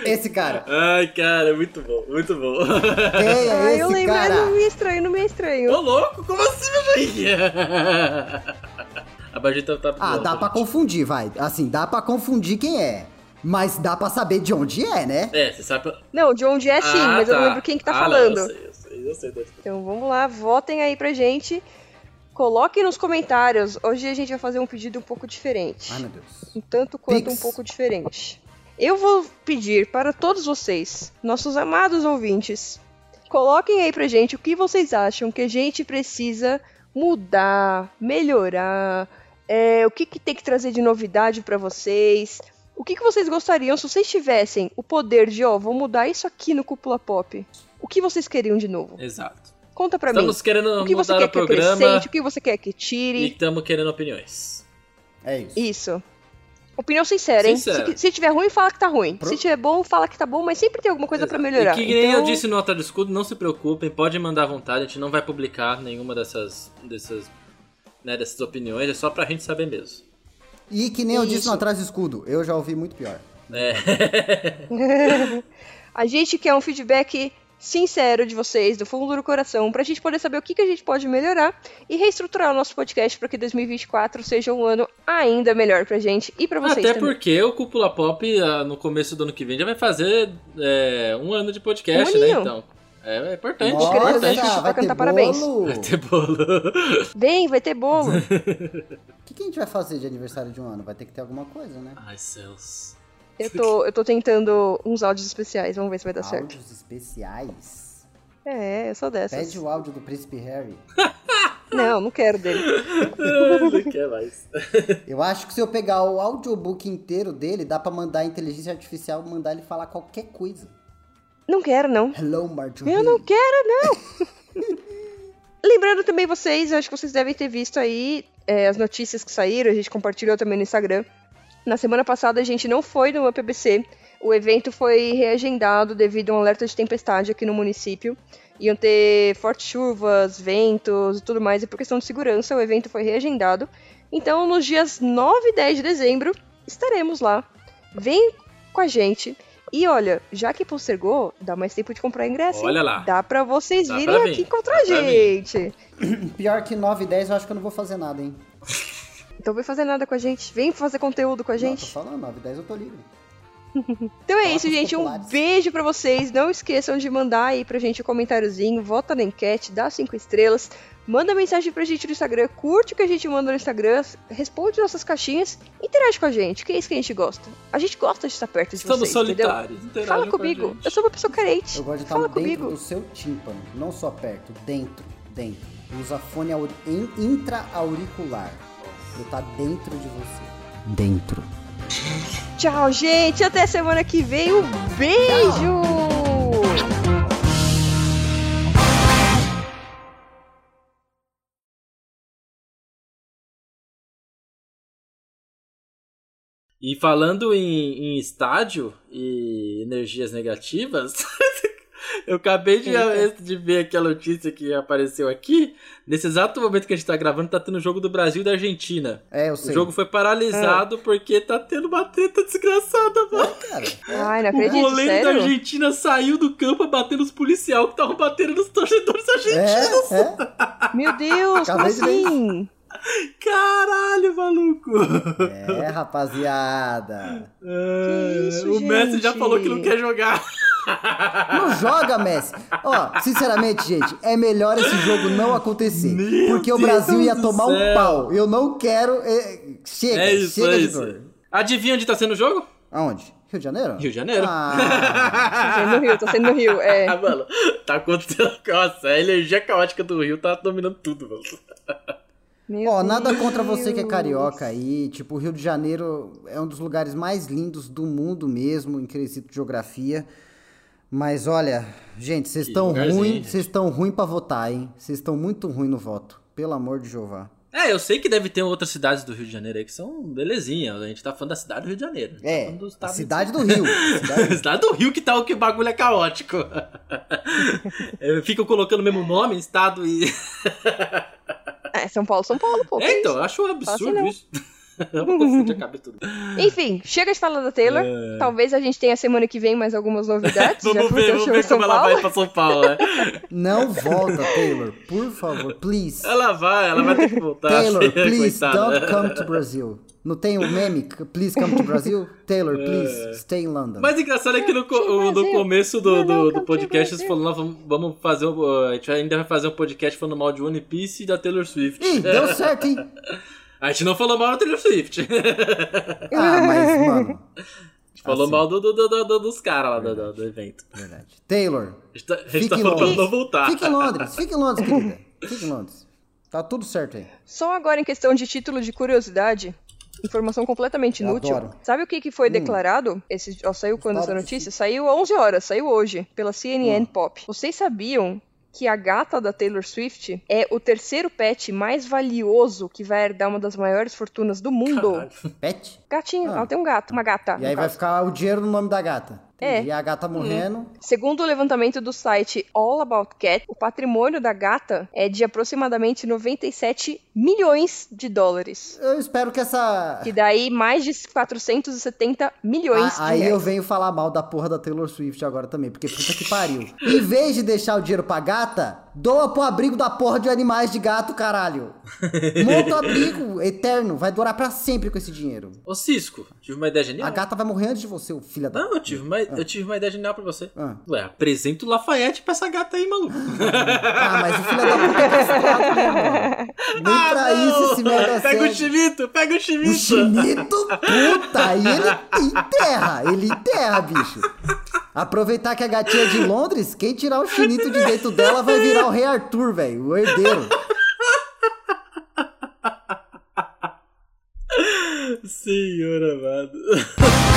Speaker 4: Esse cara.
Speaker 2: Ai, cara, muito bom, muito bom.
Speaker 4: Quem
Speaker 5: Ah,
Speaker 4: é
Speaker 5: eu
Speaker 4: esse
Speaker 5: lembro,
Speaker 4: cara?
Speaker 5: mas não me é estranho, não me é estranho.
Speaker 2: Ô, louco, como assim, meu joinha? A Bajita tá...
Speaker 4: Ah, dá pra confundir, vai. Assim, dá pra confundir quem é. Mas dá pra saber de onde é, né?
Speaker 2: É, você sabe...
Speaker 5: Não, de onde é sim,
Speaker 2: Ah,
Speaker 5: mas eu não
Speaker 2: tá.
Speaker 5: lembro quem que tá
Speaker 2: Ah, não,
Speaker 5: falando.
Speaker 2: eu sei, eu sei, eu sei. da-
Speaker 5: Então vamos lá, votem aí pra gente. Coloquem nos comentários. Hoje a gente vai fazer um pedido um pouco diferente.
Speaker 4: Ai, meu Deus.
Speaker 5: um tanto quanto
Speaker 4: Pix.
Speaker 5: um pouco diferente. Eu vou pedir para todos vocês, nossos amados ouvintes, coloquem aí pra gente o que vocês acham que a gente precisa mudar, melhorar, é, o que, que tem que trazer de novidade pra vocês. O que, que vocês gostariam se vocês tivessem o poder de, ó, vou mudar isso aqui no Cúpula Pop? O que vocês queriam de novo?
Speaker 2: Exato.
Speaker 5: Conta pra
Speaker 2: Estamos querendo
Speaker 5: mim. O que você
Speaker 2: mudar
Speaker 5: quer
Speaker 2: o
Speaker 5: que
Speaker 2: programa
Speaker 5: acrescente? O que você quer que tire?
Speaker 2: e estamos querendo opiniões.
Speaker 4: É isso.
Speaker 5: Isso. Opinião sincera, hein?
Speaker 2: Sincera.
Speaker 5: Se, se tiver ruim, fala que tá ruim.
Speaker 4: Pro-
Speaker 5: Se tiver bom, fala que tá bom, mas sempre tem alguma coisa pra melhorar.
Speaker 2: E que nem
Speaker 5: Então,
Speaker 2: eu disse no Atalho Escudo, não se preocupem, podem mandar à vontade, a gente não vai publicar nenhuma dessas, dessas, né, dessas opiniões, é só pra gente saber mesmo.
Speaker 4: E que nem eu disse
Speaker 5: Isso.
Speaker 4: no Atrás do Escudo, eu já ouvi muito pior.
Speaker 2: É. Uhum.
Speaker 5: A gente quer um feedback sincero de vocês, do fundo do coração, pra gente poder saber o que, que a gente pode melhorar e reestruturar o nosso podcast pra que 2024 seja um ano ainda melhor pra gente e pra vocês
Speaker 2: Até
Speaker 5: também.
Speaker 2: porque o Cúpula Pop, ah, no começo do ano que vem, já vai fazer é, um ano de podcast,
Speaker 5: Um
Speaker 2: né,
Speaker 5: aninho.
Speaker 2: então. É, é importante,
Speaker 5: Nossa,
Speaker 2: importante.
Speaker 5: gente.
Speaker 4: vai
Speaker 5: Pra cantar
Speaker 4: ter
Speaker 5: parabéns.
Speaker 4: bolo.
Speaker 2: Vai ter bolo.
Speaker 5: Vem, vai ter bolo.
Speaker 4: O que, que a gente vai fazer de aniversário de um ano? Vai ter que ter alguma coisa, né?
Speaker 2: Ai, céus.
Speaker 5: eu, tô, eu tô tentando uns áudios especiais, vamos ver se vai dar Tá certo.
Speaker 4: Áudios especiais.
Speaker 5: É, eu sou dessas.
Speaker 2: um-
Speaker 4: Pede o áudio do Príncipe Harry.
Speaker 5: Não, não quero dele.
Speaker 2: Não quer mais.
Speaker 4: Eu acho que se eu pegar o audiobook inteiro dele, dá pra mandar a inteligência artificial mandar ele falar qualquer coisa.
Speaker 5: Não quero, não.
Speaker 4: Hello, Marjorie.
Speaker 5: Eu não quero, não! Lembrando também vocês, eu acho que vocês devem ter visto aí é, as notícias que saíram, a gente compartilhou também no Instagram. Na semana passada a gente não foi no UPBC, o evento foi reagendado devido a um alerta de tempestade aqui no município. Iam ter fortes chuvas, ventos e tudo mais, e por questão de segurança o evento foi reagendado. Então nos dias 9 e 10 de dezembro estaremos lá. Vem com a gente. E olha, já que postergou, dá mais tempo de comprar ingresso. hein?
Speaker 2: Olha lá.
Speaker 5: Dá pra vocês
Speaker 2: Ah, Dá
Speaker 5: virem
Speaker 2: pra
Speaker 5: aqui
Speaker 2: vir,
Speaker 5: encontrar a
Speaker 2: dá pra
Speaker 5: gente.
Speaker 4: Pior que 9 e 10, eu acho que eu não vou fazer nada, hein?
Speaker 5: Então vem fazer nada com a gente, vem fazer conteúdo com a
Speaker 4: Não, tô
Speaker 5: gente.
Speaker 4: falando, 9 e 10 eu tô livre.
Speaker 5: Então é
Speaker 4: Fala
Speaker 5: isso,
Speaker 4: com os
Speaker 5: gente. Um
Speaker 4: populares.
Speaker 5: beijo pra vocês. Não esqueçam de mandar aí pra gente o comentáriozinho, vota na enquete, dá cinco estrelas, manda mensagem pra gente no Instagram, curte o que a gente manda no Instagram, responde nossas caixinhas, interage com a gente, que é isso que a gente gosta. A gente gosta de estar perto de
Speaker 2: Estamos
Speaker 5: vocês, entendeu?
Speaker 2: solitários. interajam
Speaker 5: Fala
Speaker 2: com a
Speaker 5: comigo,
Speaker 2: gente.
Speaker 5: eu sou uma pessoa carente.
Speaker 4: Eu gosto de estar
Speaker 5: Fala
Speaker 4: dentro
Speaker 5: comigo.
Speaker 4: do seu tímpano, não só perto, dentro, dentro. Usa fone au- in- intra-auricular. Eu tá dentro de você. Dentro.
Speaker 5: Tchau, gente. Até semana que vem. Um beijo!
Speaker 2: E falando em, em estádio e energias negativas, eu acabei de, de ver aqui a notícia que apareceu aqui. Nesse exato momento que a gente tá gravando, tá tendo o jogo do Brasil e da Argentina.
Speaker 4: É, eu
Speaker 2: O
Speaker 4: sei.
Speaker 2: jogo foi
Speaker 4: é.
Speaker 2: paralisado porque tá tendo uma treta desgraçada, mano.
Speaker 4: Cara,
Speaker 5: Ai, não
Speaker 2: O
Speaker 5: acredito,
Speaker 2: goleiro da
Speaker 5: sério?
Speaker 2: Argentina saiu do campo batendo os policial que estavam batendo nos torcedores argentinos.
Speaker 4: é, é.
Speaker 5: Meu Deus, como
Speaker 4: Acabei de ver
Speaker 5: assim?
Speaker 2: Caralho, maluco!
Speaker 4: É, rapaziada.
Speaker 2: É,
Speaker 5: isso,
Speaker 2: o Messi já
Speaker 5: gente?
Speaker 2: falou que não quer jogar.
Speaker 4: Não joga, Messi. Ó, sinceramente, gente, é melhor esse jogo não acontecer.
Speaker 2: Meu
Speaker 4: porque o
Speaker 2: Deus
Speaker 4: Brasil ia
Speaker 2: do
Speaker 4: tomar
Speaker 2: céu.
Speaker 4: um pau. Eu não quero. é, Chega,
Speaker 2: É isso,
Speaker 4: chega
Speaker 2: é
Speaker 4: de
Speaker 2: isso.
Speaker 4: dor.
Speaker 2: Adivinha onde tá sendo o jogo?
Speaker 4: Aonde? Rio de Janeiro?
Speaker 2: Rio de Janeiro.
Speaker 4: Ah,
Speaker 5: Tô sendo no Rio, tô sendo no Rio, é.
Speaker 2: Ah, mano, tá acontecendo. Nossa, a energia caótica do Rio tá dominando tudo, mano.
Speaker 5: Meu
Speaker 4: ó, nada contra
Speaker 5: Deus.
Speaker 4: você que é carioca aí. Tipo, o Rio de Janeiro é um dos lugares mais lindos do mundo mesmo, em quesito de geografia. Mas olha, gente, vocês
Speaker 2: Que
Speaker 4: estão
Speaker 2: lugarzinho,
Speaker 4: ruim,
Speaker 2: gente.
Speaker 4: vocês estão ruim para votar, hein? Vocês estão muito ruim no voto. Pelo amor de Jeová.
Speaker 2: É, eu sei que deve ter outras cidades do Rio de Janeiro aí que são belezinha. A gente tá falando da cidade do Rio de Janeiro.
Speaker 4: É,
Speaker 2: tá falando do
Speaker 4: a
Speaker 2: estado de
Speaker 4: cidade do Rio. Cidade do Rio.
Speaker 2: Estado do Rio que tá o que o bagulho é caótico. É, Ficam colocando o mesmo nome, estado e.
Speaker 5: É, São Paulo, São Paulo, pô. que
Speaker 2: É, então, eu acho um absurdo
Speaker 5: Fácil não.
Speaker 2: isso. Eu vou confundir a cabeça tudo.
Speaker 5: isso? Enfim, chega de falar da Taylor. Talvez a gente tenha semana que vem mais algumas novidades. já
Speaker 2: É. Vamos
Speaker 5: porque
Speaker 2: ver,
Speaker 5: o
Speaker 2: vamos
Speaker 5: show
Speaker 2: ver
Speaker 5: de São
Speaker 2: como ela
Speaker 5: Paulo.
Speaker 2: vai pra São Paulo, né?
Speaker 4: Não volta, Taylor. Por favor, please.
Speaker 2: Ela vai, ela vai ter que voltar.
Speaker 4: Taylor, please
Speaker 2: coitada.
Speaker 4: don't come to Brazil. Não tem o meme? Please come to Brazil? Taylor, please stay in London.
Speaker 2: É. Mas engraçado é que no, co-
Speaker 9: Brasil.
Speaker 2: no começo do, do, do
Speaker 9: Brasil.
Speaker 2: podcast eles falaram, "Não, vamos, vamos fazer um, a gente ainda vai fazer um podcast falando mal de One Piece e da Taylor Swift.
Speaker 4: Ih, deu certo, hein?
Speaker 2: A gente não falou mal da Taylor Swift. A gente
Speaker 4: Ah, mas, mano.
Speaker 5: Ah,
Speaker 2: falou
Speaker 4: Assim.
Speaker 2: mal do, do- do- do- dos caras lá do, do- do evento.
Speaker 4: Verdade. Taylor,
Speaker 2: A gente tá, a gente
Speaker 4: fique
Speaker 2: tá
Speaker 4: em
Speaker 2: falando pra
Speaker 4: Londres.
Speaker 2: ela não voltar.
Speaker 4: Fique em Londres, fique em Londres, querida. Fique em Londres. Tá tudo certo aí.
Speaker 5: Só agora em questão de título de curiosidade. Informação completamente
Speaker 4: Eu
Speaker 5: inútil.
Speaker 4: adoro. Hum.
Speaker 5: Sabe o que, que foi declarado? Esse, ó, saiu quando
Speaker 4: Fala Hum.
Speaker 5: essa
Speaker 4: que
Speaker 5: notícia? Saiu 11 horas, saiu hoje, pela CNN Pop. Vocês sabiam que a gata da Taylor Swift é o terceiro pet mais valioso que vai herdar uma das maiores fortunas do mundo?
Speaker 2: Caralho.
Speaker 4: Pet?
Speaker 5: Gatinho,
Speaker 4: Ah.
Speaker 5: ela tem um gato, uma gata.
Speaker 4: E aí
Speaker 5: no
Speaker 4: vai
Speaker 5: caso.
Speaker 4: ficar o dinheiro no nome da gata.
Speaker 5: É.
Speaker 4: E a gata morrendo.
Speaker 5: Segundo o levantamento do site All About Cat, o patrimônio da gata é de aproximadamente 97 milhões de dólares.
Speaker 4: Eu espero que essa.
Speaker 5: Que daí mais de 470 milhões
Speaker 4: A-
Speaker 5: de
Speaker 4: Ah, aí
Speaker 5: reais.
Speaker 4: eu venho falar mal da porra da Taylor Swift agora também, porque puta que pariu. Em vez de deixar o dinheiro pra gata, doa pro abrigo da porra de animais de gato, caralho. Monta o abrigo eterno, vai durar pra sempre com esse dinheiro.
Speaker 2: Ô Cisco, tive uma ideia genial.
Speaker 4: A gata vai morrer antes de você, ô filha da.
Speaker 2: Não, eu tive, uma, eu tive uma ideia genial pra você.
Speaker 4: Ah.
Speaker 2: Ué, apresenta o Lafayette pra essa gata aí, maluco.
Speaker 4: Ah, mas o filho da puta tá estrado, né, mano? Nem pra
Speaker 2: Ah, não!
Speaker 4: isso esse merda
Speaker 2: Pega o
Speaker 4: serve.
Speaker 2: chimito, pega o
Speaker 4: O
Speaker 2: chimito.
Speaker 4: chinito, puta, aí ele enterra, ele enterra, bicho. Aproveitar que a gatinha é de Londres, quem tirar o chinito de dentro dela vai virar o rei Arthur, velho, o herdeiro.
Speaker 2: Senhor amado.